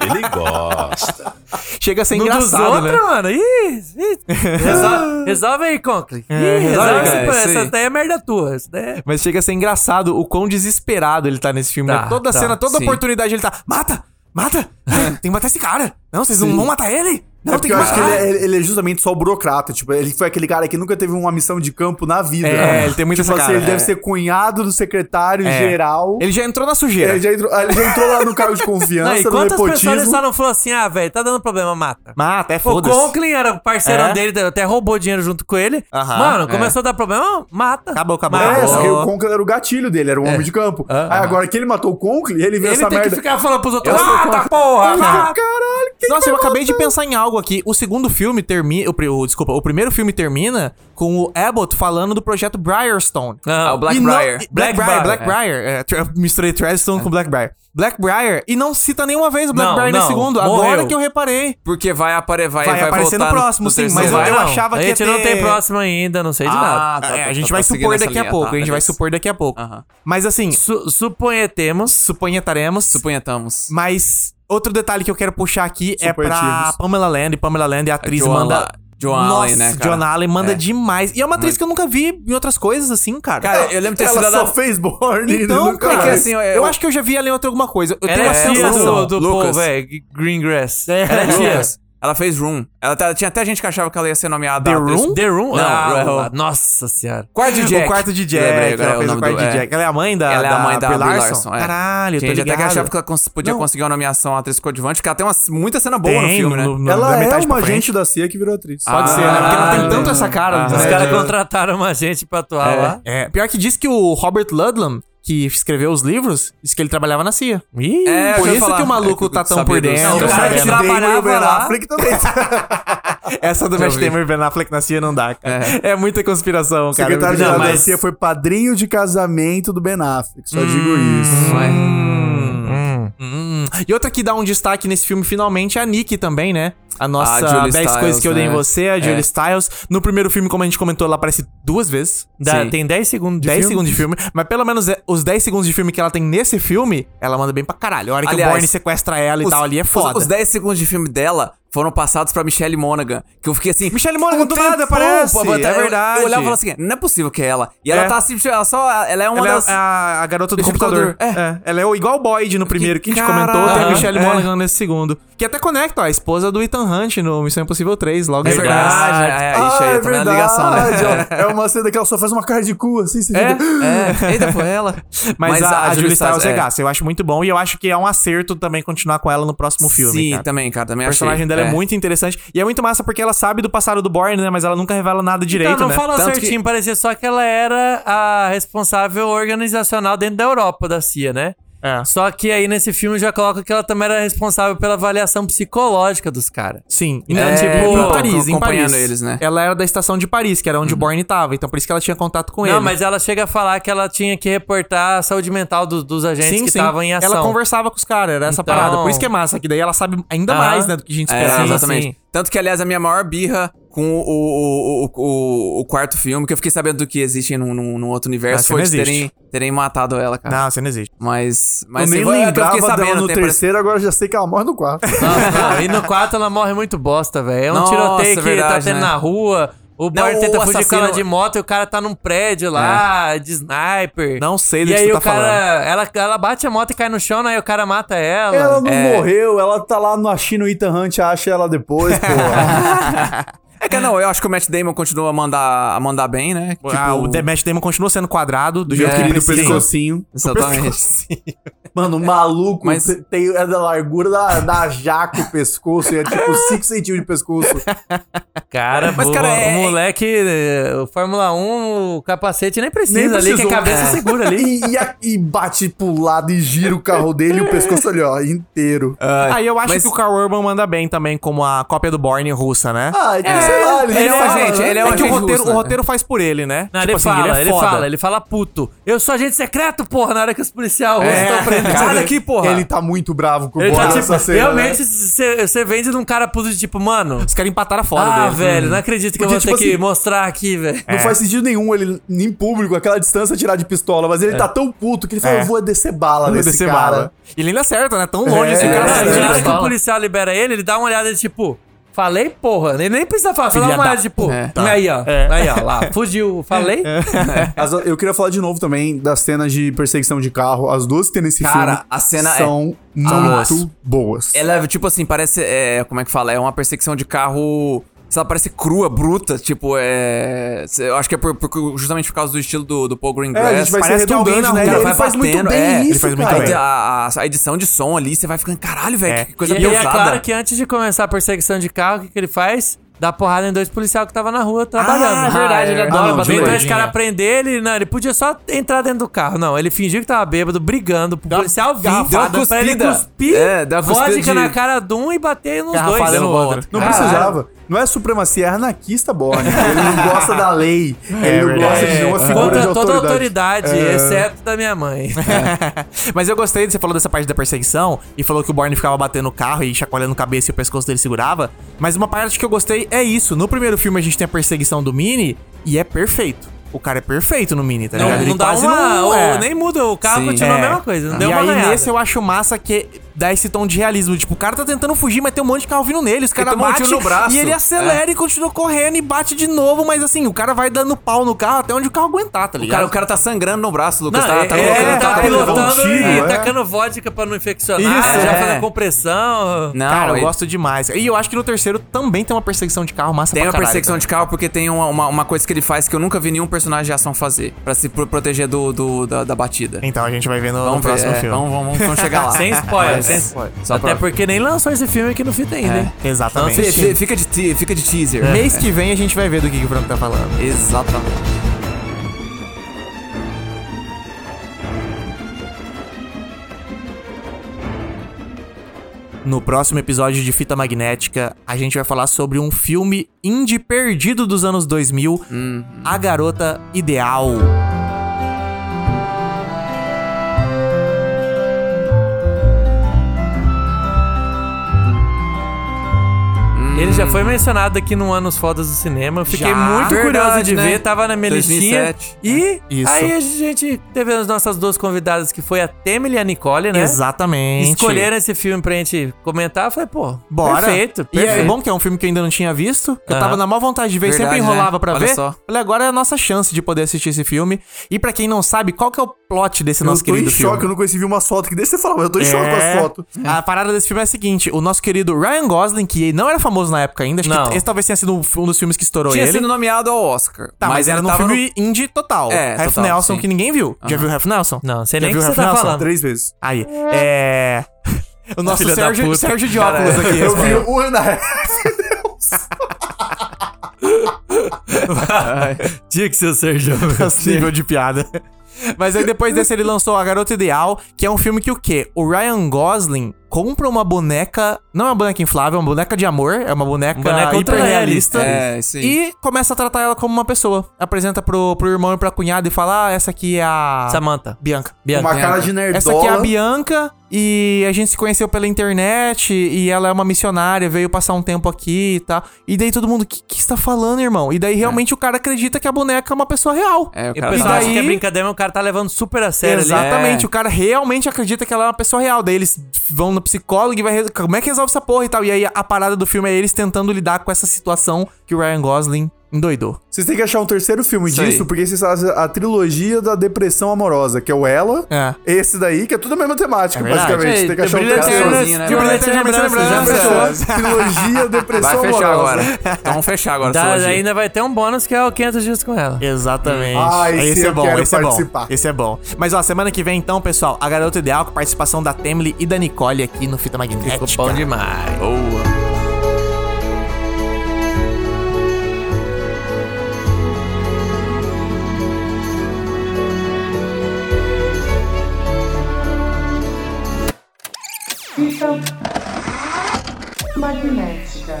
Ele gosta. chega a ser No dos engraçado, outros, né? mano. Ih, ih. resolve, resolve aí, Conklin. Ih, resolve, resolve, esse cara, problema. isso aí. Essa daí é merda tua. Essa daí é... Mas chega a ser engraçado o quão desesperado ele tá nesse filme. Tá, né? Toda tá, cena, toda sim. oportunidade ele tá. Mata! Mata! Tem que matar esse cara! Não, vocês não vão matar ele! Não, É tem porque que eu acho matar que ele é, ele é justamente só burocrata. Tipo, ele foi aquele cara que nunca teve uma missão de campo na vida. É, ele tem muito tipo essa assim, cara, Ele é. deve ser cunhado do secretário-geral. Ele já entrou na sujeira. Ele, já entrou, ele já entrou lá no cargo de Não, e confiança, no quantas pessoas ele nepotismo. só não falou assim, ah, velho, tá dando problema, mata. Mata, é O foda-se. Conklin era parceirão É. dele, até roubou dinheiro junto com ele. Aham, Mano, é. começou a dar problema, mata. Acabou, acabou. Mata. É, só que Acabou. o Conklin era o gatilho dele, era um homem de campo. Aí agora que ele matou o Conklyn, ele Ele viu essa tem merda. que ficar falando pros outros, sou mata, porra, mata. Caralho, que é Nossa, eu acabei de pensar em algo aqui. O segundo filme termina. O, pri- o- desculpa, o primeiro filme termina com o Abbott falando do projeto Briarstone. Ah, o Black E não- Briar. e- Blackbriar. Blackbriar. É, tra- misturei Treadstone com Blackbriar. Blackbriar. E não cita nenhuma vez o Não, Blackbriar não, nesse segundo. Agora morreu. que eu reparei. Porque vai, apare... vai, Vai vai aparecer no voltar próximo, sim, mas terceiro. eu- eu Vai. achava- a que ia gente não ter- tem próximo ainda, não sei de Ah, nada. tá, tá, É, a tá, gente tá, vai tá supor seguindo essa daqui a linha, pouco. tá, a gente vai beleza. supor daqui a pouco. Aham. Mas assim, Su- suponhetemos. suponhetaremos. Suponhamos. Mas outro detalhe que eu quero puxar aqui é pra Supertivos. Pamela Land. Pamela Land, é a atriz, Joan manda. La- Joan Nossa, Allen, né, cara? Joan Allen manda É. demais. E é uma atriz que eu nunca vi em outras coisas, assim, cara. Cara, eu lembro de ter Ela sido só da- fez Borne. então, nunca cara, É que assim, eu, eu- acho que eu já vi ela em outra alguma coisa. Eu tenho Ela a é filha sensação. do, do Lucas. Paul, velho, Greengrass. É, ela é tia. Lucas. Ela fez Room. Ela tá- tinha até gente que achava que ela ia ser nomeada. The atriz. Room? The Room? Não, Ah, é o- Nossa senhora. Quarto de Jack. O quarto de Jack. Lembrei agora ela fez o, nome quarto do- de é. Jack. Ela é a mãe da, Ela é a mãe da Brie Brie Larson? Larson, é. Caralho, eu tô Gente, até que ligado. achava que ela cons- podia conseguir uma nomeação à atriz coadjuvante, porque ela tem uma, muita cena boa no Tem, filme, né? no- no- da Ela é metade pra uma frente. agente da CIA que virou atriz. Ah. Pode ser, né? Porque ela tem tanto essa cara. Ah, Os né, caras de- contrataram uma gente pra atuar lá. É, pior que diz que o Robert Ludlum, que escreveu os livros, disse que ele trabalhava na CIA. Ih, É, Por eu ia isso falar. que o maluco Eu tá tão sabia por disso. dentro. O cara que sabendo? trabalha- Damon e o Ben trabalhava lá. Affleck também. Essa do Matt Temer e Ben Affleck na CIA não dá, cara. É, muita conspiração, O cara. secretário Não, geral da mas- CIA foi padrinho de casamento do Ben Affleck. Só digo isso. Ué. Hum. E outra que dá um destaque nesse filme, finalmente, é a Nick também, né? A nossa A Julia 10 Stiles, coisas que eu dei em né? você, a É. Julie Styles. No primeiro filme, como a gente comentou, ela aparece duas vezes. dá- sim. tem 10 segundos de 10 filme. segundos de filme, mas pelo menos é- os 10 segundos de filme que ela tem nesse filme, ela manda bem pra caralho. A hora que Aliás, o Borne sequestra ela e tal ali é foda. Os, os 10 segundos de filme dela foram passados pra Michelle Monaghan, que eu fiquei assim... Michelle Monaghan do nada aparece, pô, é eu- verdade. Eu olhava e falava assim, não é possível que é ela. E É. ela tá assim, ela só... Ela é uma Ela é das... a, a garota do Bicho do computador. computador, É. Ela é o igual o Boyd no primeiro que, a gente caralho, comentou, tá? tem a aham, Michelle é. Monaghan nesse segundo. Que até conecta, ó, a esposa do Ethan Hunt no Missão Impossível 3, logo É em verdade. sequência. Ah, é, isso aí também é uma ligação, né? verdade, ó. É uma cena que ela só faz uma cara de cu, assim, você fica... É, é. Eita, foi ela. Mas, a, a Julia Stiles é é. gaça, eu acho muito bom. E eu acho que é um acerto também continuar com ela no próximo um filme. Sim, cara. também, cara. Também O personagem achei. dela é. muito interessante. E é muito massa porque ela sabe do passado do Bourne, né? Mas ela nunca revela nada direito, Então, não né? falou Tanto certinho, que- parecia só que ela era a responsável organizacional dentro da Europa da CIA, né? É. Só que aí nesse filme já coloca que ela também era responsável pela avaliação psicológica dos caras. Sim. É, Então, tipo, em Paris, em acompanhando Paris. É, eles, né? Ela era da estação de Paris, que era onde o Bourne tava. Então por isso que ela tinha contato com ele. Não, mas ela chega a falar que ela tinha que reportar a saúde mental dos, dos agentes que estavam em ação. Ela conversava com os caras, era essa Então- parada. Por isso que é massa, que daí ela sabe ainda Aham. mais, né, do que a gente É, esperava. sim, exatamente. sim. Tanto que, aliás, a minha maior birra com o, o, o, o, o quarto filme, que eu fiquei sabendo que existe num, num, num outro Ah, universo, você foi não de existe. terem, terem matado ela, Ah. cara. Não, você não existe. Mas, Eu mas nem assim, foi- é que lembrava fiquei dela no né, tem apare- terceiro, agora já sei que ela morre no quarto. Não, não, e no quarto ela morre muito bosta, velho. É um Nossa, tiroteio que verdade, tá tendo né? na rua. O É. Não, Bart o tenta fugir com ela assassino- de moto e o cara tá num prédio lá, de sniper. Não sei do E que aí você o tá cara. Ela, ela bate a moto e cai no chão, aí o cara mata ela. "Ah, Ela não morreu, ela tá lá no Achino Ethan Hunt, acha ela depois, pô. É que não, eu acho que o Matt Damon continua a mandar, a mandar bem, né? Ah, o The Match Demon continua sendo quadrado É. do jeito Meu que ele querido precisa. pescocinho. Exatamente. Mano, o maluco Mas- te- tem é da largura da, da jaca o pescoço, e é tipo 5 centímetros de pescoço. Cara, Mas, o, cara, é- o moleque, eh, o Fórmula 1, o capacete nem precisa Nem ali, que precisou. a cabeça É. segura ali. E, e, a- e bate pro lado e gira o carro dele e o pescoço ali, ó, inteiro. Aí eu acho Mas- que o Carl Urban manda bem também, como a cópia do Borne russa, né? Ah, então, sei lá, ele é um fala, agente, né? ele é É, um que o agente roteiro, russo, o né? roteiro faz por ele, né? Não, ele fala, ele, foda. fala, ele fala puto. Eu sou agente secreto, porra, na hora que os policiais russos É, estão prendendo. cara, Sai ele- daqui, porra. Ele tá muito bravo com o tá Ele tá, Borat tipo, essa cena, realmente, né? você você vende num cara puto de tipo, mano. Os caras empataram a foda Ah, dele. velho, não acredito que Porque, eu vou tipo ter que assim- mostrar aqui, velho. Não faz sentido nenhum ele, em público, aquela distância, tirar de pistola. Mas ele tá tão puto que ele fala, É. eu vou descer bala Vai nesse descer cara. bala. E ele ainda acerta, né? Tão longe É, assim, o cara é, sai Cara, é, de na é. lá. hora que o policial libera ele, ele dá uma olhada tipo. Falei, porra. Ele nem precisa falar. Só dá Filha uma olhada, da tipo. puta. Aí, ó. Aí, ó. Lá. Fugiu. Falei. As- eu queria falar de novo também das cenas de perseguição de carro. As duas que tem nesse Cara, filme a cena é- são boas. muito boas. Ela é, tipo assim, parece. é, como é que fala? É uma perseguição de carro. Sei lá, parece crua, bruta. Tipo, é. cê- Eu acho que é por- por- justamente por causa do estilo do, do Paul Greengrass. É, a gente vai ser parece que um alguém na redundante, né? rua Ele vai faz muito batendo, bem é, isso, faz muito cara. bem. A, a- a edição de som ali, você vai ficando, caralho, velho, É. que coisa E, e é pesada. claro que antes de começar a perseguição de carro, o que, que ele faz? Dá porrada em dois policiais que tava na rua tá trabalhando. Ah, é verdade, ele adora não, bater Vem dois doidinha. caras prender ele. Não, ele podia só entrar dentro do carro. Não, ele fingiu que tava bêbado, brigando pro policial vir. garrafada. pra ele Cuspida. cuspir É, dá uma cuspida vodka de- na cara de um e bater nos Tá Garrafada dois. no Um outro. Não Caralho. precisava. Não é supremacia, é anarquista, Borne. Ele não gosta da lei. ele não gosta de nenhuma figura É, Contra de toda autoridade. autoridade, exceto da minha mãe. É. Mas eu gostei, de você falou dessa parte da perseguição e falou que o Borne ficava batendo o carro e chacoalhando a cabeça e o pescoço dele segurava. Mas uma parte que eu gostei é isso. No primeiro filme a gente tem a perseguição do Mini e é perfeito. O cara é perfeito no Mini, tá Não, ligado? não dá quase uma. não- é. ou nem muda, o carro Sim. continua É. a mesma coisa. Não e deu uma aí ganhada. nesse é eu acho massa que dá esse tom de realismo. Tipo, o cara tá tentando fugir, mas tem um monte de carro vindo nele. Os caras toma um batem tiro no braço. É. e ele acelera e continua correndo e bate de novo. Mas assim, o cara vai dando pau no carro até onde o carro aguentar, tá ligado? Cara, o cara tá sangrando no braço, Lucas. Não, tá, é- tá é, colocando- ele tá tá colocando- pilotando tiro, e é. tacando vodka pra não infeccionar, Isso, já é. fazendo compressão. Não, Cara, eu ele- gosto demais. E eu acho que no terceiro também tem uma perseguição de carro massa Tem pra uma caralho tá? perseguição também. de carro porque tem uma, uma, uma coisa que ele faz que eu nunca vi nenhum personagem de ação fazer. Pra se pro- proteger do, do- da, da batida. Então a gente vai ver no, no ver, próximo é, filme. Vamos, vamos, vamos chegar Tá lá. Sem spoiler, Mas- sem spoiler. Só Até pra... É. porque nem lançou esse filme aqui no fita ainda, né? hein? Exatamente. Fi- fi- Fica de, te- fica de teaser. Mês que vem a gente vai ver do que, que o Bruno tá falando. Exatamente. No próximo episódio de Fita Magnética, a gente vai falar sobre um filme indie perdido dos anos 2000, A Garota Ideal. Ele já foi mencionado aqui no Anos Fodas do Cinema. Eu fiquei Já? muito curioso Verdade, de né? ver, tava na minha 2007. listinha. E Isso. aí a gente teve as nossas duas convidadas, que foi a Temer e a Nicole, né? Exatamente. Escolheram esse filme pra gente comentar. Eu falei, pô, Bora. perfeito, E perfeito. é bom que é um filme que eu ainda não tinha visto. que Eu Aham. tava na maior vontade de ver, e Verdade, sempre enrolava né? pra Olha ver. só. Falei, agora é a nossa chance de poder assistir esse filme. E pra quem não sabe, qual que é o plot desse Eu nosso tô em querido filme? choque, eu não consegui uma foto que deixa você falar, mas eu É. tô em choque com as fotos. A parada desse filme é a seguinte: o nosso querido Ryan Gosling, que não era famoso na época ainda, acho Não. que esse talvez tenha sido um, um dos filmes que estourou Tinha ele. sido nomeado ao Oscar. Tá, mas, era ele num tava filme indie total. É, Half total, Nelson sim. que ninguém viu. Já viu Half Nelson? Não, sei Já nem viu o que Half você tá Nelson? falando. Três vezes. Aí. É. O nosso Filha da Sérgio, puta. Sérgio de óculos aqui. É. Eu vi respondeu. o Ana. Diga que seu Sérgio. Esse Tá nível de piada. Mas aí depois desse ele lançou A Garota Ideal, que é um filme que o quê? O Ryan Gosling compra uma boneca, não é uma boneca inflável, é uma boneca de amor, é uma boneca, boneca ultra hiperrealista. realista. É, isso aí. E começa a tratar ela como uma pessoa. Apresenta pro, pro irmão e pra cunhada e fala: ah, essa aqui é a. Samantha. Bianca. Bianca. Uma cara de nerdola. Essa aqui é a Bianca e a gente se conheceu pela internet e ela é uma missionária, veio passar um tempo aqui e tal. E daí todo mundo, o que, que você tá falando, irmão? E daí realmente o cara acredita que a boneca é uma pessoa real. É, o E o cara pessoal E acha que é daí- brincadeira, mas o cara tá levando super a sério ali. Exatamente, o cara realmente acredita que ela é uma pessoa real. Daí eles vão no psicólogo e vai. re- Como é que resolve essa porra e tal? E aí a parada do filme é eles tentando lidar com essa situação que o Ryan Gosling endoidou. Vocês têm que achar um terceiro filme Isso disso, aí. porque vocês fazem a trilogia da depressão amorosa, que é o Ela, É. esse daí, que é tudo a mesma temática, verdade. basicamente. Você tem É. que achar um Brilha terceiro. Eterna, Sozinho, né? Brilha Brilha Eterna, Eterna, Lembranças, Lembranças. Trilogia depressão Vai fechar amorosa. agora. Então vamos fechar agora. Dá- Solange. ainda vai ter um bônus que é o 500 dias com ela. Exatamente. Ah, esse esse é eu bom, quero esse é bom. participar. Esse é bom. Mas ó, semana que vem então, pessoal, a garota ideal com participação da Temly e da Nicole aqui no Fita Magnética. Ficou bom demais. Boa. Fita magnética.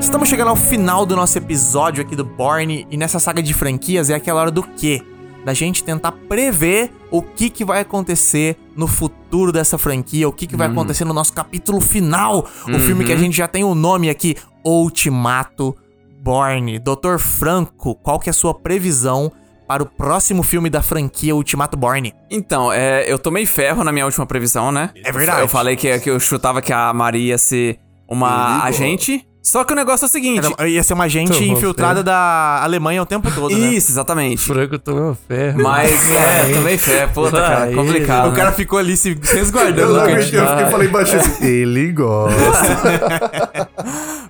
Estamos chegando ao final do nosso episódio aqui do Borne e nessa saga de franquias é aquela hora do quê? Da gente tentar prever o que, que vai acontecer no futuro dessa franquia, o que, que Uhum. vai acontecer no nosso capítulo final. O filme que a gente já tem o nome aqui, Ultimato Borne. Dr. Franco, qual que é a sua previsão para o próximo filme da franquia Ultimato Borne? Então, é, eu tomei ferro na minha última previsão, né? É verdade. Eu falei que, que eu chutava que a Maria ia ser uma agente. Só que o negócio é o seguinte. Ia ser uma gente infiltrada da Alemanha o tempo todo, né? Isso, exatamente. Franco tomou ferro. Mas, é, tomei ferro. Puta, cara, Aí, complicado. né? O cara ficou ali se Eu, resguardando. não no aguentei, cantinho. eu fiquei, falei baixinho assim, ele gosta.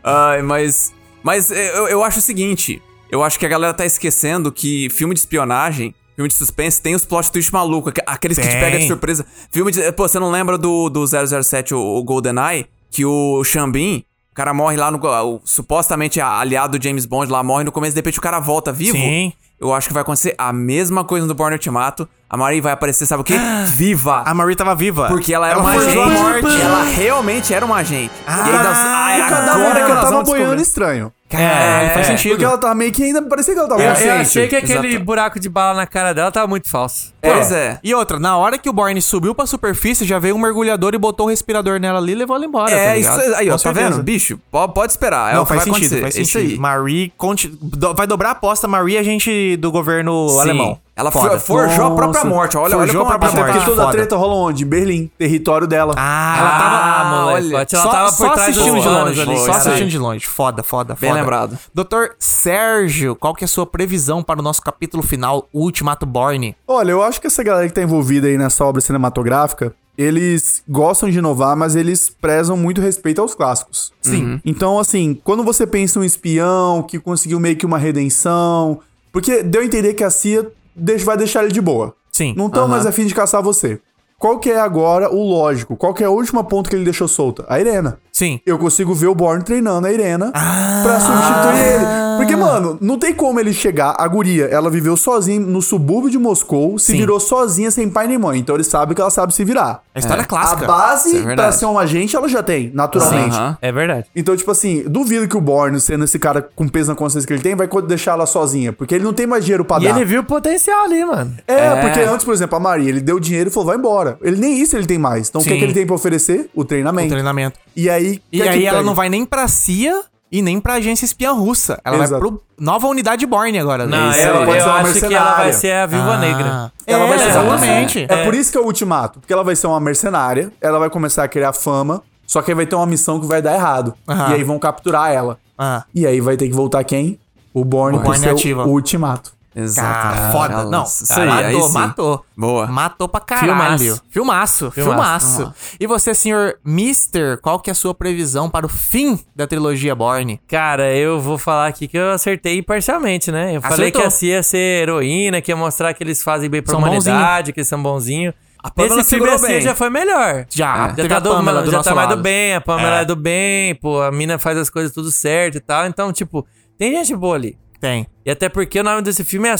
Ai, mas. Mas é, eu, eu acho o seguinte: eu acho que a galera tá esquecendo que filme de espionagem. Filme de suspense tem os plot twist maluco, aqu- aqueles que te Tem. pegam de surpresa. Filme de. Pô, você não lembra do, do 007, o, o GoldenEye? Que o Xambin, o cara morre lá no. O, supostamente a- aliado do James Bond lá morre no começo, de repente o cara volta vivo. Sim. Eu acho que vai acontecer a mesma coisa no Born Ultimato. A Marie vai aparecer, sabe o quê? Viva! A Marie tava viva. Porque ela era Ela uma forjou a agente. morte. Ela realmente era uma agente. Ah, e aí nós- ai, o agora cadáver que dela nós tava vamos descobrir. boiando estranho. Caralho, faz sentido. Porque ela tava meio que ainda parecia que ela tava É, Eu, eu consciente. achei que aquele Exato. buraco de bala na cara dela tava muito falso. Pois é. E outra, na hora que o Borne subiu pra superfície, já veio um mergulhador e botou o respirador nela ali e levou ela embora. tá É, ligado? isso aí, ó, tá Com certeza. vendo? Bicho, po- pode, esperar. É Não, o que faz vai sentido, acontecer. faz É isso sentido. aí. Marie conti- do- vai dobrar a aposta Marie, a gente do governo Sim. alemão. Ela for- Foda. forjou a própria Nossa. morte. Olha, olha Forjou como a a própria pessoa morte. é Porque toda a Foda. treta rola onde? Em Berlim, território dela. Ah, Ela ela tava... tava, ah, moleque, ela só, tava por só trás dos assistindo de panos longe, ali, só caralho. assistindo de longe. Foda, foda, foda. Bem lembrado. Doutor Sérgio, qual que é a sua previsão para o nosso capítulo final, o Ultimato Borne? Olha, eu acho que essa galera que tá envolvida aí nessa obra cinematográfica, eles gostam de inovar, mas eles prezam muito respeito aos clássicos. Sim. Então, assim, quando você pensa em um espião que conseguiu meio que uma redenção. Porque deu a entender que a CIA deix- vai deixar ele de boa. Sim. Não tão mais afim de caçar você. Qual que é agora o lógico? Qual que é o último ponto que ele deixou solta? A Irena. Sim. Eu consigo ver o Born treinando a Irena pra substituir ele. Porque, mano, não tem como ele chegar. A guria, ela viveu sozinha no subúrbio de Moscou, se Sim. virou sozinha, sem pai nem mãe. Então ele sabe que ela sabe se virar. A história A clássica. base Isso é verdade. pra ser um agente, ela já tem, naturalmente. Aham. É verdade. Então, tipo assim, duvido que o Born, sendo esse cara com peso na consciência que ele tem, vai co- deixar ela sozinha. Porque ele não tem mais dinheiro pra E dar. ele viu o potencial ali, mano. É, porque antes, por exemplo, a Maria, ele deu dinheiro e falou, vai embora. Ele nem isso ele tem mais. Então, o que, Sim. é que ele tem pra oferecer? O treinamento. O treinamento. E aí... é é E aí ela não vai nem pra CIA e nem pra agência espiã russa. Ela vai Exato. pro nova unidade Borne agora. né? Não, é Isso, eu, ela pode eu ser acho uma que ela vai mercenária. ser a Viúva Ah. Negra. Ela vai ser exatamente. exatamente. É. por isso que é o ultimato. Porque ela vai ser uma mercenária, ela vai começar a criar fama, só que aí vai ter uma missão que vai dar errado. Aham. E aí vão capturar ela. Ah. E aí vai ter que voltar quem? O Borne Borne pro seu ativa. ultimato. Exato. Cara, foda. Não, isso aí, matou, aí sim. matou. Boa. Matou pra caralho. Filmaço. Filmaço. Filmaço. E você, senhor Mister, qual que é a sua previsão para o fim da trilogia Borne? Cara, eu vou falar aqui que eu acertei parcialmente, né? Eu falei Acertou. que a Cia ia ser heroína, que ia mostrar que eles fazem bem pra São humanidade, que eles são bonzinhos. Pamela Nesse filme a segurou Cia bem. já foi melhor. Já, Já É, teve tá, a do, Pamela do já nosso tá mais do lado. bem, a Pamela é. do bem, pô, a mina faz as coisas tudo certo e tal. Então, tipo, tem gente boa ali. Tem. E até porque o nome desse filme é A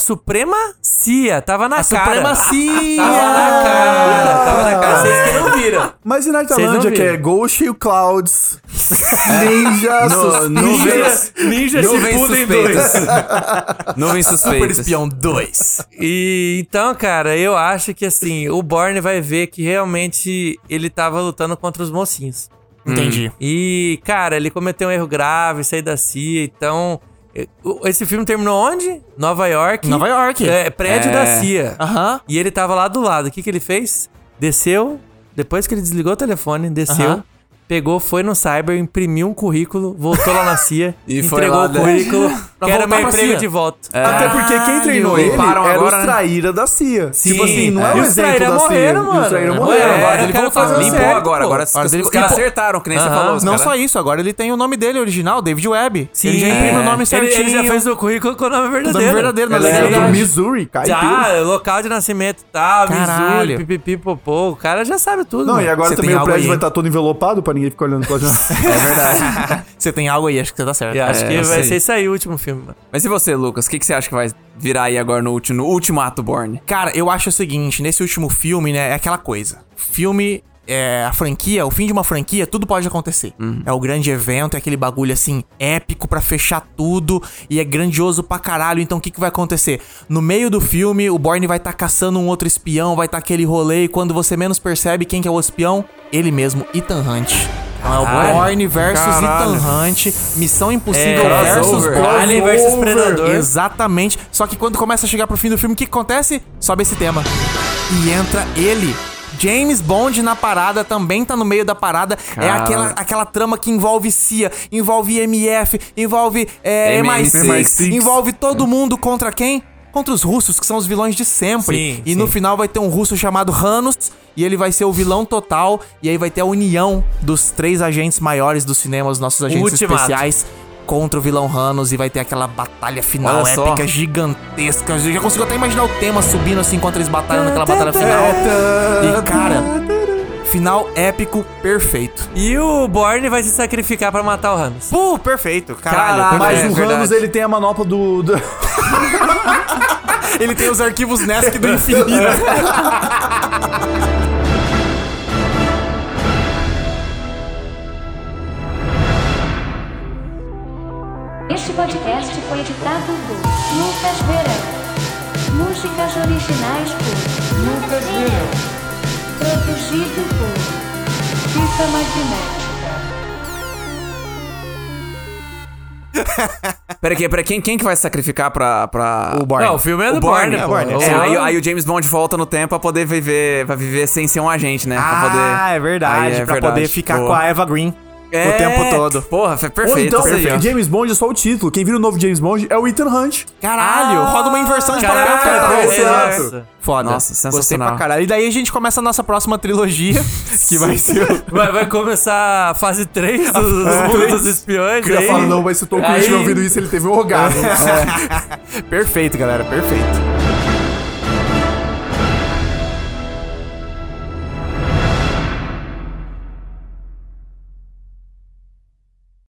Supremacia. Tava na A cara. supremacia! Tava na cara. Ah, Tava na cara. Vocês que não viram. Mas e na não Italândia, que viram? é Ghost e o Clouds, É. Ninja, No- no- Suspira- Ninja Não vem Shippuden 2. suspeitas. Não vem Super suspeitas. Espião 2. E então, cara, eu acho que assim, o Borne vai ver que realmente ele tava lutando contra os mocinhos. Hum. Entendi. E, cara, ele cometeu um erro grave, sair da CIA, então. eh, o- Esse filme terminou onde? Nova York. Nova York. É, prédio da CIA. Aham. E ele tava lá do lado. O que, que ele fez? Desceu. Depois que ele desligou o telefone, desceu. Aham. Pegou, foi no cyber, imprimiu um currículo, voltou lá na CIA, E foi entregou lá, o né? currículo, Pra quero voltar meu pra emprego CIA. de volta. Até porque quem treinou ele Param era agora, os né? traíra da CIA. Sim. Tipo assim, não é, É. E um os exemplo traíra da CIA. morreram, E mano. Os traíra Morreram, morreram. é, mas o ele cara falou, fazendo limpou certo, agora. pô. Agora os, Agora os, ele os caras ficou- acertaram, que nem você Aham. falou. os Não cara- só isso, agora ele tem o nome dele original, David Webb. Sim, ele já imprime é. o nome certinho. Ele, ele já fez o currículo com o nome verdadeiro. nome verdadeiro, na Ele Ele É era do verdade. Missouri, caipira. Já, local de nascimento e tal, Caralho. Missouri, pipipi, popô. O cara já sabe tudo. Não, mano. e agora Você também tem o algo prédio aí, vai hein? estar todo envelopado pra ninguém ficar olhando pela janela. É verdade. você tem algo aí, acho que você tá certo. E acho É, que eu vai sei. ser isso aí o último filme, mano. Mas e você, Lucas? O que, que você acha que vai virar aí agora no último, no último ato Born? Cara, eu acho o seguinte, nesse último filme, né, é aquela coisa. Filme, é, a franquia, o fim de uma franquia, tudo pode acontecer. Uhum. É o grande evento, é aquele bagulho assim, épico pra fechar tudo e é grandioso pra caralho. Então o que, que vai acontecer? No meio do filme, o Borne vai estar caçando um outro espião, vai estar aquele rolê, e quando você menos percebe quem que é o espião, ele mesmo, Ethan Hunt. Então é o Borne versus Ethan Hunt, Missão Impossível É, versus crossover. Borne. Alien versus Predador. Exatamente. Só que quando começa a chegar pro fim do filme, o que que acontece? Sobe esse tema. E entra ele. James Bond na parada também tá no meio da parada. É Cara. aquela, aquela trama que envolve CIA, envolve MF, envolve é, MI6. MI6, envolve todo mundo contra quem? Contra os russos, que são os vilões de sempre. Sim, e no sim. final vai ter um russo chamado Hanus, e ele vai ser o vilão total. E aí vai ter a união dos três agentes maiores do cinema, os nossos agentes Ultimato. especiais, contra o vilão Hanus. E vai ter aquela batalha final final Olha só. épica, gigantesca. Eu já consigo até imaginar o tema subindo assim enquanto eles batalham naquela batalha final. E cara, final épico perfeito. E o Borne vai se sacrificar pra matar o Ramos. Pô, perfeito, caralho. Caraca, Mas Mas o verdade. Ramos, ele tem a manopla do... do- ele tem os arquivos NESC do infinito. Este podcast foi editado por Lucas Verão. Músicas originais por Lucas Verão. Produzido por Fita Magnética. Pera aqui, pera quem, quem que vai se sacrificar pra... pra... O Borne. Não, o filme é do Borne, pô. Borne. O- É, aí, aí o James Bond volta no tempo pra poder viver, pra viver sem ser um agente, né? Pra Ah, poder... é verdade. Aí é pra verdade. poder ficar Boa. com a Eva Green É, o tempo todo. Porra, foi Ou perfeito. então, perfeito. James Bond é só o título. Quem vira o novo James Bond é o Ethan Hunt. Caralho, roda uma inversão de papel, Caraca, cara. é, Exato. exato. Foda. Nossa, Gostei sensacional. pra caralho. E daí a gente começa a nossa próxima trilogia, que vai ser o Vai, vai começar a fase 3 dos, dos mundos dos espiões. é Eu ia aí. falar, não, mas se o Tom Aí- Cruise não ouvindo isso, ele teve um orgasmo. perfeito, É. galera, perfeito.